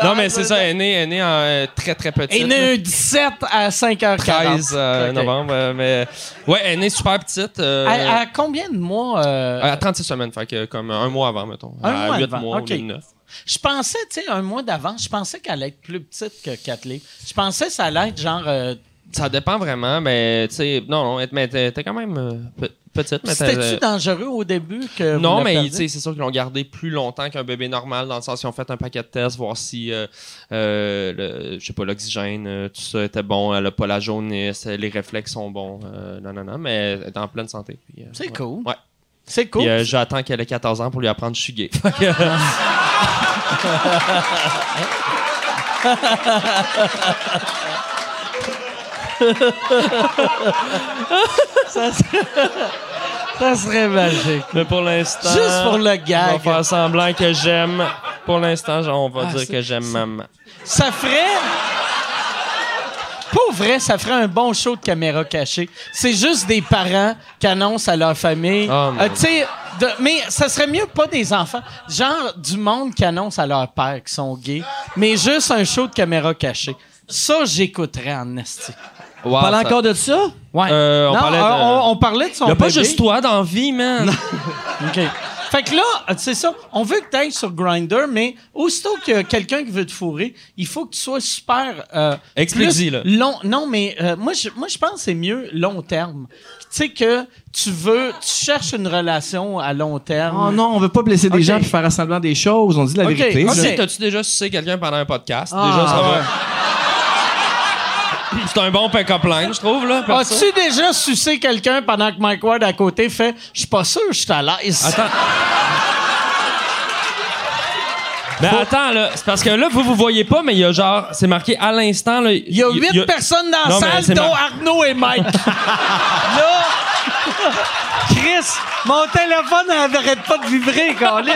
non, mais c'est ça, elle est née, elle est née en euh, très, très petite.
Elle est née un 17 à 5h40.
13 euh,
Ok.
novembre, euh, mais... Ouais, elle est née super petite. euh,
À, à combien de mois? euh,
à 36 semaines, fait que comme un mois avant, mettons.
Un
à
mois
8
avant,
mois,
ok.
ou 9.
Je pensais, tu sais, un mois d'avance, je pensais qu'elle allait être plus petite que 4 livres. Je pensais que ça allait être genre... euh,
Ça dépend vraiment, mais tu sais, non, non, elle- mais t'es t'es quand même euh, pe- petite. mais t'es-
C'était-tu dangereux au début que vous
Non,
le
mais
perdiez?
tu sais, c'est sûr qu'ils l'ont gardé plus longtemps qu'un bébé normal, dans le sens qu'ils ont fait un paquet de tests, voir si, euh, euh, le- je sais pas, l'oxygène, euh, tout ça était bon, elle a pas la jaunisse, euh, les réflexes sont bons, euh, non, non, non, mais elle est en pleine santé. puis, euh,
C'est
ouais.
cool.
Ouais.
C'est cool.
Puis euh, j'attends qu'elle ait 14 ans pour lui apprendre que je suis gay.
ça serait magique.
mais pour l'instant,
Juste pour le
on va
gag.
faire semblant que j'aime. Pour l'instant, genre, on va
Ah,
dire
c'est-
que j'aime maman.
Ça ferait... Pour vrai, ça ferait un bon show de caméra cachée. C'est juste des parents qui annoncent à leur famille.
Oh, mon
Euh, tu sais, de- mais ça serait mieux pas des enfants. Genre du monde qui annonce à leur père qu'ils sont gays, mais juste un show de caméra cachée. Ça, j'écouterais en esti.
Wow,
Parle
ça-
encore de ça?
Ouais.
Euh, on
Non,
parlait de-
euh, on, on parlait de son
Y a pas
bébé.
juste toi dans la vie, man.
OK. Fait que là, c'est ça. On veut que tu ailles sur Grinder, mais aussitôt qu'il y a quelqu'un qui veut te fourrer, il faut que tu sois super. Euh, plus
Explique-y, là.
Long, non, mais euh, moi, je, moi, je pense que c'est mieux long terme. Tu sais que tu veux, tu cherches une relation à long terme.
Oh non, on veut pas blesser des
Ok.
gens puis faire assemblant des choses. On dit la
Ok,
vérité.
ok.
là.
Tu sais, Ah, T'as-tu déjà sucé quelqu'un pendant un podcast?
Ah.
Déjà, ça va. C'est un bon pick-up line, je trouve, là. perso.
As-tu déjà sucé quelqu'un pendant que Mike Ward à côté fait Je suis pas sûr, je suis à l'aise.
Attends. Mais Ben, attends, là, c'est parce que là, vous vous voyez pas, mais il y a genre, c'est marqué à l'instant, là.
Il y a huit personnes dans
Non, mais
la
c'est
salle, dont
mar-
Arnaud et Mike. là, Chris, mon téléphone n'arrête pas de vibrer, Carlis.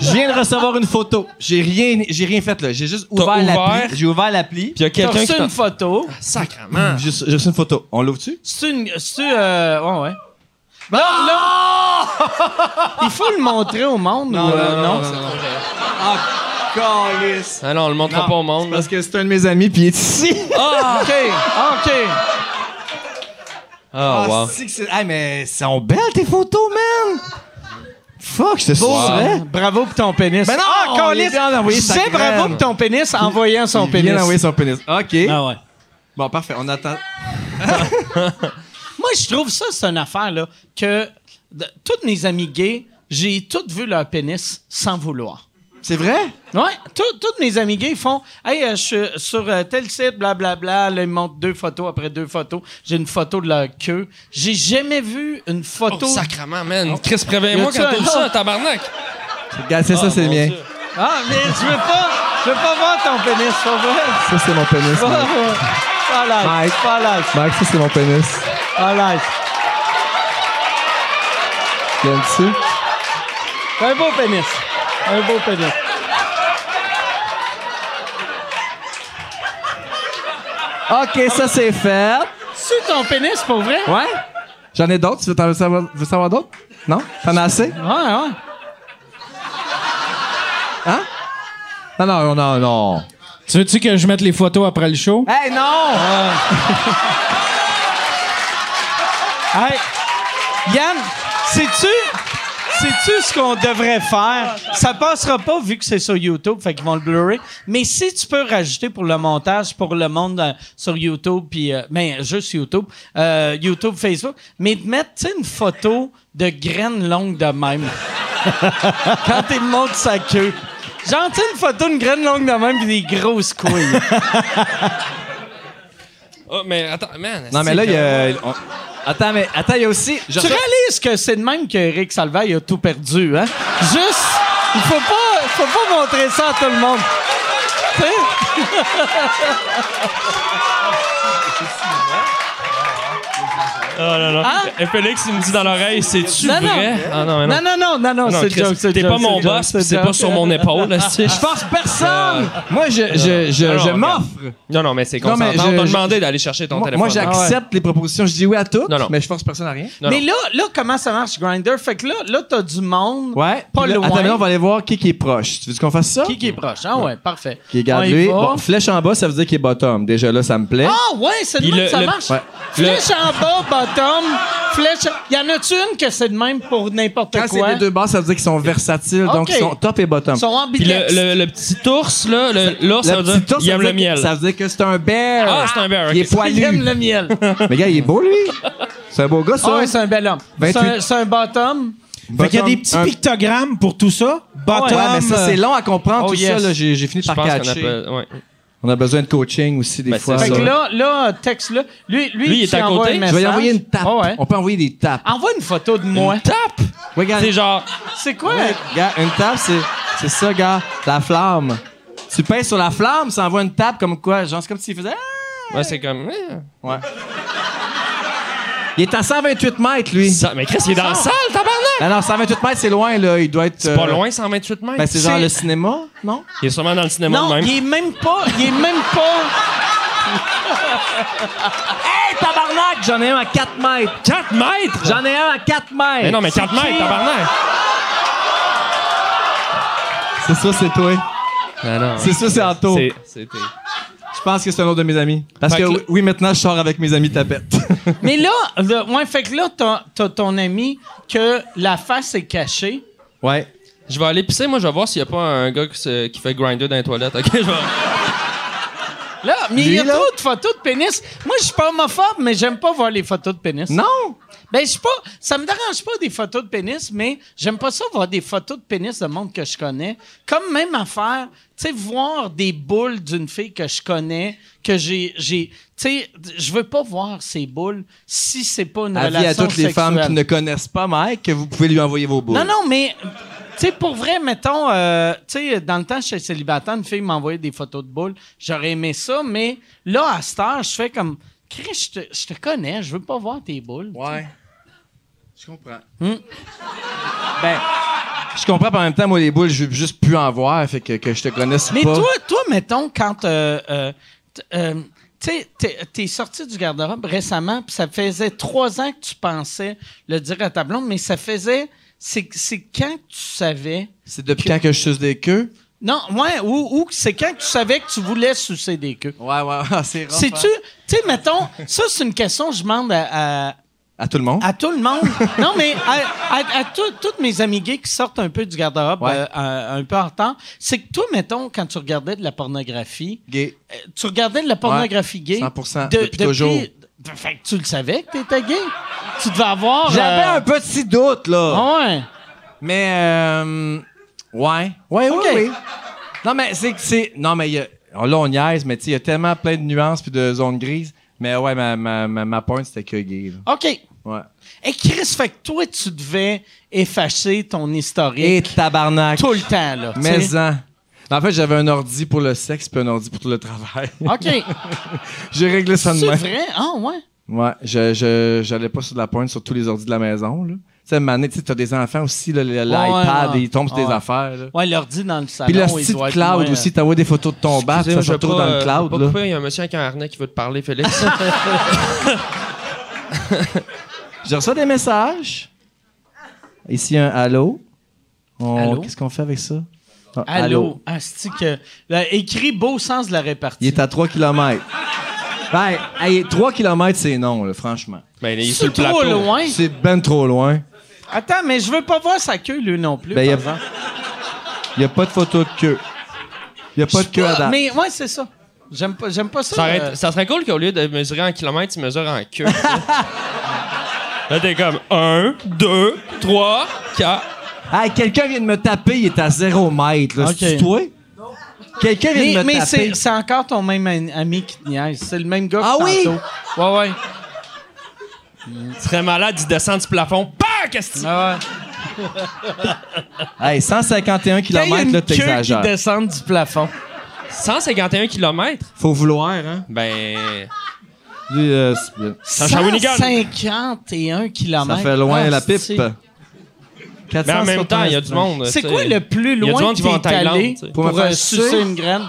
Je viens de recevoir une photo. J'ai rien, j'ai rien fait là. J'ai juste ouvert,
ouvert?
l'appli. J'ai ouvert l'appli.
Puis euh, il y a
T'as
quelqu'un qui.
reçu
t'en-
une photo.
Sacrement.
J'ai j'ai reçu une photo. On l'ouvre-tu?
C'est une. C'est. Euh, ouais, ouais. Ben, là, Ah! il faut le montrer au monde ou euh, non?
Ah non, on le montrera pas au monde. là.
Parce que c'est un de mes amis puis il est ici.
Ah!
OK, OK.
Ah, wow.
si que c'est- Ah, mais elles sont belles tes photos, man! Fuck, je te
Hein? Bravo pour ton pénis.
Ben non,
ah,
on
Carlis,
est bien d'envoyer
je
sa
disais
graine.
bravo pour ton pénis en voyant son
Il
pénis.
vient d'envoyer son pénis. OK.
Ah ouais.
Bon, parfait. On attend.
Moi, je trouve ça, c'est une affaire, là, que de- toutes mes amis gays, j'ai toutes vu leur pénis sans vouloir.
C'est vrai?
Ouais, tout- toutes mes amis gays font Hey, euh, je suis sur euh, tel site, blablabla. Là, ils me montrent deux photos après deux photos. J'ai une photo de leur queue. J'ai jamais vu une photo.
Oh, sacrement, man. Chris, préviens-moi
Y a-tu
quand
un
t'ouvres
autre?
ça, tabarnak.
Regarde, c'est ça, c'est le mien.
Ah, mais je veux pas, je veux pas voir ton pénis, c'est pas vrai.
Ça, c'est mon pénis.
Pas,
Mike.
pas là,
Mike.
pas là,
Mike, ça, c'est mon pénis.
pas là.
Viens dessus.
C'est un beau pénis. Un beau pénis.
OK, ça, c'est fait.
C'est ton pénis, pour vrai?
Ouais? J'en ai d'autres. Tu veux, t'en savoir, tu veux savoir d'autres? Non? T'en as assez?
Ouais, ouais.
Hein? Non, non, non, non.
Tu veux-tu que je mette les photos après le show?
Hey, non!
Ah. Hey, Yann, sais-tu, sais-tu ce qu'on devrait faire? Ça passera pas vu que c'est sur YouTube, fait qu'ils vont le blurrer. Mais si tu peux rajouter pour le montage, pour le monde euh, sur YouTube, puis euh, ben, juste YouTube, euh, YouTube, Facebook, mais de mettre tu sais, une photo de graine longue de même. Quand il montre sa queue. Genre, tu sais, une photo d'une graine longue de même puis des grosses couilles.
Oh, mais attends, man.
Non, mais là, il y a. on- Attends, mais attends, il y a aussi. je
Tu
reçois-
réalises que c'est de même qu'Éric Salvaille a tout perdu, hein? Juste, il faut pas, faut pas montrer ça à tout le monde. Tu sais?
Oh là là.
Hein?
Et Félix, il me dit dans l'oreille, c'est-tu
Non,
vrai?
non.
Ah non, mais non.
Non, non, non, non, non,
Non,
c'est
Chris,
le joke, c'est le
T'es
joke,
pas
c'est
mon
le joke,
boss,
c'est
pis
le
c'est
joke.
pas sur mon épaule. là, c'est-
Je force personne! Euh, Moi, je, je, je,
Non,
je
non,
m'offre.
Non, non, mais c'est qu'on
Non, mais
s'entend. On
je-
t'a
je-
demandé d'aller chercher ton
Moi,
téléphone. hein.
moi,
Ah
j'accepte les propositions. Je dis oui à toutes,
Non, non.
mais je force personne à rien.
Non,
Mais là, là, comment ça marche, Grinder? Fait que là, là, t'as du monde.
Ouais.
Pas
Puis là,
loin.
Attends, maintenant, on va aller voir qui, qui est proche. Tu veux qu'on fasse ça?
Qui, qui est proche? Ah ouais, parfait.
Qui garde
On y
lui.
va.
Bon, flèche en bas, ça veut dire qu'il est bottom. Déjà là, ça me plaît.
Ah ouais, c'est de
Hein? Puis
même
le-
que ça
le-
marche.
Ouais.
Flèche en bas, bottom, flèche... Y en a-tu une que c'est de même pour n'importe
Quand c'est
quoi?
les deux bas, ça veut dire qu'ils sont versatiles, donc
Ok.
ils sont top et bottom.
Ils sont
Puis le,
ambidextres.
le, le petit ours, là, le, là
Le
ça veut
petit
dire
ours,
il
ça
aime
veut
le
dire que-
miel.
Ça veut dire que c'est un bear.
Ah, c'est un bear,
Il est
ok.
Il aime
poilu.
le miel.
Mais gars, il est beau, lui. C'est un beau gars, ça.
Ah ouais, c'est un bel homme.
28.
C'est un- C'est un, bottom.
Fait qu'il y a des petits
Un-
pictogrammes pour tout ça. Bottom.
Ouais, mais ça, c'est long à comprendre,
Oh,
tout
yes.
ça. là. J'ai j'ai fini
Je
par
pense qu'on
catcher.
appelle. Ouais.
On a besoin de coaching aussi, des
Ben,
fois.
c'est
Fait
ça.
que là, là, texte-le. Lui, lui,
Lui, il est
tu
à
envoies
côté.
un
Je
Je vais y
message.
envoyer une tape.
Ah ouais.
On peut envoyer des tapes.
Envoie une photo de moi.
Tape!
Regarde,
C'est genre.
C'est quoi?
Gars, une tape, c'est, c'est ça, gars. La flamme. Tu pèses sur la flamme, ça envoie une tape comme quoi? Genre, c'est comme s'il faisait. Ah!
Ouais, c'est comme. eh.
Il est à 128 mètres, lui.
Ça- mais Chris, il est dans la salle, tabarnak!
Non, non, 128 mètres, c'est loin, là. Il doit être.
C'est pas loin, 128 mètres.
Euh, Ben, c'est genre le cinéma, non?
Il est sûrement dans le cinéma de
Non,
même.
il est même pas. Il est même pas.
Hey, tabarnak! J'en ai un à 4 mètres.
4 mètres!
J'en ai un à 4 mètres.
Mais non, mais 4 mètres, tabarnak!
C'est ça, c'est toi.
Non, non.
Ah, C'est ça, c'est Anto.
C'est- C'était.
Je pense que c'est un autre de mes amis. Parce
Fait
que,
que-
oui, oui, maintenant, je sors avec mes amis tapettes.
Mais là, le- ouais, fait que là, t'as t'as ton ami que la face est cachée.
Ouais. Je vais aller pisser, moi, je vais voir s'il n'y a pas un gars qui, se- qui fait grinder dans les toilettes. Ok, je vais-
Là, mais il y a
Lui, là?
trop de photos de pénis. Moi, je suis pas homophobe, mais j'aime pas voir les photos de pénis.
Non!
Ben, je suis pas. Ça me dérange pas des photos de pénis, mais j'aime pas ça voir des photos de pénis de monde que je connais. Comme même affaire, tu sais, voir des boules d'une fille que je connais, que j'ai. j'ai tu sais, je veux pas voir ces boules si c'est pas une
Avis
relation
à toutes les femmes
sexuelle.
qui ne connaissent pas Mike que vous pouvez lui envoyer vos boules.
Non, non, mais, tu sais, pour vrai, mettons, euh, tu sais, dans le temps, j'étais célibataire, une fille m'envoyait des photos de boules. J'aurais aimé ça, mais là, à cette heure, je fais comme, Chris, je te- je te connais, je veux pas voir tes boules.
Ouais. Je comprends. Ben, je comprends, mais en même temps, moi, les boules, je veux juste plus en voir, fait que, que je te connaisse
Mais
pas.
toi, toi, mettons, quand, euh, euh, t- euh, tu sais, t'es- t'es sorti du garde-robe récemment, puis ça faisait trois ans que tu pensais le dire à ta blonde, mais ça faisait, c'est c'est quand que tu savais
c'est depuis quand que je suce des queues?
non, ouais, ou, ou c'est quand que tu savais que tu voulais sucer des queues.
Ouais, ouais, c'est rare.
Sais-tu, tu sais, mettons, ça, c'est une question que je demande à, à,
À tout le monde?
à tout le monde. Non, mais à, à- à tout- toutes mes amis gays qui sortent un peu du garde-robe,
Ouais.
euh, euh, un peu en temps. C'est que toi, mettons, quand tu regardais de la pornographie,
Gay.
euh, tu regardais de la pornographie gay.
100%, depuis toujours.
Fait que tu le savais que t'étais gay. Tu devais avoir.
J'avais
euh,
un petit doute, là.
ouais.
Mais, euh, ouais. Ouais,
Ok.
ouais, ouais. Non, mais c'est que c'est. Non, mais il y a- oh, là, on niaise, mais tu sais, il y a tellement plein de nuances puis de zones grises. Mais ouais, ma, ma, ma, ma pointe, c'était que gay, là.
OK.
Ouais.
Et Chris, fait que toi, tu devais effacer ton
Et
historique
tabarnak.
tout le temps, là. tu sais.
Mais en. En fait, j'avais un ordi pour le sexe puis un ordi pour tout le travail.
OK.
J'ai réglé ça de
C'est
même.
vrai? Ah, ouais.
Ouais, je, je, j'allais pas sur de la pointe sur tous les ordis de la maison, là. Tu sais, à un moment donné, tu sais, t'as des enfants aussi, là, le- l'iPad,
ouais.
ils tombent sur
Ouais. Ah
des affaires, là.
Ouais, l'ordi dans le salon.
Puis le
il
style
doit être
cloud
moins, euh,
aussi, t'envoies des photos de ton bat,
Excusez,
ça
je
se
vais
retrouve
pas,
dans le
euh,
cloud,
pas
là.
couper, Il y a un monsieur avec un harnais qui veut te parler, Félix.
J'ai reçu des messages. Ici, un allô. On-
Allô?
Qu'est-ce qu'on fait avec ça? Ah,
euh, Allô? Ah, c'est-tu que. là, écrit beau sens de la répartie.
Il est à 3 km. Ben, hey, 3 km, c'est non, là, franchement.
ben, il
C'est
est sur le
trop
plateau.
loin.
C'est ben trop loin.
Attends, mais je veux pas voir sa queue, lui non plus. par
Ben, il y a
exemple.
Il n'y a pas de photo de queue. Il n'y a pas de
Je sais
queue à date.
Mais ouais, c'est ça. J'aime pas, j'aime pas ça.
Ça, aurait-
euh,
ça serait cool qu'au lieu de mesurer en kilomètres, tu mesures en queue. Là, t'es comme 1, 2, 3, 4.
Hey, quelqu'un vient de me taper, il est à 0 mètre. là.
Ok.
C'est-tu toi? Quelqu'un vient
Mais,
de me
mais
taper.
c'est, c'est encore ton même an- ami qui te niaise. C'est le même gars que
Ah oui?
tantôt. Ouais, ouais.
Tu serais malade, il descend du plafond. Pah! Qu'est-ce que tu-
Ah ouais.
Hey, 151
Quand il y a
km,
une
là,
queue qui
t'exagères.
descend du plafond.
151 km?
Faut vouloir, hein?
Ben.
Lui, euh, c'est bien.
à Shawinigan.
151 km.
ça fait loin
Ah,
la pipe.
Mais en même temps, il y a du monde.
C'est
tu sais.
quoi le plus
Il y a du
loin
monde
que
qui va en
t'es
Thaïlande,
allé
tu sais.
pour,
Pour me
euh,
faire
sucer
sucer.
une graine?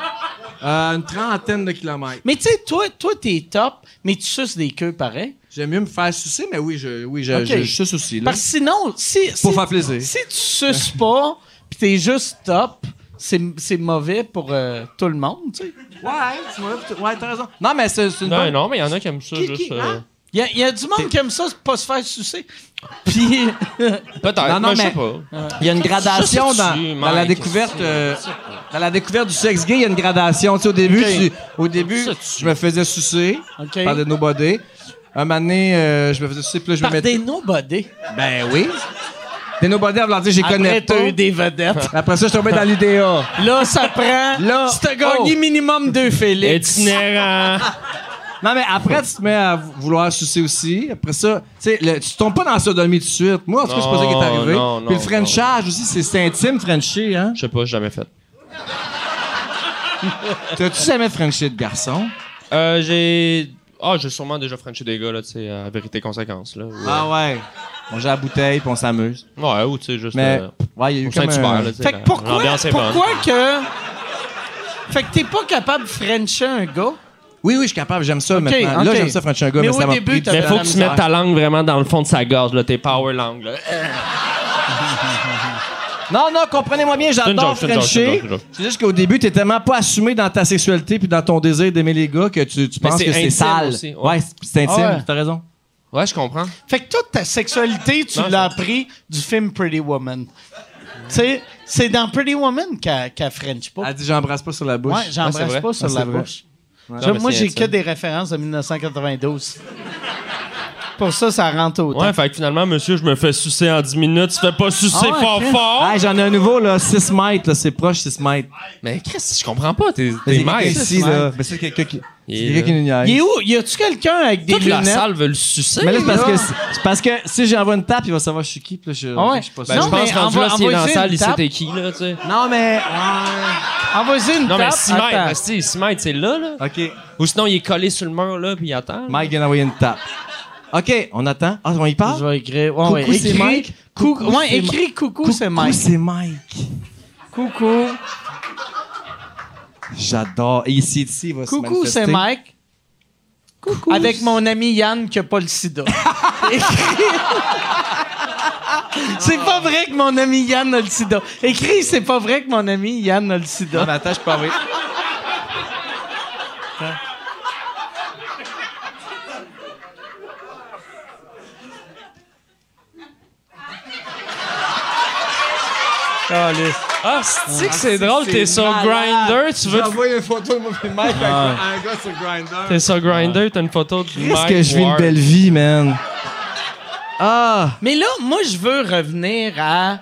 Euh, une trentaine de kilomètres.
Mais tu sais, toi, toi, t'es top, mais tu suces des queues pareil.
J'aime mieux me faire sucer, mais oui, je, oui, je,
Ok.
je, je suce aussi. Là.
Parce que sinon, si, si,
Pour faire plaisir.
si tu suces pas, pis t'es juste top, c'est c'est mauvais pour euh, tout le monde, tu sais.
Ouais, tu m'as- ouais, t'as raison. Non, mais c'est c'est une
Non,
bonne...
non, mais il y en a qui aiment ça
Qui-
juste.
qui-
euh,
hein?
Il y a, y a du monde qui aime ça, pas se faire sucer. Puis,
Peut-être,
Non, non,
mais je sais
mais-
pas.
Il y a une
Ça,
gradation
c'est
dans,
dessus,
dans
Mike,
la découverte euh, dans la découverte du sexe gay, il y a une gradation. Tu sais, au début, tu- au début, je me faisais sucer
OK.
par des nobody. Un moment donné, euh, je me faisais sucer, puis là, je
par
me
des
mettais...
nobody.
Ben oui. Des nobody, à dire, j'y connais
Après,
pas.
t'as eu des vedettes.
Après ça, je tombais dans l'UDA.
Là, ça prend...
Ah. Là,
tu t'as gagné
oh.
minimum deux Félix.
Itinérant.
Non, mais après, tu te mets à vou- vouloir sucer aussi. Après ça, tu sais, le- tu tombes pas dans la sodomie tout de suite. Moi, en tout cas, je sais pas ça qui est
Non,
arrivé.
non, non,
Puis le Frenchage aussi, c'est- c'est intime, Frenchie, hein?
Je sais pas, j'ai jamais fait.
T'as-tu jamais Frenché de garçon?
Euh, j'ai. Ah, j'ai sûrement déjà Frenché des gars, là, tu sais, à vérité conséquence, là. ou,
Ah ouais. On gère la bouteille, puis on s'amuse.
Ouais, ou tu sais, juste.
Mais,
euh,
ouais, il y a eu
Au
comme
Saint-Hubert,
un...
là, tu sais,
Fait que
la-
pourquoi,
l'ambiance est bonne.
pourquoi que... Fait que t'es pas capable de frencher un gars.
Oui, oui, je suis capable, j'aime ça maintenant.
ok.
Là, j'aime ça Frencher un gars,
Mais
mais,
au
ça m'a
début,
pris du
t'avais
Mais
temps.
faut que tu mettes ta langue vraiment dans le fond de sa gorge, là, tes power langue, là.
Non, non, comprenez-moi bien,
une
j'adore
joke, c'est une joke, c'est une joke,
Frencher.
c'est une joke.
C'est juste qu'au début, t'es tellement pas assumé dans ta sexualité puis dans ton désir d'aimer les gars que tu, tu
Mais
penses
c'est
que c'est
intime
sale.
aussi, ouais.
ouais, c'est- c'est intime,
Ah ouais.
t'as raison.
Ouais, je comprends.
Fait que toute ta sexualité, tu
Non,
l'as appris du film Pretty Woman. tu sais, c'est dans Pretty Woman qu'elle qu'elle French pas.
Elle dit j'embrasse pas sur la bouche.
Ouais, j'embrasse
Ouais, Ah, c'est vrai.
pas sur
Ouais,
la
c'est vrai.
bouche. Je-
mais
moi,
c'est
j'ai que
intime.
des références de 1992. Pour ça, ça rentre autant.
Ouais, fait que finalement, monsieur, je me fais sucer en 10 minutes. Tu fais pas sucer
Ah ouais,
fort
Chris.
fort.
Ah, j'en ai un nouveau, là, 6 mètres, là, c'est proche 6 mètres.
Mais Chris, je comprends pas. T'es
Mais
t'es
c'est quelqu'un
maigre.
ici, là. Mais c'est quelqu'un qui.
Il
C'est
est
quelqu'un qui nous niaise.
Il est où? Y a-tu quelqu'un avec des
Toute la
lunettes?
salle veut le sucer.
Mais là, c'est parce que, c'est parce que si j'envoie une tape, il va savoir je suis qui, puis là, je,
Ah ouais.
je suis pas
Ben,
sûr.
Non,
je pense
mais
rendu là,
envoie-
s'il est dans la
envoie-y
salle,
une
il sait
tape.
t'es qui, là, tu sais.
Non, mais. euh, Ah,
Envoie-y une
Non, mais
tape.
6 mètres,
Attends.
asti, 6 mètres, c'est là, là.
OK.
Ou sinon, il est collé sur le mur, là, puis il attend.
Mike vient d'envoyer une tape. OK, on attend. Ah, on y parle?
Je vais écrire. Ouais,
Coucou,
ouais,
c'est
écris-
Mike.
Coucou,
Coucou,
ouais,
c'est
écris coucou, c'est
Coucou,
Mike.
C'est Mike.
Coucou.
J'adore. Et ici, ici, il va se
Coucou,
manifester.
c'est Mike. Coucou. Avec mon ami Yann qui a pas le sida. Écris- c'est pas vrai que mon ami Yann a le sida. Écris, c'est pas vrai que mon ami Yann a le sida.
Non, Ah, mais attends, je peux envoyer.
Ah, c'est que c'est drôle, t'es sur Grinder, tu veux.
J'envoie une photo de moi et Mike avec
Ah.
un gars sur Grindr.
T'es sur Grinder, t'as une photo de
Qu'est-ce
Mike
que je vis une
Ward.
belle vie, man. Ah!
Mais là, moi, je veux revenir à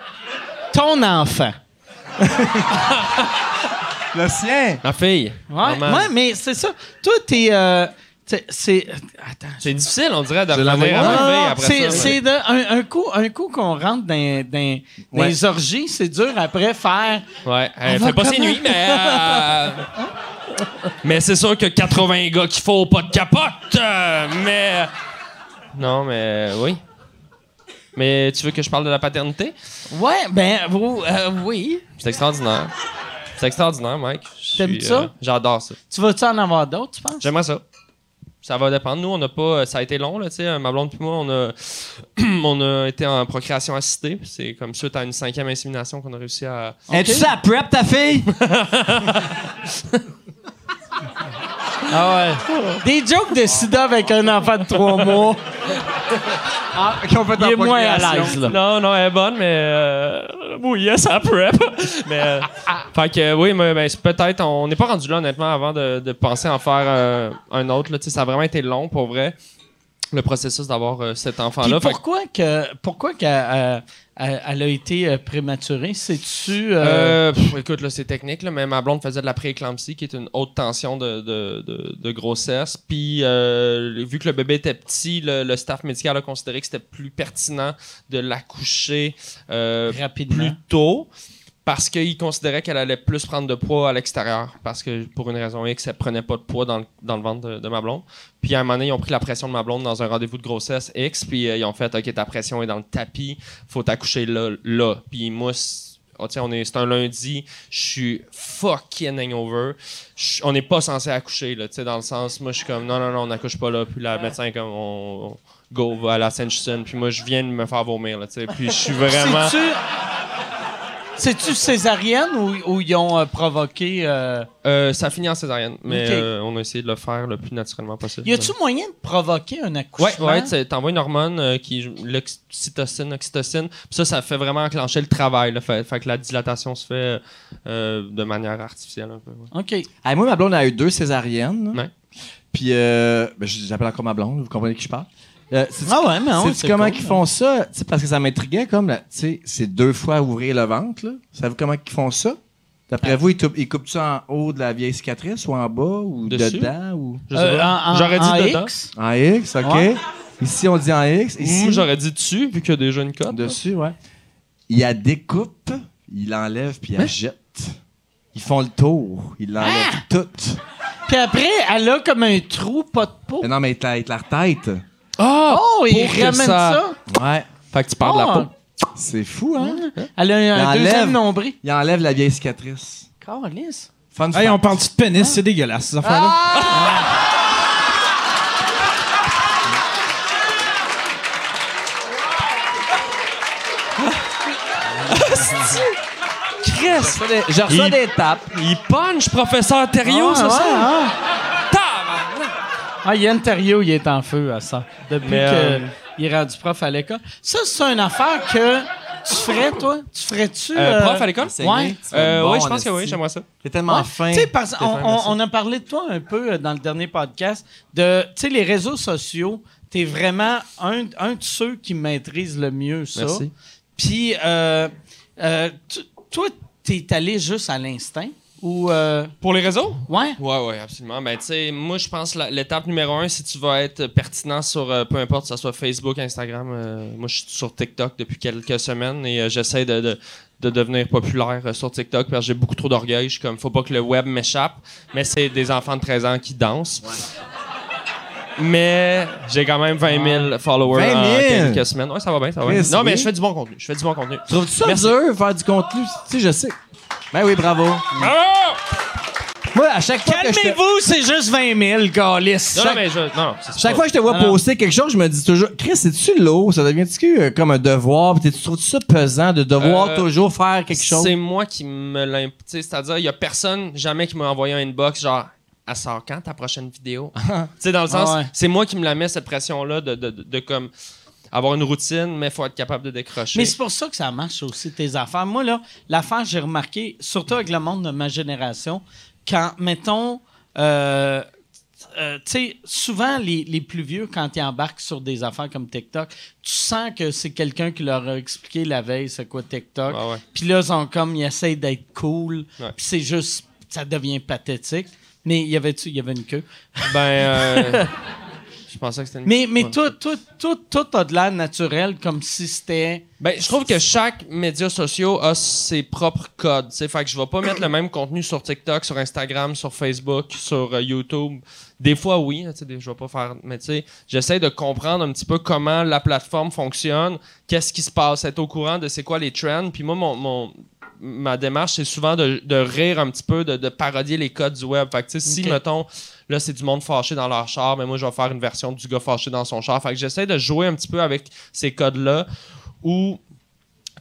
ton enfant.
Le sien!
Ma fille.
Ouais,
maman.
ouais, mais c'est ça. Toi, t'es. euh, t'es- c'est. Attends.
C'est difficile, on dirait, de
l'envoie.
revenir à
Non,
ma
non,
fille
non,
après
c'est,
ça.
c'est de- un, un coup, un coup qu'on rentre dans, dans, dans
Ouais.
les orgies, c'est dur après faire.
Ouais, elle
On va
fait pas ses
comment-
nuits, mais. euh, mais c'est sûr que 80 gars qu'il faut, pas de capote! euh, mais. Non, mais oui. Mais tu veux que je parle de la paternité?
Ouais, ben vous, euh, oui.
C'est extraordinaire. C'est extraordinaire, Mike. Je
T'aimes
suis, euh,
ça?
J'adore ça.
Tu vas-tu en avoir d'autres, tu penses?
J'aimerais ça. Ça va dépendre. Nous, on n'a pas. Ça a été long, là, tu sais. Ma blonde puis moi, on a, on a été en procréation assistée. puis C'est comme suite à une cinquième insémination qu'on a réussi à.
Es-tu ça prep, ta fille?
Ah ouais. Des jokes de sida avec un enfant de trois mois.
Qui ont fait
Il est moins à l'aise, là.
Non, non, elle est bonne, mais. Euh, oui, yes, à prep. mais. euh, fait que, euh, oui, mais, mais c'est peut-être. On n'est pas rendu là, honnêtement, avant de, de penser en faire euh, un autre. Là, Tu sais, ça a vraiment été long, pour vrai, le processus d'avoir euh, cet
Puis
enfant-là. Fait que,
pourquoi que pourquoi qu'elle euh, elle- elle a été euh, prématurée? C'est-tu. euh,
euh, pff, écoute, là, c'est technique, là, mais ma blonde faisait de la prééclampsie, qui est une haute tension de, de- de- de grossesse. Puis, euh, vu que le bébé était petit, le, le staff médical a considéré que c'était plus pertinent de l'accoucher euh,
rapidement.
plus tôt parce qu'il considérait qu'elle allait plus prendre de poids à l'extérieur. Parce que pour une raison X, elle prenait pas de poids dans le, dans le ventre de, de ma blonde. Puis à un moment donné, ils ont pris la pression de ma blonde dans un rendez-vous de grossesse X. Puis euh, ils ont fait OK, ta pression est dans le tapis, faut t'accoucher là. là. Puis moi, c'est- oh, tiens, on est, c'est un lundi, je suis fucking hangover. Je- on n'est pas censé accoucher, là, tu sais, dans le sens, moi, je suis comme non, non, non, on n'accouche pas là. Puis la médecin, est comme on. on- Go va à la Saint-Justine, puis moi je viens de me faire vomir, là, tu sais. Puis je suis vraiment.
C'est-tu. C'est-tu césarienne ou, ou ils ont euh, provoqué. euh,
Euh, ça finit en césarienne, mais
Ok.
euh, on a essayé de le faire le plus naturellement possible.
Y a-tu moyen de provoquer un accouchement?
Ouais, ouais, t'sais, t'envoies une hormone euh, qui l'oxytocine, oxytocine, puis ça, ça fait vraiment enclencher le travail. là. fait, fait que la dilatation se fait euh, de manière artificielle un peu. ouais.
OK.
Hey, moi, ma blonde a eu deux césariennes. là.
Ouais.
Puis, euh, ben, je- j'appelle encore ma blonde, vous comprenez de qui je parle. Euh, c'est-
Ah ouais, mais on,
Sais-tu
c'est
comment
cool,
qu'ils
hein.
font ça? Tu sais, parce que ça m'intriguait comme, là, tu sais, c'est deux fois ouvrir le ventre, là. Savez-vous comment ils font ça? D'après vous, ils, tou- ils coupent ça en haut de la vieille cicatrice ou en bas ou
Dessus?
dedans ou.
Je sais
Euh,
pas.
en- en-
J'aurais
en
dit dedans.
X?
En X, OK.
Ouais.
Ici, on dit en X. Ici,
Ou j'aurais dit dessus, vu qu'il y a déjà une cote.
dessus, ouais. Il la découpe, il l'enlève, puis il la jette. Ils font le tour, ils l'enlèvent toute.
Puis après, elle a comme un trou, pas de peau.
Mais non, mais avec la- avec la tête.
Ah!
Oh, il
Pour que
ramène ça.
ça-
Ouais.
Fait que tu parles de la
Ah.
peau.
C'est fou, hein?
Elle a un,
Elle
deuxième
enlève.
nombril.
Il enlève la vieille cicatrice.
Calisse.
Fun
Hey,
fact.
on parle de pénis, c'est dégueulasse, ces affaires-là.
reçois des, je
reçois des
tapes. Il punch, professeur Thériault,
Ah,
c'est
ouais,
ça?
ah.
Tabarnak!
Ah, Yann Terriot, il est en feu à ça. Depuis qu'il
Mais, euh,
est rendu prof à l'école. Ça, c'est une affaire que tu ferais, toi? Tu ferais-tu...
Euh,
euh,
prof à
Ah,
l'école?
Ouais.
Euh,
Bon,
oui, je
on
pense
est
que oui,
ici.
j'aimerais ça.
T'es tellement
Ouais.
fin.
Tu sais, parce- on,
Stéphane, merci.
on- on a parlé de toi un peu euh, dans le dernier podcast, de, tu sais, les réseaux sociaux, tu es vraiment un, un de ceux qui maîtrisent le mieux ça.
Merci.
Puis, euh, euh, tu- toi, tu es allé juste à l'instinct ou... euh,
Pour les réseaux?
ouais?
Ouais, ouais, absolument. Ben, tu sais, moi, je pense la- l'étape numéro un, si tu vas être pertinent sur euh, peu importe, que ce soit Facebook, Instagram. euh, moi, je suis sur TikTok depuis quelques semaines et euh, j'essaie de, de- de devenir populaire euh, sur TikTok parce que j'ai beaucoup trop d'orgueil. Je suis comme, faut pas que le web m'échappe, mais c'est des enfants de 13 ans qui dansent. Mais j'ai quand même 20 000 followers
20 000?
en quelques semaines. Ouais, ça va bien, ça va bien.
Chris,
Non, mais
oui.
je fais du bon contenu. Je fais du bon contenu.
Trouves-tu ça
Merci.
dur, faire du contenu? Tu sais, je sais. Ben oui, bravo. Moi, à chaque fois que je te...
Calmez-vous, c'est juste 20 000, Gaulis.
Non, non, mais je. Non, non, c'est
Chaque
pas-
fois que je te vois poster quelque chose, je me dis toujours, Chris, c'est-tu lourd? Ça devient-tu euh, comme un devoir? Puis tu trouves-tu ça pesant de devoir
Euh,
toujours faire quelque chose?
C'est moi qui me l'imp... tu sais, C'est-à-dire, il y a personne jamais qui m'a envoyé un inbox genre à sort quand ta prochaine vidéo? tu sais, dans le sens,
Ah ouais.
c'est moi qui me la mets, cette pression-là, de, de, de- de comme avoir une routine, mais faut être capable de décrocher.
Mais c'est pour ça que ça marche aussi, tes affaires. Moi, là, l'affaire, que j'ai remarqué, surtout avec le monde de ma génération, quand, mettons, euh, euh, tu sais, souvent, les, les plus vieux, quand ils embarquent sur des affaires comme TikTok, tu sens que c'est quelqu'un qui leur a expliqué la veille c'est quoi TikTok.
Ah ouais.
Puis là, ils sont comme, ils essayent d'être cool.
Ouais.
Puis c'est juste, ça devient pathétique. Mais il y avait il y avait une queue.
Ben, euh, je pensais que c'était une...
Mais, mais
Ouais.
tout, tout, tout, tout a de l'air naturel, comme si c'était...
Ben, je trouve que chaque média social a ses propres codes. tu sais. Fait que je vais pas mettre le même contenu sur TikTok, sur Instagram, sur Facebook, sur euh, YouTube. Des fois, oui. hein, tu sais, des- Je vais pas faire. Mais tu sais, j'essaie de comprendre un petit peu comment la plateforme fonctionne, qu'est-ce qui se passe, être au courant de c'est quoi les trends. Puis moi, mon, mon- ma démarche, c'est souvent de, de rire un petit peu, de, de parodier les codes du web. Fait que tu sais, si,
Ok.
mettons, là, c'est du monde fâché dans leur char, mais moi, je vais faire une version du gars fâché dans son char. Fait que j'essaie de jouer un petit peu avec ces codes-là. Ou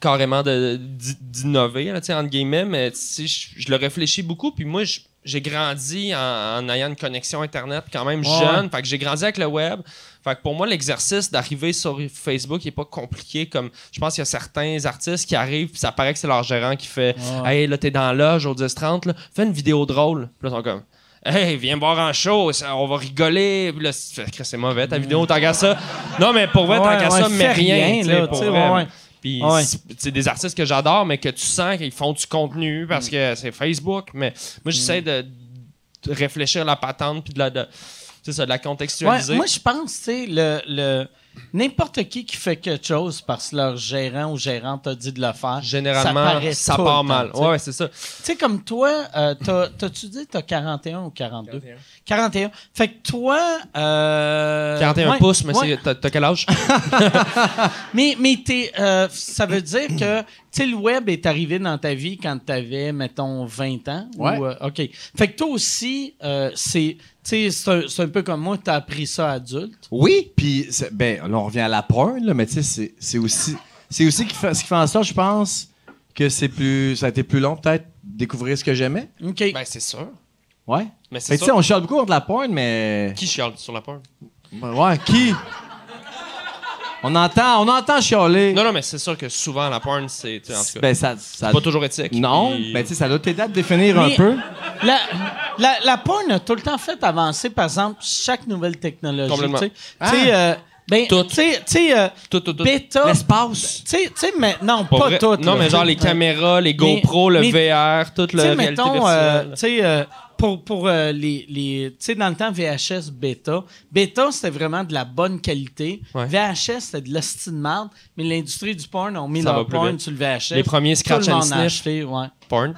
carrément de- d'i- d'innover, là, tu sais, entre guillemets, mais tu sais, je, je le réfléchis beaucoup. Puis moi, je- j'ai grandi en, en ayant une connexion Internet quand même jeune. Fait que j'ai grandi avec le web. Fait que pour moi, l'exercice d'arriver sur Facebook n'est pas compliqué. Comme je pense qu'il y a certains artistes qui arrivent, puis ça paraît que c'est leur gérant qui fait Hey, là, t'es dans l'âge au 10-30, là, fais une vidéo drôle. Puis là, ils sont comme Hey, viens me voir en show, ça- on va rigoler. Puis là, c'est Christ, c'est mauvais ta vidéo, t'en qu'à ça. Non, mais pour vrai,
Ouais,
t'en qu'à
ouais,
ça, mais
fais
rien.
rien,
tu sais,
là,
pour
tu sais,
vrai.
ouais, ouais.
Puis
Ah Ouais.
c'est- c'est des artistes que j'adore, mais que tu sens qu'ils font du contenu parce que c'est Facebook. Mais moi, j'essaie
Mm.
de, de réfléchir la patente puis de la, de, c'est ça, de la contextualiser.
Ouais, moi, je pense, tu sais, le, le- n'importe qui qui fait quelque chose parce que leur gérant ou gérante a dit de le faire,
Généralement, ça,
paraît tout
part
le
mal.
temps, tu sais.
Ouais, ouais, c'est ça.
Tu sais, comme toi, euh, t'as- t'as-tu dit t'as 41 ou 42? 41. Fait que toi... euh,
41
ouais,
pouces, mais
ouais.
c'est- t'as t'as quel âge?
Mais, mais t'es, euh, ça veut dire que, tu sais, le web est arrivé dans ta vie quand t'avais, mettons, 20 ans. ou,
Ouais.
euh, OK. Fait que toi aussi, euh, c'est, tu sais, c'est un, c'est un peu comme moi, t'as appris ça adulte.
Oui, puis c'est- ben là on revient à la peur là, mais tu sais c'est- c'est aussi c'est aussi qui fait- ce qui fait en sorte je pense que c'est plus ça a été plus long peut-être découvrir ce que j'aimais.
OK.
ben, c'est sûr.
Ouais.
Mais
Fait
c'est
que tu sais
sûr.
on chiale beaucoup contre la porn mais
Qui chiale sur la peur?
Ben, ouais, qui On entend on entend chialer.
Non, non, mais c'est sûr que souvent, la porn, c'est tu sais, en tout cas,
ben ça ça
pas toujours éthique.
Non,
puis-
ben tu sais ça doit t'aider à te définir
Mais-
un peu.
La, la, la porn a tout le temps fait avancer, par exemple, chaque nouvelle technologie.
Complètement. Ah.
Tu sais, Tu sais, euh, ben,
Tout.
tu sais, tu sais, euh,
Tout, tout, tout.
bêta. Tu
L'espace.
sais, tu sais, mais non,
Pas
pas,
vrai.
tout.
Non,
là.
mais genre les
Ouais.
caméras, les
Mais-
GoPro, le
mais-
VR, toute
Tu
la
sais,
réalité
mettons, euh,
virtuelle.
tu sais, euh, pour, pour euh, les. les tu sais, dans le temps, VHS, bêta. Bêta, c'était vraiment de la bonne qualité.
Ouais.
VHS, c'était de l'hostie de merde, mais l'industrie du porn ont mis
Ça va
leur
plus
porn
vite.
sur le VHS.
Les premiers
Tout le
scratch and
monde a
sniff.
acheté, ouais.
Porn.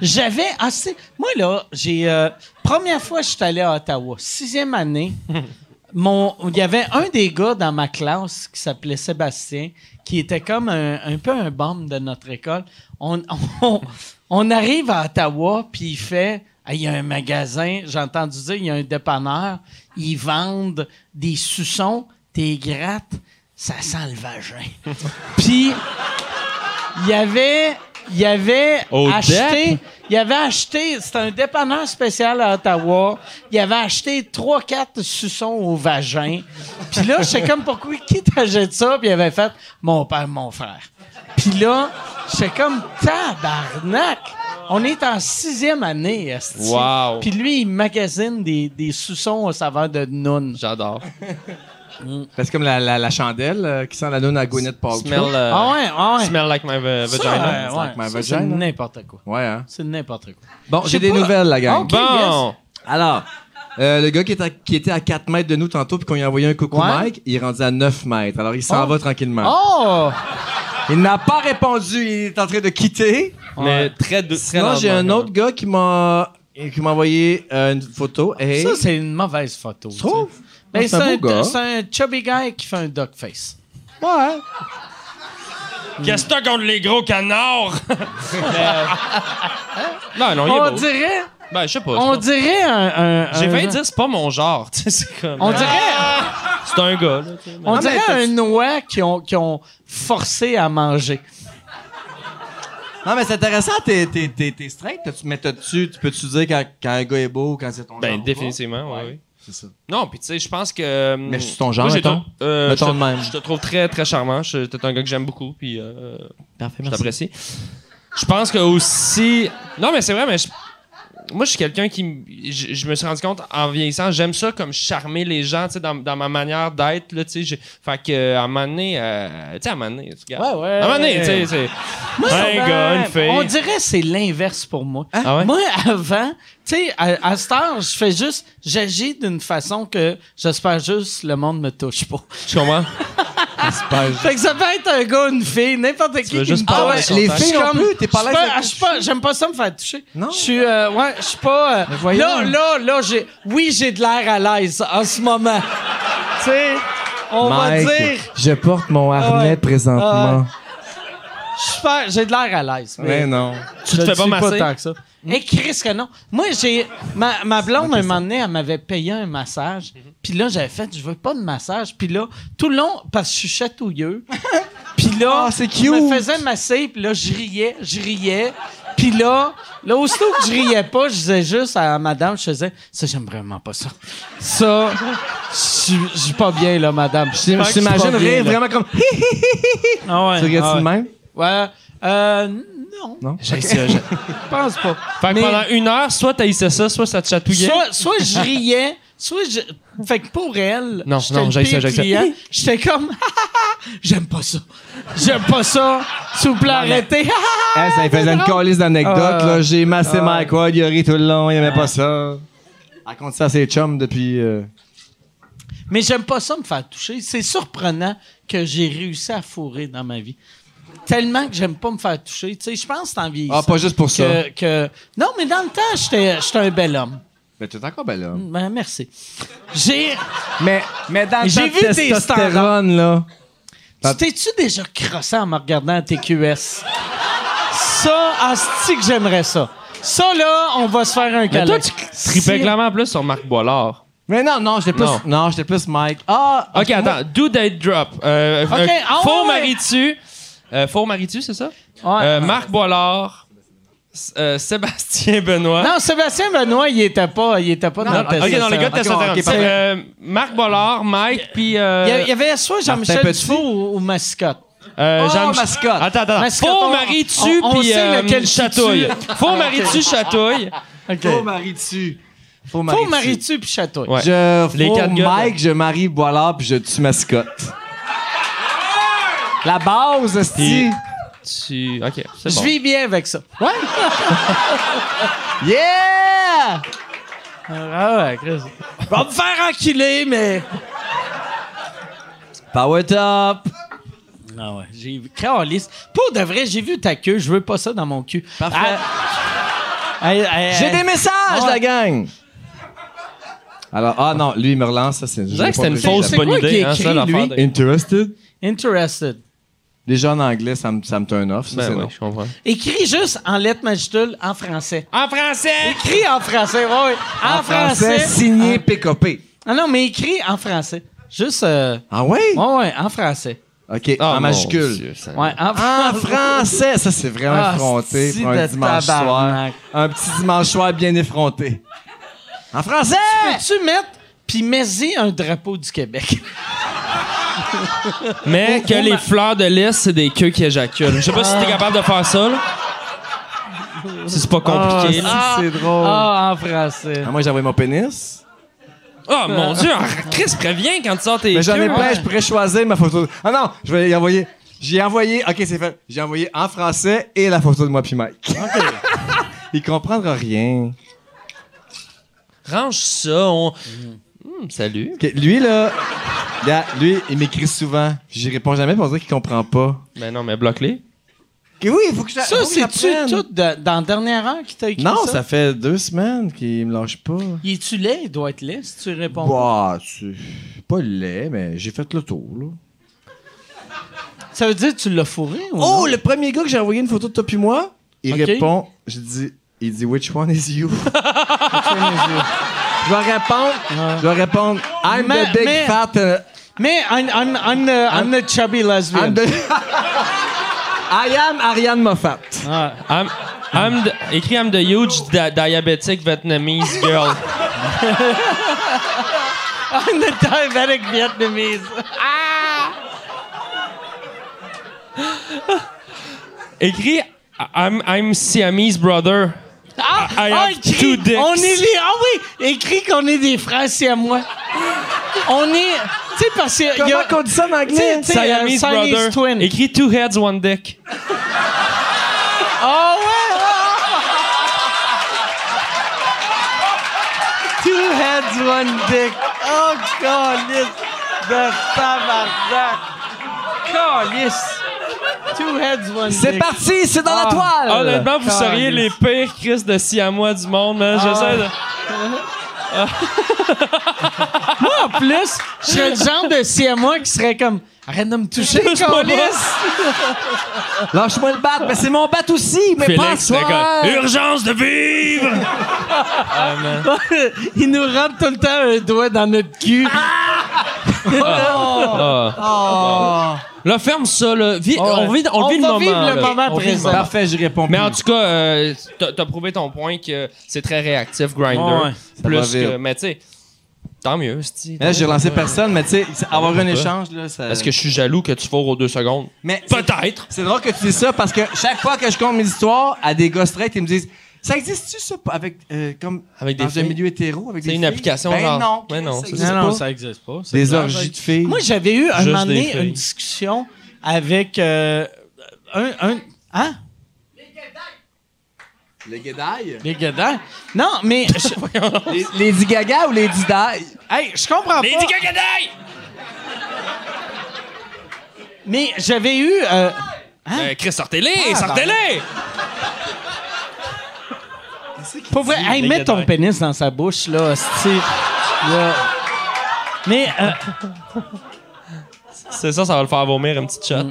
J'avais assez. Moi, là, j'ai. euh, première fois, je suis allé à Ottawa, sixième année. Mon, il y avait un des gars dans ma classe qui s'appelait Sébastien, qui était comme un, un peu un bombe de notre école. On, on, on arrive à Ottawa, puis il fait Ah, il y a un magasin, j'ai entendu dire, il y a un dépanneur, ils vendent des suçons, t'es grattes, ça sent le vagin. puis il avait, il avait
Au
acheté, il avait acheté, c'est un dépanneur spécial à Ottawa, il avait acheté 3 4 suçons au vagin. Puis là, je sais comme pourquoi qui t'achète ça, puis il avait fait mon père, mon frère. Puis là, j'étais comme tabarnak. On est en sixième année, esti.
Wow.
Puis lui, il magasine des, des sous-sons au saveur de noun.
J'adore.
C'est comme la, la, la chandelle euh, qui sent la noune à Gwyneth
Smell,
Paltrow.
euh,
Ah ouais, ah ouais.
smell like my va-
Ça,
vagina.
ouais,
like my
ouais, ça, c'est
vagina.
n'importe quoi.
Ouais, hein.
C'est n'importe quoi.
Bon,
Je
j'ai
sais
des
pas.
nouvelles, la gang.
Ah,
Ok,
Bon.
Alors, euh, le gars qui, est à- qui était à 4 mètres de nous tantôt puis qu'on lui a envoyé un coucou
Ouais.
Mike, il est rendu à 9 mètres. Alors, il s'en
Oh.
va tranquillement.
Oh!
Il n'a pas répondu, il est en train de quitter.
Mais très dou- très
Sinon, j'ai
lentement,
un
quand
autre gars qui m'a qui m'a envoyé euh, une photo. Hey.
Ça, c'est une mauvaise photo. Tu
trouves?
Ben, c'est
Non, c'est un
un,
beau gars.
c'est un chubby guy qui fait un duck face.
Ouais.
même. Qu'est-ce que t'as contre les gros canards? euh, non, non, il est
On
beau.
dirait,
Ben, je sais pas.
on
c'est
dirait un. un-
pas- J'ai
un-
failli dire, c'est pas mon genre. tu sais, c'est comme.
On
euh,
dirait,
C'est un gars, là. tu sais, mais-
on dirait un noix qui ont, qui ont forcé à manger.
Non, mais c'est intéressant, t'es, t'es, t'es, t'es straight. T'as-tu, mais t'as-tu, tu peux-tu dire quand, quand un gars est beau ou quand c'est ton genre? ou
Ben,
pas?
définitivement, oui.
Ouais,
oui.
C'est ça.
Non, puis tu sais, je pense que. euh,
Mais je suis ton genre,
moi, j'ai
mettons.
tout- euh,
Mettons
je te-
de même.
Je te trouve très, très charmant. Je- T'es un gars que j'aime beaucoup, puis euh,
Parfait,
je
merci.
t'apprécie. Je pense que aussi. Non, mais c'est vrai, mais je- moi, je suis quelqu'un qui. m- Je, je me suis rendu compte en vieillissant, j'aime ça comme charmer les gens, tu sais, dans, dans ma manière d'être, là, tu sais. j'ai- Fait que, euh, à un moment donné, euh, tu sais, à un moment donné, tu regardes.
Ouais, ouais.
À un moment donné, tu sais, c'est. Un gars, une fille.
On dirait que c'est l'inverse pour moi.
Ah ouais?
Moi, avant, tu sais, à, à cette heure, je fais juste, j'agis d'une façon que j'espère juste le monde me touche pas.
Tu comprends?
Fait que ça peut être un gars, une fille, n'importe qui.
veux
qui
juste
me
pas
parle.
avoir
Je
son
suis
temps. Les filles non plus, t'es pas
je
à
suis
l'aise à
je suis pas- J'aime pas ça me faire toucher.
Non.
Je suis, euh, ouais, je suis pas. euh,
voyons.
là, là, là, j'ai. Oui, j'ai de l'air à l'aise en ce moment. tu sais, on
Mike,
va dire.
je porte mon harnais
ouais.
présentement.
je suis pas- J'ai de l'air à l'aise. mais-
Ah Mais non.
Tu te fais pas masser.
tant que ça. Et Chris que non. Moi, j'ai. Ma, ma blonde, un moment donné, elle m'avait payé un massage. Puis là, j'avais fait, je veux pas de massage. Puis là, tout le long, parce que je suis chatouilleux. Puis là,
Ah, c'est
je me
cute.
faisais masser. Puis là, je riais, je riais. Puis là, là, aussitôt que je riais pas, je disais juste à madame, je faisais, ça, j'aime vraiment pas ça. Ça, je je suis pas bien, là, madame.
Je
Je
t'imagine rire vraiment comme. Eh, Hi, hi, hi, hi, hi.
Ah ouais,
Tu
ah
regardes-tu
ouais.
de même?
Ouais. Euh, non.
Non?
J'ai- Je pense pas.
Fait que
Mais-
pendant une heure, soit t'haïssais ça, soit ça te chatouillait.
Soit, soit je riais, soit je. Fait que pour elle,
Non,
j'étais
non,
le
j'ai ça,
pire
j'ai ça.
client. J'étais comme, j'aime pas ça. J'aime pas ça. S'il vous plaît, arrêtez.
Eh, ça lui faisait une calice d'anecdotes.
Ah.
là. J'ai massé Mike Ward, il a ri tout le long, il aimait pas ça. Elle compte Ah. ça à ses chums depuis. euh,
Mais j'aime pas ça me faire toucher. C'est surprenant que j'ai réussi à fourrer dans ma vie. Tellement que j'aime pas me faire toucher. Tu sais, je pense que c'est en vieillissant
Ah, pas juste pour ça.
que, que- Non, mais dans le temps, j'étais j'étais un bel homme.
Mais t'es encore belle, hein. là.
Ben, merci. J'ai.
Mais, mais dans
J'ai
le
vu
temps de
des
testostérone, là.
Tu t'es-tu déjà crossé en me regardant à TQS? ça, asti que j'aimerais ça. Ça, là, on va se faire un
Mais
câlin.
toi, tu tripais clairement plus sur Marc Boilard.
Mais non, non, j'étais plus.
Non.
Non, j'étais plus Mike. Ah!
Ok, attends. Do date drop. Euh,
Ok,
euh,
ah
faux
ouais.
Maritu. Euh, faux Maritu, c'est ça?
Ouais.
Euh, Marc Boilard. S- euh, Sébastien Benoît.
Non, Sébastien Benoît, il était pas, il était pas dans
Non,
le test.
ok, non, les gars de
Ok,
Testosterone.
ok,
C'est,
parfait.
euh, Marc Boilard, Mike, puis euh,
Il y a- il y avait soit Jean-Michel
Martin Petit.
Dufault ou, ou Mascotte.
euh,
Oh,
Jean-Mich-
mascotte.
Attends, attends.
Mascotte,
faux
on-
Maritu,
on- on
puis
sait
euh,
lequel tu
Chatouille.
tues.
Faux Maritu, Chatouille.
Faut marie dessus. Faut
Faut
marie
marie tu puis Château.
Ouais.
Je
Les
faut
quatre gars,
Mike, je marie Boilard, puis je tue mascotte. La base,
Et-
esti.
Tu. Ok, c'est
Je
bon.
vis bien avec ça.
Yeah!
Ah ouais, Chris. Va me faire enculer, mais.
Power top!
Ah ouais, j'ai vu. Calisse. Pour de vrai, j'ai vu ta queue. Je veux pas ça dans mon cul.
Parfait.
Ah, ah, ah,
J'ai des messages,
Ouais.
la gang! Alors, ah non, lui, il me relance, ça, c'est. Je
dirais que c'était une
C'est-
fausse
c'est
bonne
quoi
idée,
qui
hein,
écrit,
ça, l'affaire
lui?
de-
Interested?
Interested.
Déjà en anglais, ça me, ça me turn off, ça,
Ben
c'est
ouais,
non.
je comprends.
Écris juste en lettres majuscules en français.
En français!
Écris en français, oui. oui. En, français.
signé PKP.
Ah non, mais écris en français. Juste. Euh...
Ah ouais?
Ouais, ouais, en français.
OK,
Ah,
en
mon
majuscule.
Dieu, ça-
Ouais, en
En français, ça c'est vraiment
Ah,
effronté
si
pour un
de
dimanche soir.
tabarnak.
Un petit dimanche soir bien effronté. En français!
Peux-tu mettre, puis mets-y un drapeau du Québec?
Mais que les fleurs de lys, c'est des queues qui éjaculent. Je sais pas si t'es capable de faire ça, là. Si c'est pas compliqué, là.
Ah, si, c'est drôle.
Ah, en français.
Ah, moi j'avais mon pénis.
Oh mon dieu, ah, Chris, préviens quand tu sors tes
Mais j'en ai
queues.
plein, je pourrais choisir ma photo. Ah non, je vais y envoyer. J'ai envoyé, ok, c'est fait. J'ai envoyé en français et la photo de moi puis Mike. Il comprendra rien.
Range ça, on... Hmm, salut.
Ok, Lui, là, gars, lui, il m'écrit souvent. J'y réponds jamais pour dire qu'il comprend pas.
Mais Ben non, mais bloque-les.
Que oui, il faut que je
Ça, c'est-tu tout de- dans la dernière heure qui t'a écrit
Non,
ça?
ça fait deux semaines qu'il me lâche pas.
Il est-tu laid? Il doit être laid si tu réponds.
Bah, c'est pas laid, mais j'ai fait le tour, là.
Ça veut dire que tu l'as fourré ou
Oh,
non?
le premier gars que j'ai envoyé une photo de toi puis moi, il
Ok.
répond, je dis, il dit Which one is you? je vais répondre, je vais répondre, I'm
Mais-
the big
mais-
fat, uh,
Mais I'm, I'm, I'm, the, I'm the chubby lesbian.
I'm the- I am Ariane Moffat.
Ah.
I'm, I'm the- écrit I'm the huge di- diabetic Vietnamese girl.
I'm the diabetic Vietnamese.
Écrit I'm, I'm Siamese brother.
Ah,
I
ah,
have two dicks.
On est les, ah oui, écrit qu'on est des frères siamois. on est, tu sais parce que y
Comment
a,
qu'on dit ça en
tu sais,
anglais?
tu sais, euh, Siamese
brother.
twin.
Écrit two heads, one dick.
Ah ouais. Two heads, one dick. Oh, calice de tabarnak. Calice. Two heads, one dick.
C'est parti, c'est dans la
Ah.
toile!
Honnêtement, vous
Caliste.
seriez les pires Chris de Siamois du monde, man.
Ah.
J'essaie de.
En plus, je serais le genre de siamois qui serait comme, arrête de me toucher,
Touche pas
calice.
Lâche-moi le bat, mais c'est mon bat aussi, mais pas à
Félix,
soir.
d'accord. Urgence de vivre!
Il nous rentre tout le temps un doigt dans notre cul.
Ah.
Ah.
Là, ferme ça, là. Vi-
ouais.
On, vit, on,
On
vit le
va
moment.
vivre le
là.
moment
On vit le
présent.
moment.
Parfait, j'y réponds
Mais en
plus.
tout cas, euh, t'as t'as prouvé ton point que c'est très réactif, Grinder.
Ouais.
va
Plus
vite.
que. Mais tu sais, tant mieux, c'ti.
Là, j'ai relancé personne, mais tu sais, avoir un
Ouais.
échange, là, ça...
Parce que je suis jaloux que tu fourres aux deux secondes.
Mais Euh. c'est-
Peut-être!
C'est drôle que tu dis ça parce que chaque fois que je compte mes histoires à des gars straight, ils me disent Ça existe-tu ça avec, euh, comme
Avec des
dans un
filles?
milieu hétéro avec
C'est
des
une
filles?
application,
ben
genre.
Non,
Mais non,
ça
c'est
existe
Non, non,
pas.
ça existe pas. C'est
Des
clair.
orgies de filles.
Moi, j'avais eu un
Juste
moment
des
donné
filles.
une discussion avec euh, un, un. Hein?
Les guédailles.
Les guédins? Non, mais. je-
Les, Lady Gaga ou les Didailles
hey, je comprends
Lady
pas.
Gagaday!
Mais j'avais eu. euh,
Euh, Chris, sortez-les!
Ah,
ben.
sortez-les!
pour vrai, hey, mets ton pénis dans sa bouche, là, hostie. Là. Mais.
Ah,
euh,
C'est ça, ça va le faire vomir un petit chat.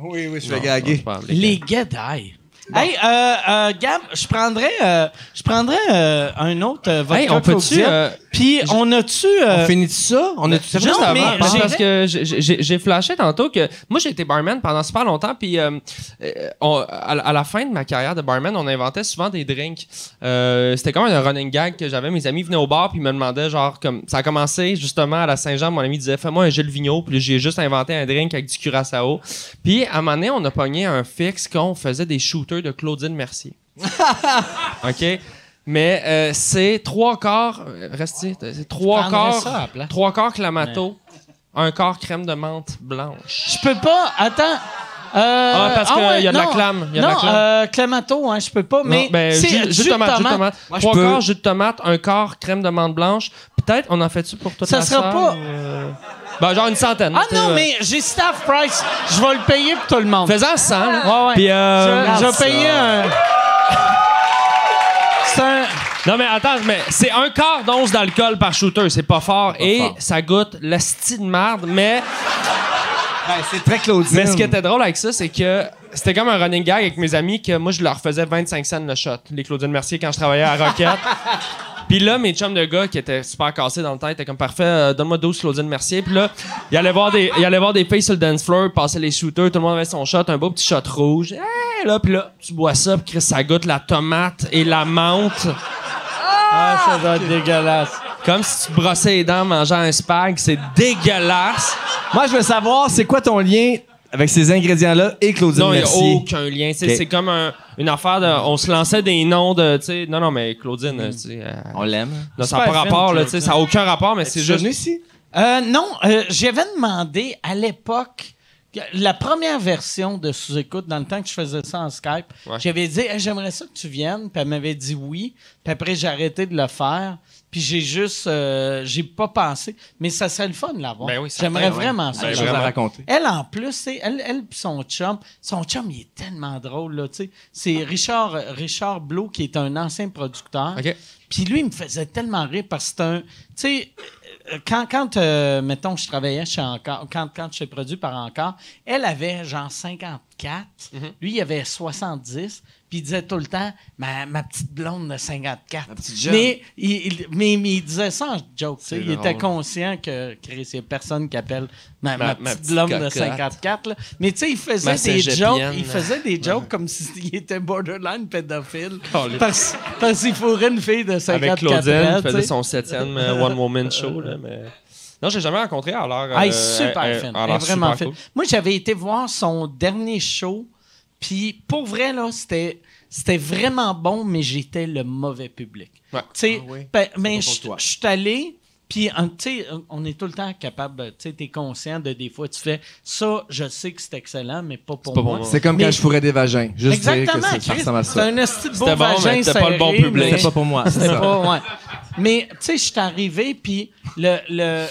Oui, oui, je vais gaguer.
Les Jedi. Hey, euh, euh, Gab, je prendrais, euh, je prendrais euh, un autre euh, vodka
Hey, on peut-tu,
Claudia.
euh,
Puis on a-tu... euh,
On finit ça On a tout ça
Non,
Juste
mais
avant, parce-
j'ai-
parce que j'ai- j'ai j'ai flashé tantôt que moi j'ai été barman pendant super longtemps, puis euh, euh, on- à, la- à la fin de ma carrière de barman, on inventait souvent des drinks. Euh, C'était comme un running gag que j'avais. Mes amis venaient au bar puis ils me demandaient genre comme ça a commencé justement à la Saint-Jean, mon ami disait fais-moi un Gilles Vigneault, puis j'ai juste inventé un drink avec du curaçao. Puis à un moment donné, on a pogné un fixe qu'on faisait des shooters de Claudine Mercier. OK? Mais euh, c'est trois quarts, euh, restez, c'est trois
prendrais
quarts,
ça à la place.
trois quarts clamato, un quart crème de menthe blanche.
Je peux pas. Attends. Euh,
Ah, parce que
ouais,
y a de la
non.
clame, y a de
non,
la clame.
euh, clamato, hein, je peux pas. Mais
Non, ben,
c'est
jus,
du
jus de tomate, jus de tomate.
Moi, je
trois
peux.
quarts jus de tomate, un quart crème de menthe blanche. Peut-être on en fait-tu pour toute
Ça
la
sera
salle,
pas-
ou, euh, ben, genre une centaine.
Ah
tu sais,
non,
euh,
mais j'ai staff price. Je vais le payer pour tout le monde.
Fais-en 100, là.
Ouais, ouais.
Puis, euh,
je, je vais payer un... C'est un...
Non, mais attends, mais c'est un quart d'once d'alcool par shooter. C'est pas fort. et
fort.
ça goûte la de marde, mais...
C'est très Claudine.
Mais ce qui était drôle avec ça, c'est que c'était comme un running gag avec mes amis que moi, je leur faisais 25 cents le shot. Les Claudine Mercier, quand je travaillais à Rocket. Puis là, mes chums de gars qui étaient super cassés dans le temps étaient comme parfait, euh, donne-moi 12 Claudine Mercier. Puis là, ils allaient voir des, ils allaient voir des filles sur le dance floor, passer les shooters, tout le monde avait son shot, un beau petit shot rouge. Hey, là, puis là, tu bois ça, puis Chris, ça goûte la tomate et la menthe.
Ah, ça doit être dégueulasse.
Comme si tu te brossais les dents en mangeant un spag, c'est dégueulasse.
Moi, je veux savoir, c'est quoi ton lien avec ces ingrédients-là et Claudine
Non, il n'y a
Mercier?
aucun lien. Tu sais,
Ok.
C'est comme un- une affaire de. On se lançait des noms de. tu sais, Non, non, mais Claudine,
Mm.
tu sais, euh,
On l'aime.
non, ça n'a pas
Super
rapport,
fine,
là, tu sais, ça n'a aucun rapport, mais c'est juste.
ici?
Euh, non, euh, j'avais demandé à l'époque, que- la première version de Sous-Écoute, dans le temps que je faisais ça en Skype,
Ouais.
j'avais dit Hey, J'aimerais ça que tu viennes. Puis elle m'avait dit oui. Puis après, j'ai arrêté de le faire. Puis j'ai juste, euh, j'ai pas pensé. Mais ça serait le fun de l'avoir.
Ben oui, certain,
J'aimerais
ouais.
vraiment ça.
Ben,
l'avoir.
vraiment.
raconter.
Elle, en plus, c'est- elle, elle pis son chum, son chum, il est tellement drôle, là, tu sais. C'est Richard, Richard Blow, qui est un ancien producteur.
OK.
Puis lui, il me faisait tellement rire parce que c'est un... Tu sais, euh, quand, quand euh, mettons, je travaillais chez Encore, quand, quand je produit par Encore, elle avait genre 54, lui, il avait 70, puis il disait tout le temps, ma, ma petite blonde de 54.
petite jeune.
Mais il, il- mais, mais il disait ça en joke, tu sais. Il
drôle.
était conscient que, Chris, il y a personne qui appelle ma, ma
Ma-
petite
ma petite
blonde de
cocotte.
54. là. Mais tu sais, il faisait
Ma
des jokes,
cégepienne.
il faisait des jokes comme s'il était borderline pédophile.
Oh.
parce parce qu'il fourrait une fille de 54
Avec Claudine,
ans.
qui faisait
tu sais.
son septième euh, One Woman Show, là, mais. Non, j'ai jamais rencontré, alors.
Ah, elle
euh,
est super
elle-
fine.
elle a
Elle est
l'air
vraiment
super
fine.
cool.
Moi, j'avais été voir son dernier show, puis pour vrai, là, c'était. C'était vraiment bon, mais j'étais le mauvais public.
Ouais.
Tu sais, ben, mais
pour
je
toi.
je suis allé, puis hein, tu sais, on est tout le temps capable, tu sais, t'es conscient de des fois, tu fais ça, je sais que c'est excellent, mais pas pour
pas pour
moi.
moi.
C'est comme
Mais-
quand je fourrais des vagins. Juste dire que
Exactement,
ça- ça
Chris.
ressemble à
C'est
ça.
un esti de beau
C'était bon,
vagin
mais c'était pas le bon
serré,
public.
mais-
C'était pas
pour moi, c'est
C'était
ça.
pas, ouais. Mais, tu sais, je suis arrivé, puis le... le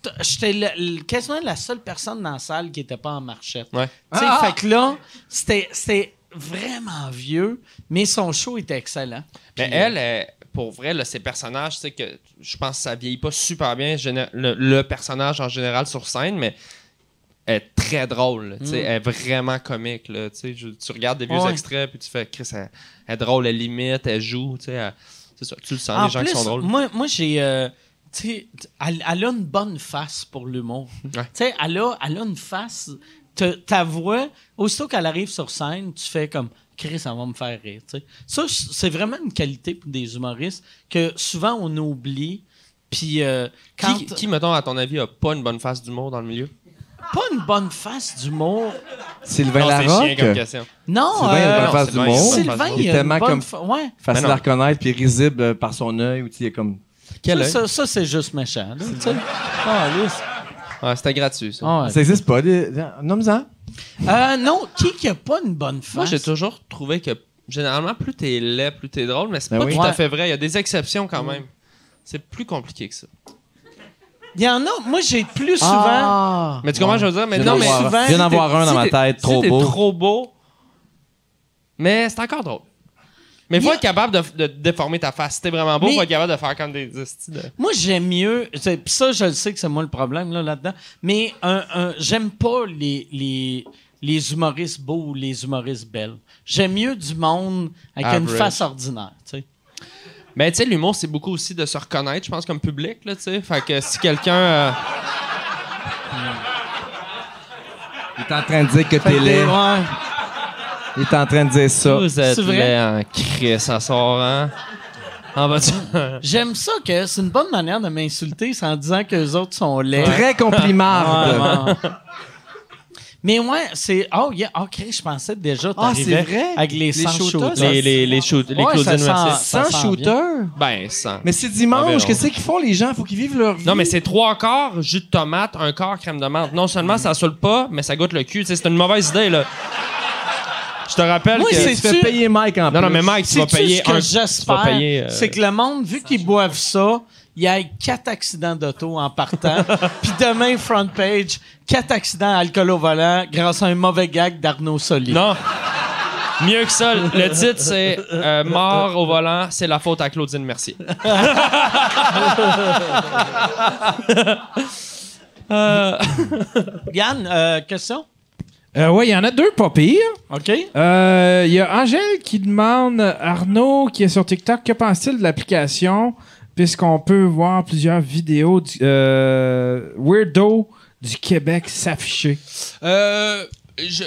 t- J'étais le- le- quasiment la seule personne dans la salle qui n'était pas en marchette.
Ouais.
Tu sais,
Ah!
fait que là, c'était- c'était vraiment vieux, mais son show était excellent.
Mais elle, elle, pour vrai, là, ses personnages, tu sais que je pense que ça vieillit pas super bien, géné- le, le personnage en général sur scène, mais elle est très drôle. là, tu sais, Elle est vraiment comique. Là, tu sais, je- tu regardes des vieux
Mm. Ouais.
extraits, puis tu fais, Chris, elle, elle est drôle, elle limite, elle joue. Tu sais, elle- c'est ça, tu le sens,
En
Hein, les gens
plus,
qui sont drôles.
Moi, moi j'ai. euh, tu sais, t- elle, elle a une bonne face pour l'humour. Tu sais, elle a, elle a une face. te- ta voix, aussitôt qu'elle arrive sur scène, tu fais comme Chris, ça va me faire rire. tu sais. Ça, c- c'est vraiment une qualité pour des humoristes que souvent on oublie. Puis euh, quand.
Qui, qui, mettons, à ton avis, a pas une bonne face d'humour dans le milieu?
Pas une bonne face d'humour.
Sylvain
Non, c'est
Larocque,
chien comme question.
Non,
Sylvain, il a une
euh,
bonne face
Sylvain,
d'humour.
il a une bonne
Sylvain,
face
il
Il
a
est
une
tellement
bonne
comme-
fa- Ouais.
Mais
facile
non.
à reconnaître puis risible euh, par son œil ou tu sais, il est comme
Quel
Ça,
œil?
ça, ça, c'est juste méchant. là, tu sais. Ah, oui, c'est-
Ah, C'était gratuit, ça.
ah, ouais.
ça existe pas des nomme-en
Euh, non, qui qui a pas une bonne face?
Moi, j'ai toujours trouvé que généralement, plus t'es laid, plus t'es drôle, mais c'est
Ben
pas
oui.
tout à
Ouais.
fait vrai. Il y a des exceptions quand même. C'est plus compliqué que ça.
Il y en a. Moi, j'ai plus souvent.
Ah!
Mais tu comprends, je veux dire, mais non, mais
voir- souvent,
je viens d'en
si t'es-
voir un dans
si
ma
t'es-
tête,
si
trop
t'es
beau.
trop beau, mais c'est encore drôle. Mais faut
Yeah.
être capable de, de déformer ta face. Si t'es vraiment beau,
Mais-
faut être capable de faire comme des des styles de-
Moi, j'aime mieux. c'est- Puis ça, je le sais que c'est moi le problème là, là-dedans. mais un, un- j'aime pas les, les, les humoristes beaux ou les humoristes belles. J'aime mieux du monde avec une
Average.
face ordinaire. tu sais.
Mais Ben, tu sais, l'humour, c'est beaucoup aussi de se reconnaître, je pense, comme public, là, tu sais. Fait que si quelqu'un... euh,
Il est en train de dire que t'es laid.
Ouais.
Il est en train de dire ça.
Vous êtes
C'est vrai?
laid en crise, ça sort, hein? En bas de-
J'aime ça que c'est une bonne manière de m'insulter sans disant que les autres sont laids.
Très complimarde.
Ouais, ouais. Mais ouais, c'est. Oh, yeah. OK, je pensais déjà.
Ah, c'est
t'arrivais
vrai?
Avec les,
Les
100
shooters,
shooters.
ça,
les, les, les, shoot- les
Ouais,
Claudine
ça sent-
Mercier.
ça
Sans
sent
shooter.
Ben, sans.
Mais c'est
On verra.
dimanche, qu'est-ce qu'ils font les gens? Faut qu'ils vivent leur vie.
Non, mais c'est trois quarts jus de tomate, un quart crème de menthe. Non seulement ça saoule pas, mais ça goûte le cul. Tu sais, C'est une mauvaise idée, là. Je te rappelle
Moi,
que...
Tu
c'est-
fais payer Mike en
Non, non,
plus.
mais Mike, tu vas
Sais-tu
payer
ce que
un...
j'espère,
payer, euh,
c'est que le monde, vu qu'ils boivent ça, il y a quatre accidents d'auto en partant. Puis demain, front page, quatre accidents à alcool au volant grâce à un mauvais gag d'Arnaud Soli.
Non. Mieux que ça, le titre, c'est euh, Mort au volant, c'est la faute à Claudine Mercier.
Yann, euh, question?
Euh, ouais, il y en a deux, pas pire.
OK?
Euh, Il y a Angèle qui demande Arnaud, qui est sur TikTok, que pense-t-il de l'application puisqu'on peut voir plusieurs vidéos du euh, Weirdo du Québec s'afficher.
Euh, je-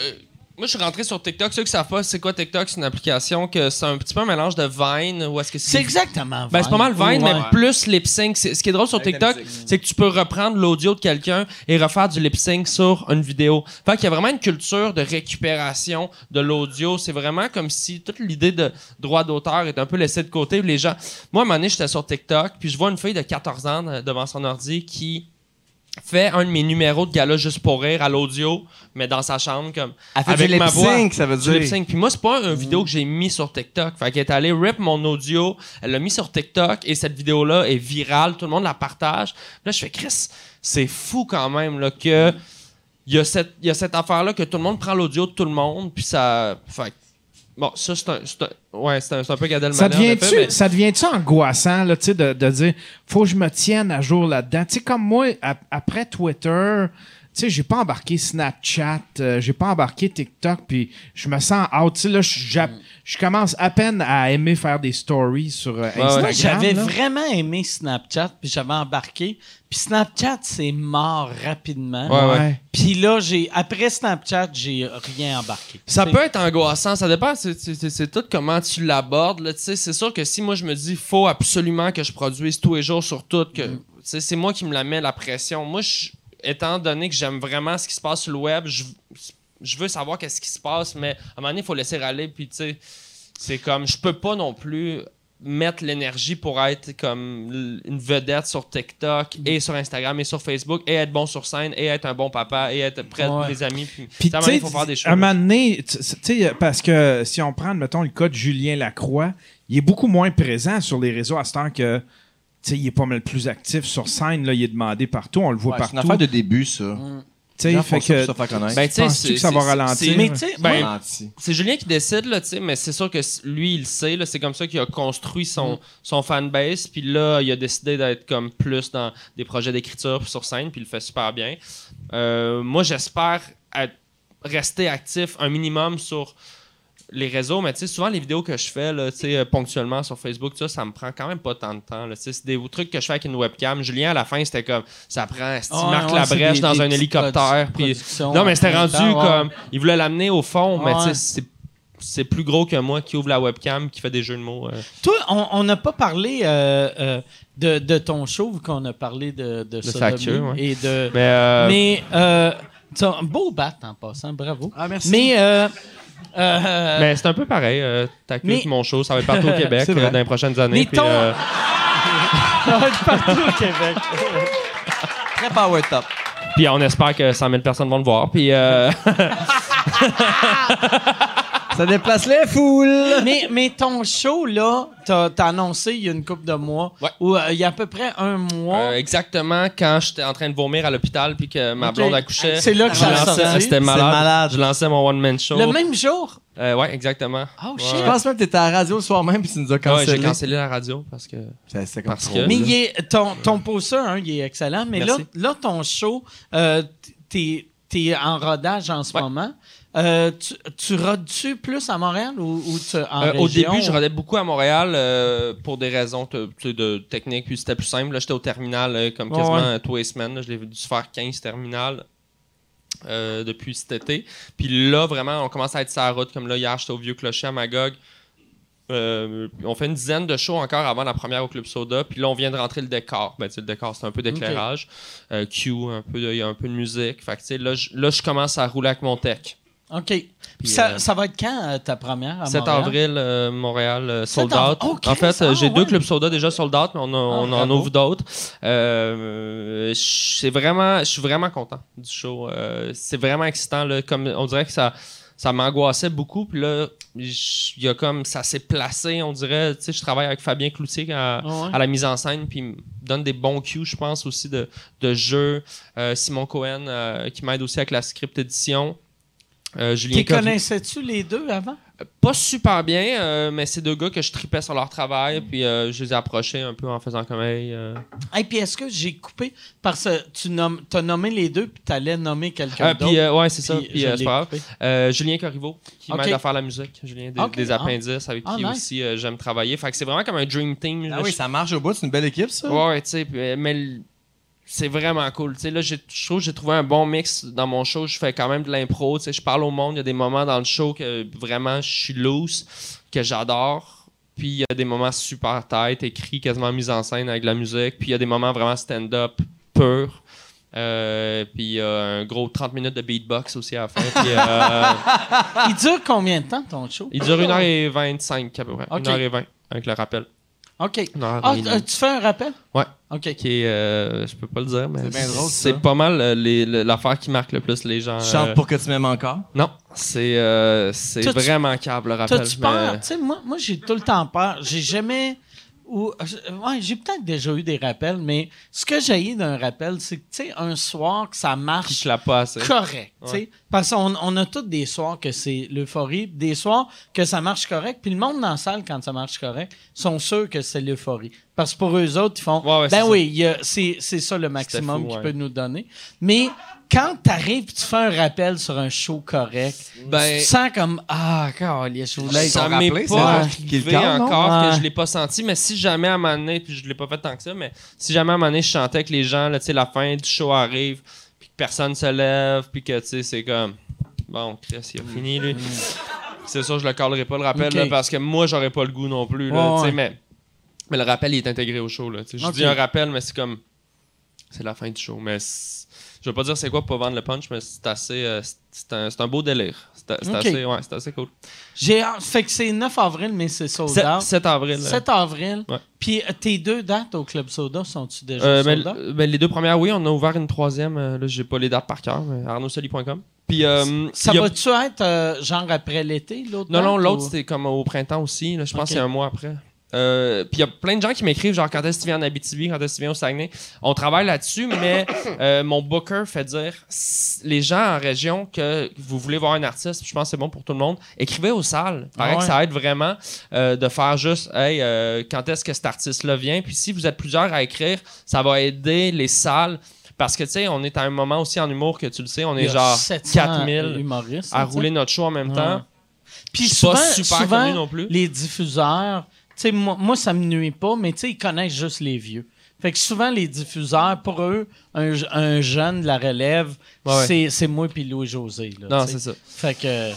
Moi, je suis rentré sur TikTok. Ceux qui savent pas, c'est quoi TikTok? C'est une application que c'est un petit peu un mélange de Vine ou est-ce que
C'est
c'est.
exactement
Ben, c'est pas mal Vine,
Ouais.
mais plus lip sync. C'est- Ce qui est drôle sur
Avec la
TikTok, c'est que tu peux reprendre l'audio de quelqu'un et refaire du lip sync sur une vidéo. Fait qu'il y a vraiment une culture de récupération de l'audio. C'est vraiment comme si toute l'idée de droit d'auteur est un peu laissée de côté. Les gens. Moi, à un moment donné, j'étais sur TikTok, puis je vois une fille de 14 ans euh, devant son ordi qui fait un de mes numéros de gala juste pour rire à l'audio, mais dans sa chambre, comme
Elle fait
Avec
du
ma voix.
lip-sync, ça veut
du
dire.
lip sync. Puis moi, c'est pas une vidéo que j'ai mis sur TikTok. Fait qu'elle est allée rip mon audio, elle l'a mis sur TikTok et cette vidéo-là est virale, tout le monde la partage. Là, je fais Chris, c'est fou quand même là, que il y a cette, il y a cette affaire-là que tout le monde prend l'audio de tout le monde, puis ça. Fait que- Bon, ça, c'est un, c'est un- Ouais, c'est un, c'est un peu Gadel
Ça devient-tu ça devient-tu angoissant là, tu sais, de, de dire faut que je me tienne à jour là-dedans? Tu sais, comme moi, ap- après Twitter, tu sais, j'ai pas embarqué Snapchat, euh, j'ai pas embarqué TikTok, puis je me sens out. Tu sais, là, je- j'a- je commence à peine à aimer faire des stories sur euh, Instagram.
Ah ouais.
Moi, j'avais
là.
vraiment aimé Snapchat, puis j'avais embarqué. Puis Snapchat, c'est mort rapidement.
Ouais, ouais.
Ouais.
Puis là, j'ai après Snapchat, j'ai rien embarqué.
Ça
C'est-
peut être angoissant, ça dépend, c'est- c'est c'est- c'est tout comment tu l'abordes. là, tu sais. C'est sûr que si moi je me dis, faut absolument que je produise tous les jours sur tout, que
Mm-hmm.
tu sais, c'est moi qui me la mets la pression. Moi, je- étant donné que j'aime vraiment ce qui se passe sur le web, je, je veux savoir qu'est-ce qui se passe, mais à un moment donné, il faut laisser aller. Puis tu sais, c'est comme, je peux pas non plus mettre l'énergie pour être comme l- une vedette sur TikTok
Mm-hmm.
et sur Instagram et sur Facebook et être bon sur scène et être un bon papa et être près
Ouais.
de mes amis. Puis,
Puis,
à un
tu
moment donné,
sais,
faut faire des choses.
un moment donné, tu tu sais, euh, parce que si on prend, mettons, le cas de Julien Lacroix, il est beaucoup moins présent sur les réseaux à ce temps que, tu sais, il est pas mal plus actif sur scène, là, il est demandé partout, on le voit
Ouais, c'est une
partout.
affaire de début, ça.
Tu sais,
Les gens
fait
font ça
que,
pour se faire connaître.
Ben, tu sais,
penses-tu
c'est-
que ça va
c'est-
ralentir?
c'est-
Mais tu sais,
Ben,
moi,
Menti.
C'est Julien qui décide, là, tu sais, mais c'est sûr que c- lui, il le sait, là, c'est comme ça qu'il a construit son, son fanbase, puis là, il a décidé d'être comme plus dans des projets d'écriture puis sur scène, puis il le fait super bien. Euh, moi, j'espère être- rester actif un minimum sur les réseaux, mais tu sais, souvent les vidéos que je fais, là, tu sais, euh, ponctuellement sur Facebook, ça, ça me prend quand même pas tant de temps, là, tu sais, c'est des trucs que je fais avec une webcam. Julien, à la fin, c'était comme, ça prend, esti,
Ouais,
Marc
ouais, c'est
Labrèche
des-
dans
des
un
petites
hélicoptère,
produ-
puis
productions
non, mais c'était
en même
rendu
temps, ouais.
comme. Il voulait l'amener au fond, mais
Ouais.
tu sais, c'est- c'est plus gros que moi qui ouvre la webcam, qui fait des jeux de mots. euh.
Toi, on on n'a pas parlé euh, euh, de, de ton show, vu qu'on a parlé de, de, sodomie
facture, ouais.
et de.
Mais, euh,
Mais, euh, tu as un beau bat en passant, bravo.
Ah, merci.
Mais, euh, euh,
mais c'est un peu pareil. Euh, T'as
Mais-
mon show, ça va être partout au Québec
C'est vrai.
euh, dans les prochaines années.
Mais
puis,
ton-
euh,
partout au Québec.
Très power top.
puis on espère que 100 000 personnes vont le voir. Puis euh,
Ça déplace les foules.
mais, mais ton show, là, t'as t'as annoncé il y a une couple de mois,
Ouais.
ou euh, il y a à peu près un mois.
euh, exactement quand j'étais en train de vomir à l'hôpital, puis que ma
Ok.
blonde accouchait.
C'est là que
je
ça a
lançais-
sorti.
C'était malade.
malade.
Je lançais mon one-man show.
Le même jour?
Euh, ouais, exactement.
Oh,
Ouais,
shit.
ouais.
Je pense même que t'étais à la radio le soir même puis tu nous as
Ouais, j'ai
cancellé.
cancellé la radio parce que.
C'est- c'est
Parce
trop
que-
drôle.
Mais il est- ton, ton poster, hein, il est excellent. Mais là,
Merci.
là, ton show, euh, t'es es en rodage en ce
Ouais.
moment. Euh, tu, tu rodes-tu plus à Montréal ou, ou tu, en
Euh, au
région?
début, je rodais beaucoup à Montréal euh, pour des raisons de, tu sais, de technique, puis c'était plus simple. Là, J'étais au terminal euh, comme
Ouais,
quasiment
ouais.
euh, tous les semaines. là. Je l'ai dû faire 15 terminales euh, depuis cet été. Puis là, vraiment, on commence à être sur la route. Comme là, hier, j'étais au Vieux Clocher à Magog. Euh, on fait une dizaine de shows encore avant la première au Club Soda. Puis là, on vient de rentrer le décor. Ben, tu sais, le décor, c'est un peu d'éclairage. Euh, Q, un peu de- il y a un peu de musique. Fait que, tu sais, là, je- là, je commence à rouler avec mon tech.
OK. Puis ça,
euh,
ça va être quand euh, ta première à
7
Montréal?
avril, euh, Montréal, euh,
7
sold out.
avril. Oh,
en fait,
Christ,
euh,
ah,
j'ai
ouais. Ah,
deux clubs soda déjà sold out, mais on, a- on en
bravo.
ouvre d'autres. Euh, euh, c'est vraiment, je suis vraiment content du show. Euh, c'est vraiment excitant. là. comme, on dirait que ça, ça m'angoissait beaucoup. Puis là, j- il y a comme, ça s'est placé, on dirait. Tu sais, je travaille avec Fabien Cloutier à,
Ah ouais?
à la mise en scène, puis il me donne des bons cues, je pense, aussi de, de jeu. Euh, Simon Cohen, euh, qui m'aide aussi avec la script édition. euh, Julien
Qui
Corrier.
connaissais-tu les deux avant?
Pas super bien, euh, mais c'est deux gars que je tripais sur leur travail,
Mm.
puis euh, je les ai approchés un peu en faisant comme hey. euh.
Et puis est-ce que j'ai coupé parce que tu nommes, as nommé les deux puis t'allais nommer quelqu'un
Ah,
d'autre.
puis euh, ouais, c'est ça.
puis
Puis
je
euh,
l'ai
c'est pas grave.
coupé.
Euh, Julien Corriveau, qui
Ok.
m'aide à faire la musique. Julien des,
Ok,
des
ah.
appendices, avec
Ah,
qui
nice.
aussi euh, j'aime travailler. Fait que c'est vraiment comme un dream team. là.
Ah oui, ça marche au bout, c'est une belle équipe, ça.
Ouais, tu sais, puis, euh, mais l- c'est vraiment cool. Tu sais, là, j'ai- je trouve que j'ai trouvé un bon mix dans mon show. Je fais quand même de l'impro, tu sais, je parle au monde. Il y a des moments dans le show que vraiment je suis loose, que j'adore. Puis il y a des moments super tête, écrits, quasiment mis en scène avec de la musique. Puis il y a des moments vraiment stand-up pur. Euh, puis il y a un gros 30 minutes de beatbox aussi à la fin. Puis, euh,
Il dure combien de temps ton show?
il dure 1h25 à peu près.
Ok.
1h20 avec le rappel.
OK.
Une heure
Ah,
et demie.
euh, tu fais un rappel?
Ouais.
OK.
qui est, euh, je peux pas le dire, mais
C'est bien drôle, ça.
c'est pas mal euh, les- le- l'affaire qui marque le plus les gens.
Je
euh,
chante pour que tu m'aimes encore.
Non, c'est euh, c'est
T'as-tu-
vraiment câble le rappel.
T'as-tu
mais-
peur? Tu sais, moi, moi j'ai tout le temps peur. J'ai jamais. Ou, euh, ouais, j'ai peut-être déjà eu des rappels, mais ce que j'ai eu d'un rappel, c'est que, tu sais, un soir que ça
Qui
marche
te l'a pas assez.
correct. tu sais.
Ouais.
Parce qu'on on a tous des soirs que c'est l'euphorie, des soirs que ça marche correct, puis le monde dans la salle, quand ça marche correct, sont sûrs que c'est l'euphorie. Parce que pour eux autres, ils font
Ouais, ouais, c'est
Ben
ça.
oui, il y a- c'est c'est ça le maximum
fou,
qu'ils
ouais.
peuvent nous donner. Mais quand t'arrives et tu fais un rappel sur un show correct,
Ben-
tu te sens comme Ah, calice, je voulais
ça
sont
m'est
rappelés, c'est
pas
leur qui le
arrivé
cadre, non?
encore
Ouais.
que je l'ai pas senti, mais si jamais à un moment donné, puis je l'ai pas fait tant que ça, mais si jamais à un moment donné, je chantais que les gens, là, tu sais, la fin du show arrive, puis que personne se lève, puis que, tu sais, c'est comme... Bon, Chris, il a fini,
Mm.
lui. C'est sûr, je le calerai pas, le rappel,
Ok.
là, parce que moi, j'aurais pas le goût non plus, là,
Ouais,
tu sais,
ouais.
mais... Mais le rappel, il est intégré au show, là. tu sais. Je
Ok.
dis un rappel, mais c'est comme... C'est la fin du show, mais... c'est- Je veux pas dire c'est quoi pour vendre le punch, mais c'est assez... euh, c'est- c'est un, c'est un beau délire. C'est c'est
Ok.
assez, ouais, c'est assez cool.
J'ai hâte. Fait que c'est 9 avril, mais c'est sold
Sept-
out.
7 avril. là.
7 avril.
Ouais.
Puis euh, tes deux dates au Club Soda sont-tu déjà
Euh, mais,
sold out?
euh, ben, les deux premières, oui, on a ouvert une troisième. euh, là, j'ai pas les dates par cœur, mais arnaudsolly.com. Puis, euh,
Ça
il y a-
va-tu être euh, genre après l'été, l'autre
Non,
date,
non, l'autre,
ou-
c'était comme au printemps aussi. là, je pense
Ok.
que c'est un mois après. Euh, puis il y a plein de gens qui m'écrivent genre quand est-ce que tu viens en Abitibi, quand est-ce que tu viens au Saguenay. On travaille là-dessus, mais euh, mon booker fait dire s- les gens en région que vous voulez voir un artiste, puis je pense que c'est bon pour tout le monde, écrivez aux salles. Paraît
Ah ouais.
que ça aide vraiment euh, de faire juste hey euh, quand est-ce que cet artiste-là vient. Puis si vous êtes plusieurs à écrire, ça va aider les salles parce que tu sais on est à un moment aussi en humour que tu le sais, on
Il y
est
a
genre
700
4000
humoristes.
à
hein, tu sais.
rouler notre show en même
Ouais.
temps.
Puis
Je suis
souvent,
pas super
souvent,
connu non plus.
les diffuseurs, tu sais, moi, moi, ça me nuit pas, mais tu sais, ils connaissent juste les vieux. Fait que souvent, les diffuseurs, pour eux, un, un jeune de la relève,
Ouais, ouais.
c'est- c'est moi puis Louis-José. là,
Non,
tu sais.
c'est ça.
Fait que...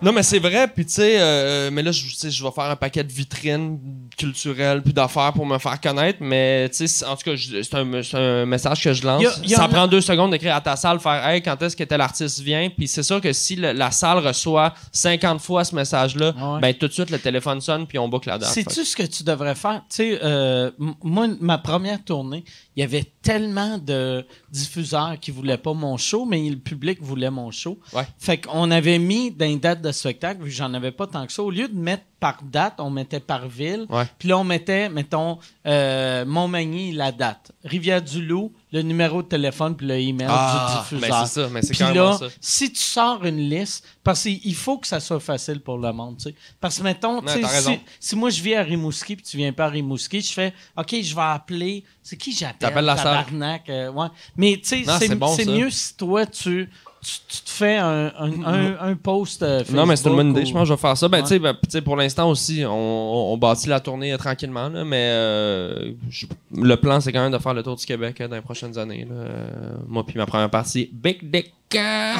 Non, mais c'est vrai, puis tu sais, euh, mais là, je tu sais, je vais faire un paquet de vitrines culturelles, puis d'affaires pour me faire connaître, mais tu sais, c'est- en tout cas, je- c'est un, c'est un message que je lance.
Y a- y a
ça
un-
prend deux secondes d'écrire à ta salle, faire « Hey, quand est-ce que tel artiste vient? » Puis c'est sûr que si le- la salle reçoit 50 fois ce message-là,
Ouais.
ben tout de suite, le téléphone sonne, puis on boucle la date. Fait
Sais-tu ce que tu devrais faire? Tu sais, euh, m- moi, ma première tournée, il y avait tellement de diffuseurs qui voulaient pas mon show, mais le public voulait mon show.
Ouais.
Fait qu'on avait mis dans les dates de spectacle, vu que j'en avais pas tant que ça, au lieu de mettre par date, on mettait par ville.
Ouais.
Puis là, on mettait, mettons, euh, Montmagny, la date. Rivière-du-Loup, le numéro de téléphone, puis le email
Ah,
du
mais
diffuseur.
c'est ça, mais c'est
Puis
carrément
là,
ça.
si tu sors une liste, parce qu'il faut que ça soit facile pour le monde, tu sais. Parce que, mettons, tu sais,
t'as
si,
raison.
si moi je vis à Rimouski puis tu viens pas à Rimouski, je fais OK, je vais appeler. C'est qui j'appelle
T'appelles la sœur.
Tabarnak, euh, ouais. Mais tu sais,
Non,
c'est
c'est bon,
c'est
ça.
mieux si toi tu, tu, tu te fais un, un, un- un post euh, Facebook.
Mm-hmm. Non, mais c'est une bonne idée.
ou-
Je pense que je vais faire ça. Ben,
Ouais.
tu sais, ben, tu sais, pour l'instant aussi, on, on- on bâtit la tournée euh, tranquillement, là, mais euh, je- le plan, c'est quand même de faire le tour du Québec euh, dans les prochaines années. là. Euh, moi, puis ma première partie, ben, Big Dick euh,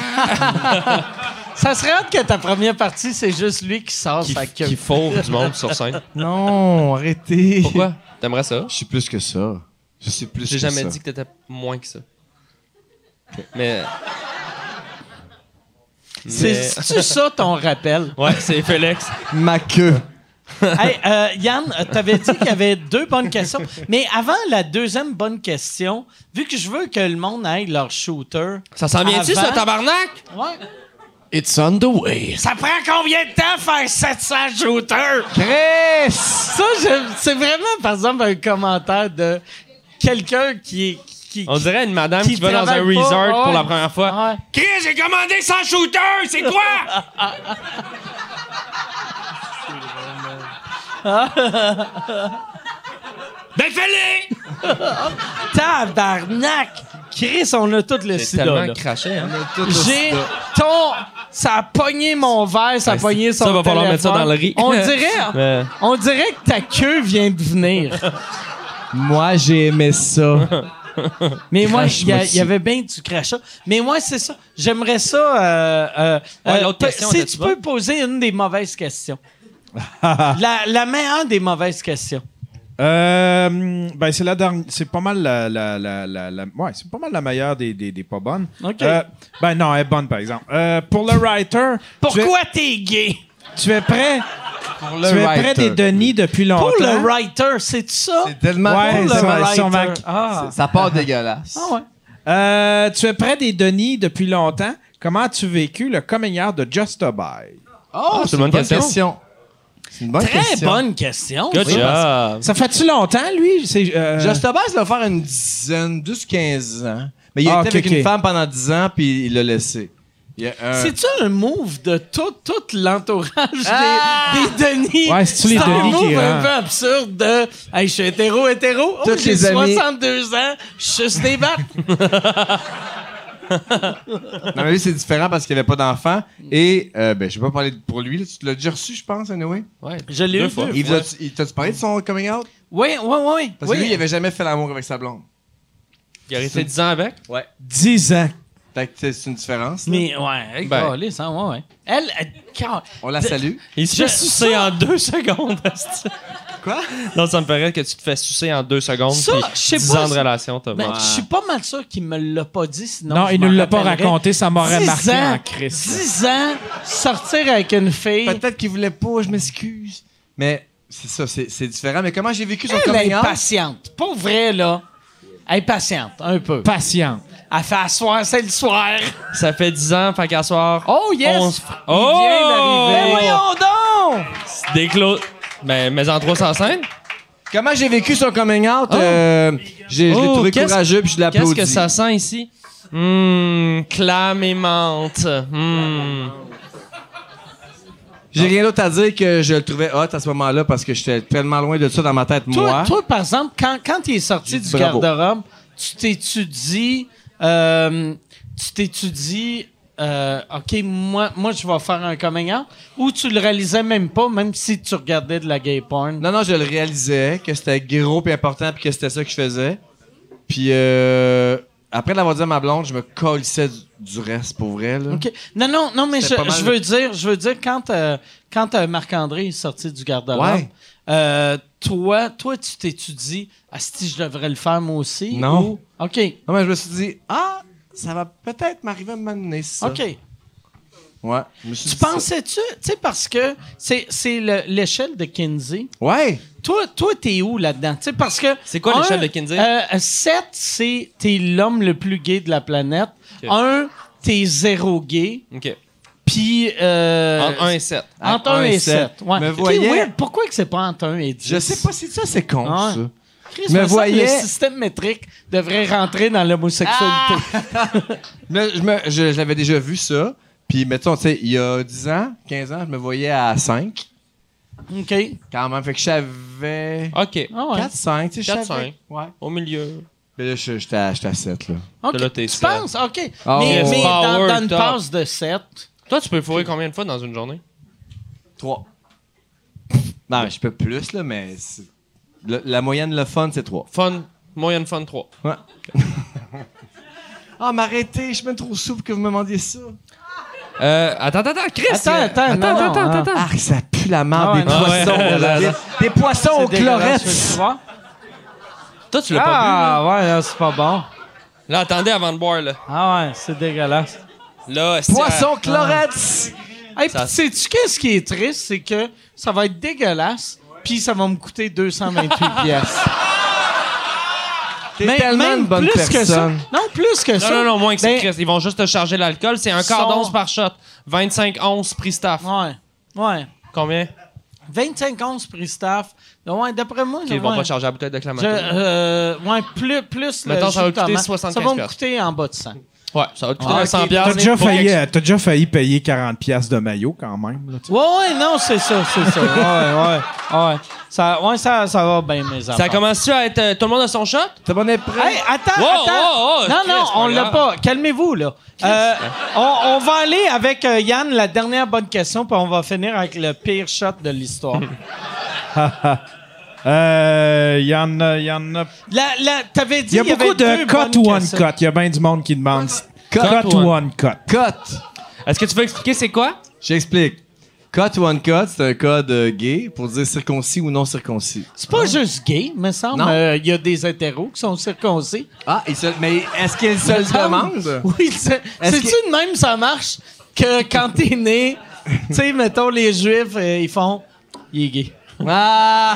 Ça serait hâte que ta première partie, c'est juste lui qui sort
qui,
sa queue.
qui fourre du monde sur scène.
Non, arrêtez.
Pourquoi T'aimerais ça
Je suis plus que ça. Je suis plus que ça.
J'ai jamais dit que t'étais moins que ça. Mais.
C'est
Mais-
c'est-tu ça ton rappel?
Ouais, c'est Félix.
Ma queue.
Hey, euh, Yann, euh, t'avais dit qu'il y avait deux bonnes questions. Mais avant la deuxième bonne question, vu que je veux que le monde aille leur shooter.
Ça s'en vient-tu,
Avant-
ce tabarnak
Ouais.
It's on the way.
Ça prend combien de temps faire 700 shooters?
Chris!
Ça, je- c'est vraiment, par exemple, un commentaire de quelqu'un qui, est- qui.
On dirait une madame qui,
Qui
va dans un
travaille pas,
resort
ouais.
pour la première fois.
Ouais.
Chris, j'ai commandé 100 shooters, c'est quoi? ben fais-les!
Tabarnak! Chris, on a tout le
J'ai
sida.
tellement
là.
craché, hein?
J'ai ton. Ça a pogné mon verre, ça a
Ouais,
pogné son
Ben, ça, va falloir
téléphone.
mettre ça dans le riz.
On dirait,
Mais-
on dirait que ta queue vient de venir.
Moi, j'ai aimé ça.
Mais moi,
Crache-moi
il y a- il
dessus.
y, avait bien du crachat. Mais moi, c'est ça. J'aimerais ça. euh, euh,
Ouais,
euh,
l'autre
pe-
question,
si
était-tu
tu
bonne?
peux poser une des mauvaises questions. la, la meilleure des mauvaises questions.
Euh, ben c'est la dernière, c'est pas mal la, la, la, la- la- ouais, c'est pas mal la meilleure des, des, des pas bonnes.
Ok.
Euh, ben non, elle est bonne par exemple. Euh, pour le writer,
Pourquoi t'es gay?
tu es, tu es prêt,
Pour
tu es prêt des Denis depuis longtemps.
Pour le writer, c'est ça?
C'est tellement...
Ouais,
Pour le
sur-
writer.
sur Mac.
Ah.
Ça part dégueulasse.
Ah ouais.
Euh, tu es prêt des Denis depuis longtemps. Comment as-tu vécu le coming out de Just a Boy?
Ah,
Oh,
c'est une bonne question.
C'est une bonne
Très
question.
bonne question.
Good
ça.
job.
Ça fait-tu longtemps, lui? C'est, euh,
Just a Boys, il va faire une dizaine, 12-15 ans. Mais il
Ah,
était
ok,
avec
ok.
une femme pendant 10 ans, puis il l'a laissé. Il y a un-
C'est-tu un move de tout, tout l'entourage des- des, Denis?
Ouais, c'est-tu les
un
Denis
move
qui
un
rend?
peu absurde de « Hey, je suis hétéro, hétéro. Oh,
Toutes
j'ai
les amies.
62 ans, je suis des battes.
Non, mais lui, c'est différent parce qu'il n'avait pas d'enfant. Et, euh, ben, je vais pas parler de- pour lui. là. Tu l'as déjà reçu, je pense, anyway.
Ouais.
Je l'ai
Deux
eu
fois.
deux
Il vous a- il t'a-tu parlé de son coming out?
Oui, oui, oui.
Parce que lui, il avait jamais fait l'amour avec sa blonde.
Il a resté 10 ans avec.
10 ans.
Fait que c'est- c'est une différence. là.
Mais ouais,
Ben.
calé, ça, ouais, ouais. Elle, elle quand-
On la salue.
Il se
Je
fait
suis
sucer
ça. Ben,
en deux secondes. asti.
Quoi?
non, ça me paraît que tu te fais sucer en deux secondes.
Ça,
puis
je sais
10
pas
ans de
si-
relation, t'as
Ben,
menti.
je suis pas mal sûr qu'il me l'a pas dit, sinon
Non,
je
il
m'en
nous l'a pas
rappellerais.
raconté, ça m'aurait
10
marqué
ans,
en Christ.
10 ans, sortir avec une fille.
Peut-être qu'il voulait pas, je m'excuse. Mais c'est ça, c'est c'est différent. Mais comment j'ai vécu son
Elle est
coming out?
patiente. Pour vrai, là. Elle est patiente, un peu.
Patient.
Elle fait asseoir, c'est le soir.
Ça fait 10 ans, fait qu'à soir.
Oh, yes!
on se-
Il vient
Oh!
d'arriver. Mais voyons donc!
Des clo- Ben, mais en 305.
Comment j'ai vécu son coming out?
Oh.
Euh, j'ai- je l'ai
Oh,
trouvé
qu'est-ce-
courageux puis je l'applaudis.
Qu'est-ce que ça sent ici? Hum, clame et menthe. Hum.
J'ai rien d'autre à dire que je le trouvais hot à ce moment-là parce que j'étais tellement loin de ça dans ma tête, moi.
Toi, toi, par exemple, quand, quand il est sorti
J'ai
du
dit bravo.
garde-robe, tu t'étudies. Euh, tu t'étudies. euh, OK, moi, moi, je vais faire un coming out. Ou tu le réalisais même pas, même si tu regardais de la gay porn.
Non, non, je le réalisais que c'était gros et important puis que c'était ça que je faisais. Puis euh, après l'avoir dit à ma blonde, je me colissais du, du reste pour vrai. Là.
OK. Non, non, non, mais je,
C'était pas mal.
je veux dire, je veux dire, quand, euh, quand euh, Marc-André est sorti du garde-robe,
Ouais.
euh, toi, toi, tu t'étudies, ah, si je devrais le faire moi aussi?
Non.
ou- OK,
Non, mais je me suis dit, ah, ça va peut-être m'arriver à m'amener ça.
OK.
Ouais. je me suis
Tu
dit ça.
pensais-tu, tu sais, parce que c'est c'est le- l'échelle de Kinsey.
Ouais.
Toi, toi, t'es où là-dedans? Tu sais, parce que.
C'est quoi
un,
l'échelle de Kinsey?
euh, 7, c'est t'es l'homme le plus gay de la planète.
Ok.
1, t'es zéro gay.
OK.
Puis. euh,
Entre 1 et 7.
Entre 1 et 7. Ouais. Qui
Me
est
voyais-
weird, pourquoi que c'est pas entre 1 et 10?
Je sais pas si ça, c'est con,
Ah.
ça.
Chris,
me
me semble
voyais-
que Le système métrique devrait rentrer dans l'homosexualité.
Mais je, me, je, je l'avais déjà vu, ça. Puis, mettons, tu sais, il y a 10 ans, 15 ans, je me voyais à 5.
OK.
Quand même, fait que j'avais...
OK.
Ah ouais.
4-5, tu sais,
4-5.
j'avais- Ouais.
Au milieu.
Mais là, je- j'étais à, j'étais à 7, là.
Ok.
Là, t'es
Tu
sept.
penses? OK.
Ah
mais
ouais.
mais dans,
Power
dans une
top.
passe de 7.
Toi, tu peux fourrer combien de fois dans une journée?
3. Non, mais je peux plus, là, mais... c'est- le- la moyenne, le fun, c'est 3.
Fun. Moyenne fun 3.
Ah, mais arrêtez, je suis même trop souple que vous me demandiez ça.
Euh, attends, attends, attends, Chris!
Attends,
euh,
attends,
attends,
non, non,
attends,
hein.
attends.
Ah, ça pue la merde
Ah
des
ouais, non,
poissons.
ouais.
là. Des, des poissons
dégueulasse,
aux
veux-tu
clorettes.
voir?
Toi, tu l'as pas
Ah ouais, là, c'est pas bon.
bu. Là, attendez avant de boire, là.
Ah ouais, c'est dégueulasse.
Là, c'est-
Poissons clorettes.
Hey,
Ça-
pis sais-tu qu'est-ce qui est triste, c'est que ça va être dégueulasse, puis ça va me coûter 228 pièces.
T'es tellement une bonne
plus que ça.
personne.
Non, plus que
Non,
ça.
non, non, moins que
Ben,
c'est Chris. Ils vont juste te charger l'alcool. C'est un
Sont-
quart d'once par shot. 25 onces prix staff.
Ouais, ouais.
Combien?
25 onces prix staff. Ouais, d'après moi,
Qu'ils
ouais.
vont pas charger la bouteille de
Je-
Clamato.
euh, ouais, plus, plus le
Mettons,
jus
ça va
de
coûter
tomate.
75
Ça va me
piastres.
coûter en bas de 100.
Ouais, ça va te coûter
Ah,
900
ok.
piastres.
T'as déjà,
Pour
failli,
quelque-
euh, t'as déjà failli payer 40$ piastres de maillot quand même. là, tu sais.
Ouais, ouais, non, c'est ça, c'est ça. Ouais, ouais, ouais. Ça, ouais, ça, ça va bien, mes affaires.
Ça commence-tu à être. euh, tout le monde a son shot?
Tout le monde est prêt?
Hey, attends,
Wow,
attends.
wow,
non,
wow, Chris,
non,
c'est
on
pas
l'a
grave.
pas. Calmez-vous, là. Euh, on, on va aller avec euh, Yann, la dernière bonne question, puis on va finir avec le pire shot de l'histoire.
Euh, y en a, y en a.
La- la- T'avais dit
Il y a
avait
beaucoup de
deux bonnes
cut ou one
questions.
cut. Il y a bien du monde qui demande cut,
Cut
ou
ou
one cut.
Cut!
Est-ce que tu veux expliquer c'est quoi?
J'explique. Cut one cut, c'est un code euh, gay pour dire circoncis ou non circoncis.
C'est
hein?
pas juste gay, me semble. Euh,
Non.
Il y a des hétéros qui sont circoncis.
Ah, et se- mais est-ce qu'il se le demande?
Ah, Oui, c'est-
Est-ce
c'est-tu de même ça marche que quand t'es né, tu sais, mettons, les Juifs, euh, ils font « il est gay
Ah!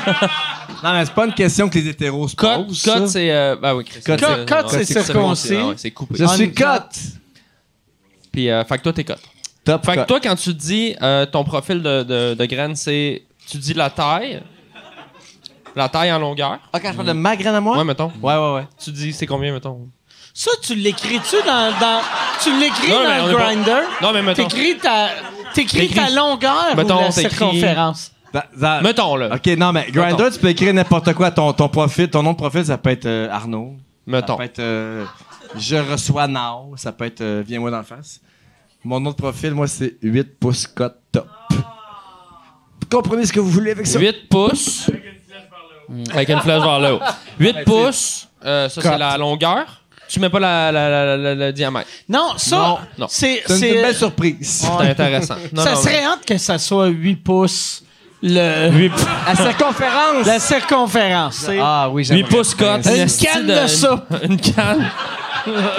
non, mais c'est pas une question que les hétéros se
Cut,
posent.
cut,
Ah, ça.
c'est. euh, bah oui, Chris.
Cut,
c'est-
cut,
ouais,
c'est circoncis.
Ah ouais, C'est coupé.
Je suis cut!
Puis, euh, fait que toi, t'es cut.
Top
Fait que
cut.
toi, quand tu dis euh, ton profil de, de, de graine, c'est. Tu dis la taille. La taille en longueur.
Ah, quand je parle de ma graine à moi?
Ouais, mettons.
ouais, ouais. ouais.
Tu dis c'est combien, mettons? ».
Ça, tu l'écris-tu dans, dans... Tu l'écris
Non, mais
dans
on
le
est pas-
grinder?
Non, mais mettons.
T'écris ta, t'écris
T'écris-
ta longueur
Mettons,
ou la
t'écris-
circonférence?
Da- da-
Mettons, là.
Ok, non, mais Grindr,
Mettons.
tu peux écrire n'importe quoi. Ton, ton profil, ton nom de profil, ça peut être euh, Arnaud. Ça
Mettons.
peut être euh, Je reçois now. Ça peut être euh, Viens-moi d'en face. Mon nom de profil, moi, c'est 8 pouces cote top. Comprenez ce que vous voulez avec ça.
8 pouces.
Hmm.
Mm, Avec une flèche vers le haut. 8 pouces, euh, ça c'est la longueur. Tu mets pas la, la, la, la- la- le diamètre.
Non, ça,
Non, non.
c'est...
C'est une-
c'est-
une belle surprise.
C'est intéressant. Non,
ça
non,
serait hâte que ça soit 8 pouces, le,
À circonférence.
la circonférence. c'est-
Ah oui,
non.
j'aime
8 pouces cut.
Une
esti
canne de soupe.
Une canne.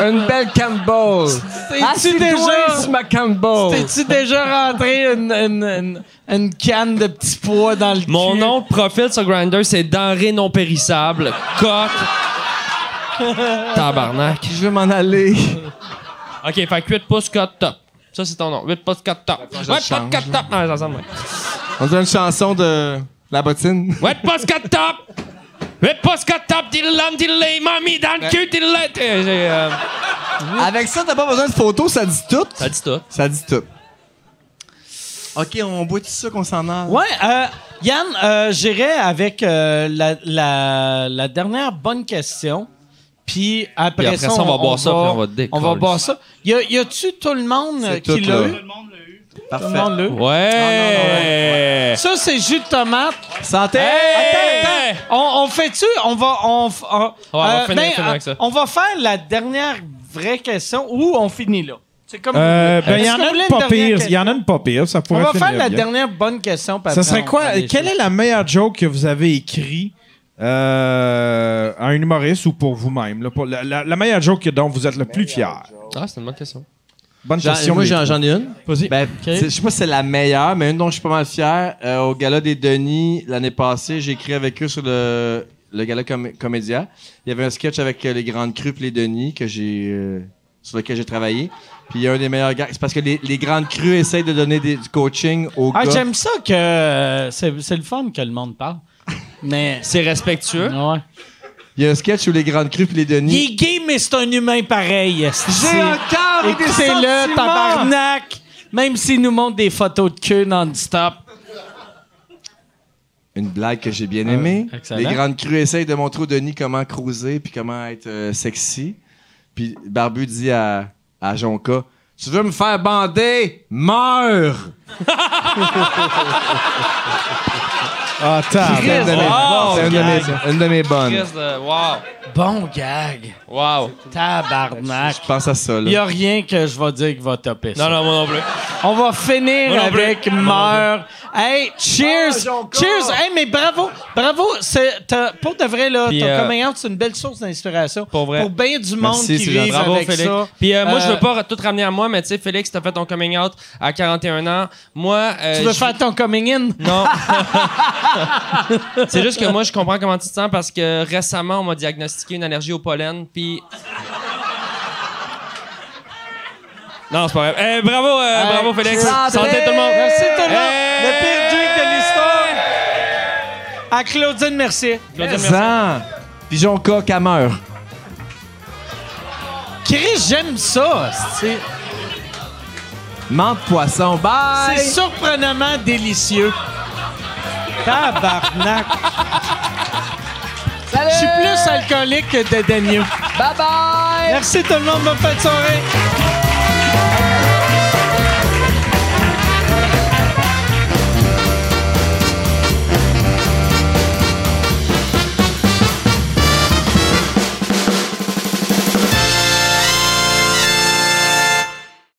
Une belle Campbell.
T'es-tu déjà...
ma Campbell.
T'es-tu déjà rentré une, une, une- une canne de petits pois dans le
Mon
cul?
nom de profil sur Grindr, c'est denrées non périssables. Coq.
Ah,
Tabarnak.
Je vais m'en aller.
Ok, fait que 8 pouces cut top. Ça c'est ton nom. 8 pouces cut top. 8 pouces cut top. Non, ça ressemble.
On dirait une chanson de La Bottine.
Ouais, pouces cut top. 8 pouces cut top. Diddle-lam, diddle-lay. Mommy dans le cul, diddle-lay. Euh, j'ai, euh,
Avec ça, t'as pas besoin de photos, ça dit tout.
Ça dit tout.
Ça dit tout. Ok, on boit tout ça qu'on s'en a.
Ouais, euh, Yann, euh, j'irai avec euh, la, la- la dernière bonne question. Puis après,
Puis après ça, on va boire ça, puis on va décoller.
On va boire ça. Y a- y a-tu tout le monde euh,
C'est
qui
tout,
l'a
là.
eu? Tout le
Parfait.
monde l'a eu. Ah,
Ouais!
Ça, c'est jus de tomate.
Santé!
Hey!
On, on fait-tu? On va... On, f- on-
on va finir, finir
euh,
avec ça.
on va faire la dernière vraie question ou on finit là. C'est comme...
Euh, ben, il
Est-ce
y en
que vous
a
voulez
une pas
dernière
pire.
que-
Il y en a une pas pire. Ça pourrait
On va
finir
faire la
bien.
dernière bonne question. puis
Ça
après,
serait
on
quoi?
fait les
Quelle
jeux.
est la meilleure joke que vous avez écrite euh, à un humoriste ou pour vous-même? là, pour- la, la- la meilleure joke que- dont vous êtes le plus fier?
Ah, c'est une bonne question.
Bonne
J'en-
question.
moi,
les
j'en
trois.
j'en ai une. Ben, c'est- Je sais pas si c'est la meilleure, mais une dont je suis pas mal fier. Euh, au gala des Denis, l'année passée, j'ai écrit avec eux sur le, le gala com- comédia. Il y avait un sketch avec euh, les Grandes Crues et les Denis que j'ai, euh, sur lequel j'ai travaillé. Puis il y a un des meilleurs gars. C'est parce que les, les Grandes Crues essayent de donner des- du coaching aux
Ah,
gars.
j'aime ça que euh, c'est c'est le fun que le monde parle. Mais.
C'est respectueux.
Ouais.
Il y a un sketch où les Grandes Crues et les Denis.
Il est gay, mais c'est un humain pareil.
J'ai encore des
le
sentiments!
tabarnak! Même s'il nous montre des photos de queue non-stop.
Une blague que j'ai bien aimée.
Ah, excellent.
les grandes crues essayent de montrer aux Denis comment cruiser puis comment être euh, sexy. Puis Barbu dit à, à Jonca Tu veux me faire bander Meurs
Ah,
C'est une de mes-
ah. Oh,
wow,
c'est une de mes- une de mes bonnes.
Chris de- Wow!
Bon gag!
Wow!
Tabarnak!
Je pense à ça.
Il n'y
Là.
a rien que je vais dire qui va topper ça.
Non, non, moi non plus.
On va finir
Moi non plus.
avec Meur. Hey, cheers! cheers! Hey, mais bravo! Bravo! C'est, t'as- pour de vrai, là,
Puis,
ton
euh,
coming out, c'est une belle source d'inspiration.
Pour vrai.
bien du monde
Merci,
qui
c'est
vit
gentil.
Bravo,
avec
Félix.
ça.
Puis euh, moi, je
Euh,
veux pas tout ramener à moi, mais tu sais, Félix, t'as fait ton coming out à 41 ans. Moi, euh,
Tu veux
je-
faire ton coming in?
Non. c'est juste que moi, je comprends comment tu te sens parce que récemment, on m'a diagnostiqué une allergie au pollen, puis. Non, c'est pas vrai. Eh, bravo, euh, bravo, Félix.
cheers.
Santé tout le monde.
Merci tout le monde.
Hey!
Le pire drink de l'histoire. À Claudine Mercier.
Claudine, Eh, merci.
Zan. Pigeon coq à meurt.
Chris, j'aime ça. C'est
Mente poisson. Bye.
c'est surprenamment délicieux. Tabarnak. Je suis plus alcoolique que dédaigneux.
Bye bye.
Merci tout le monde, bonne fin de soirée.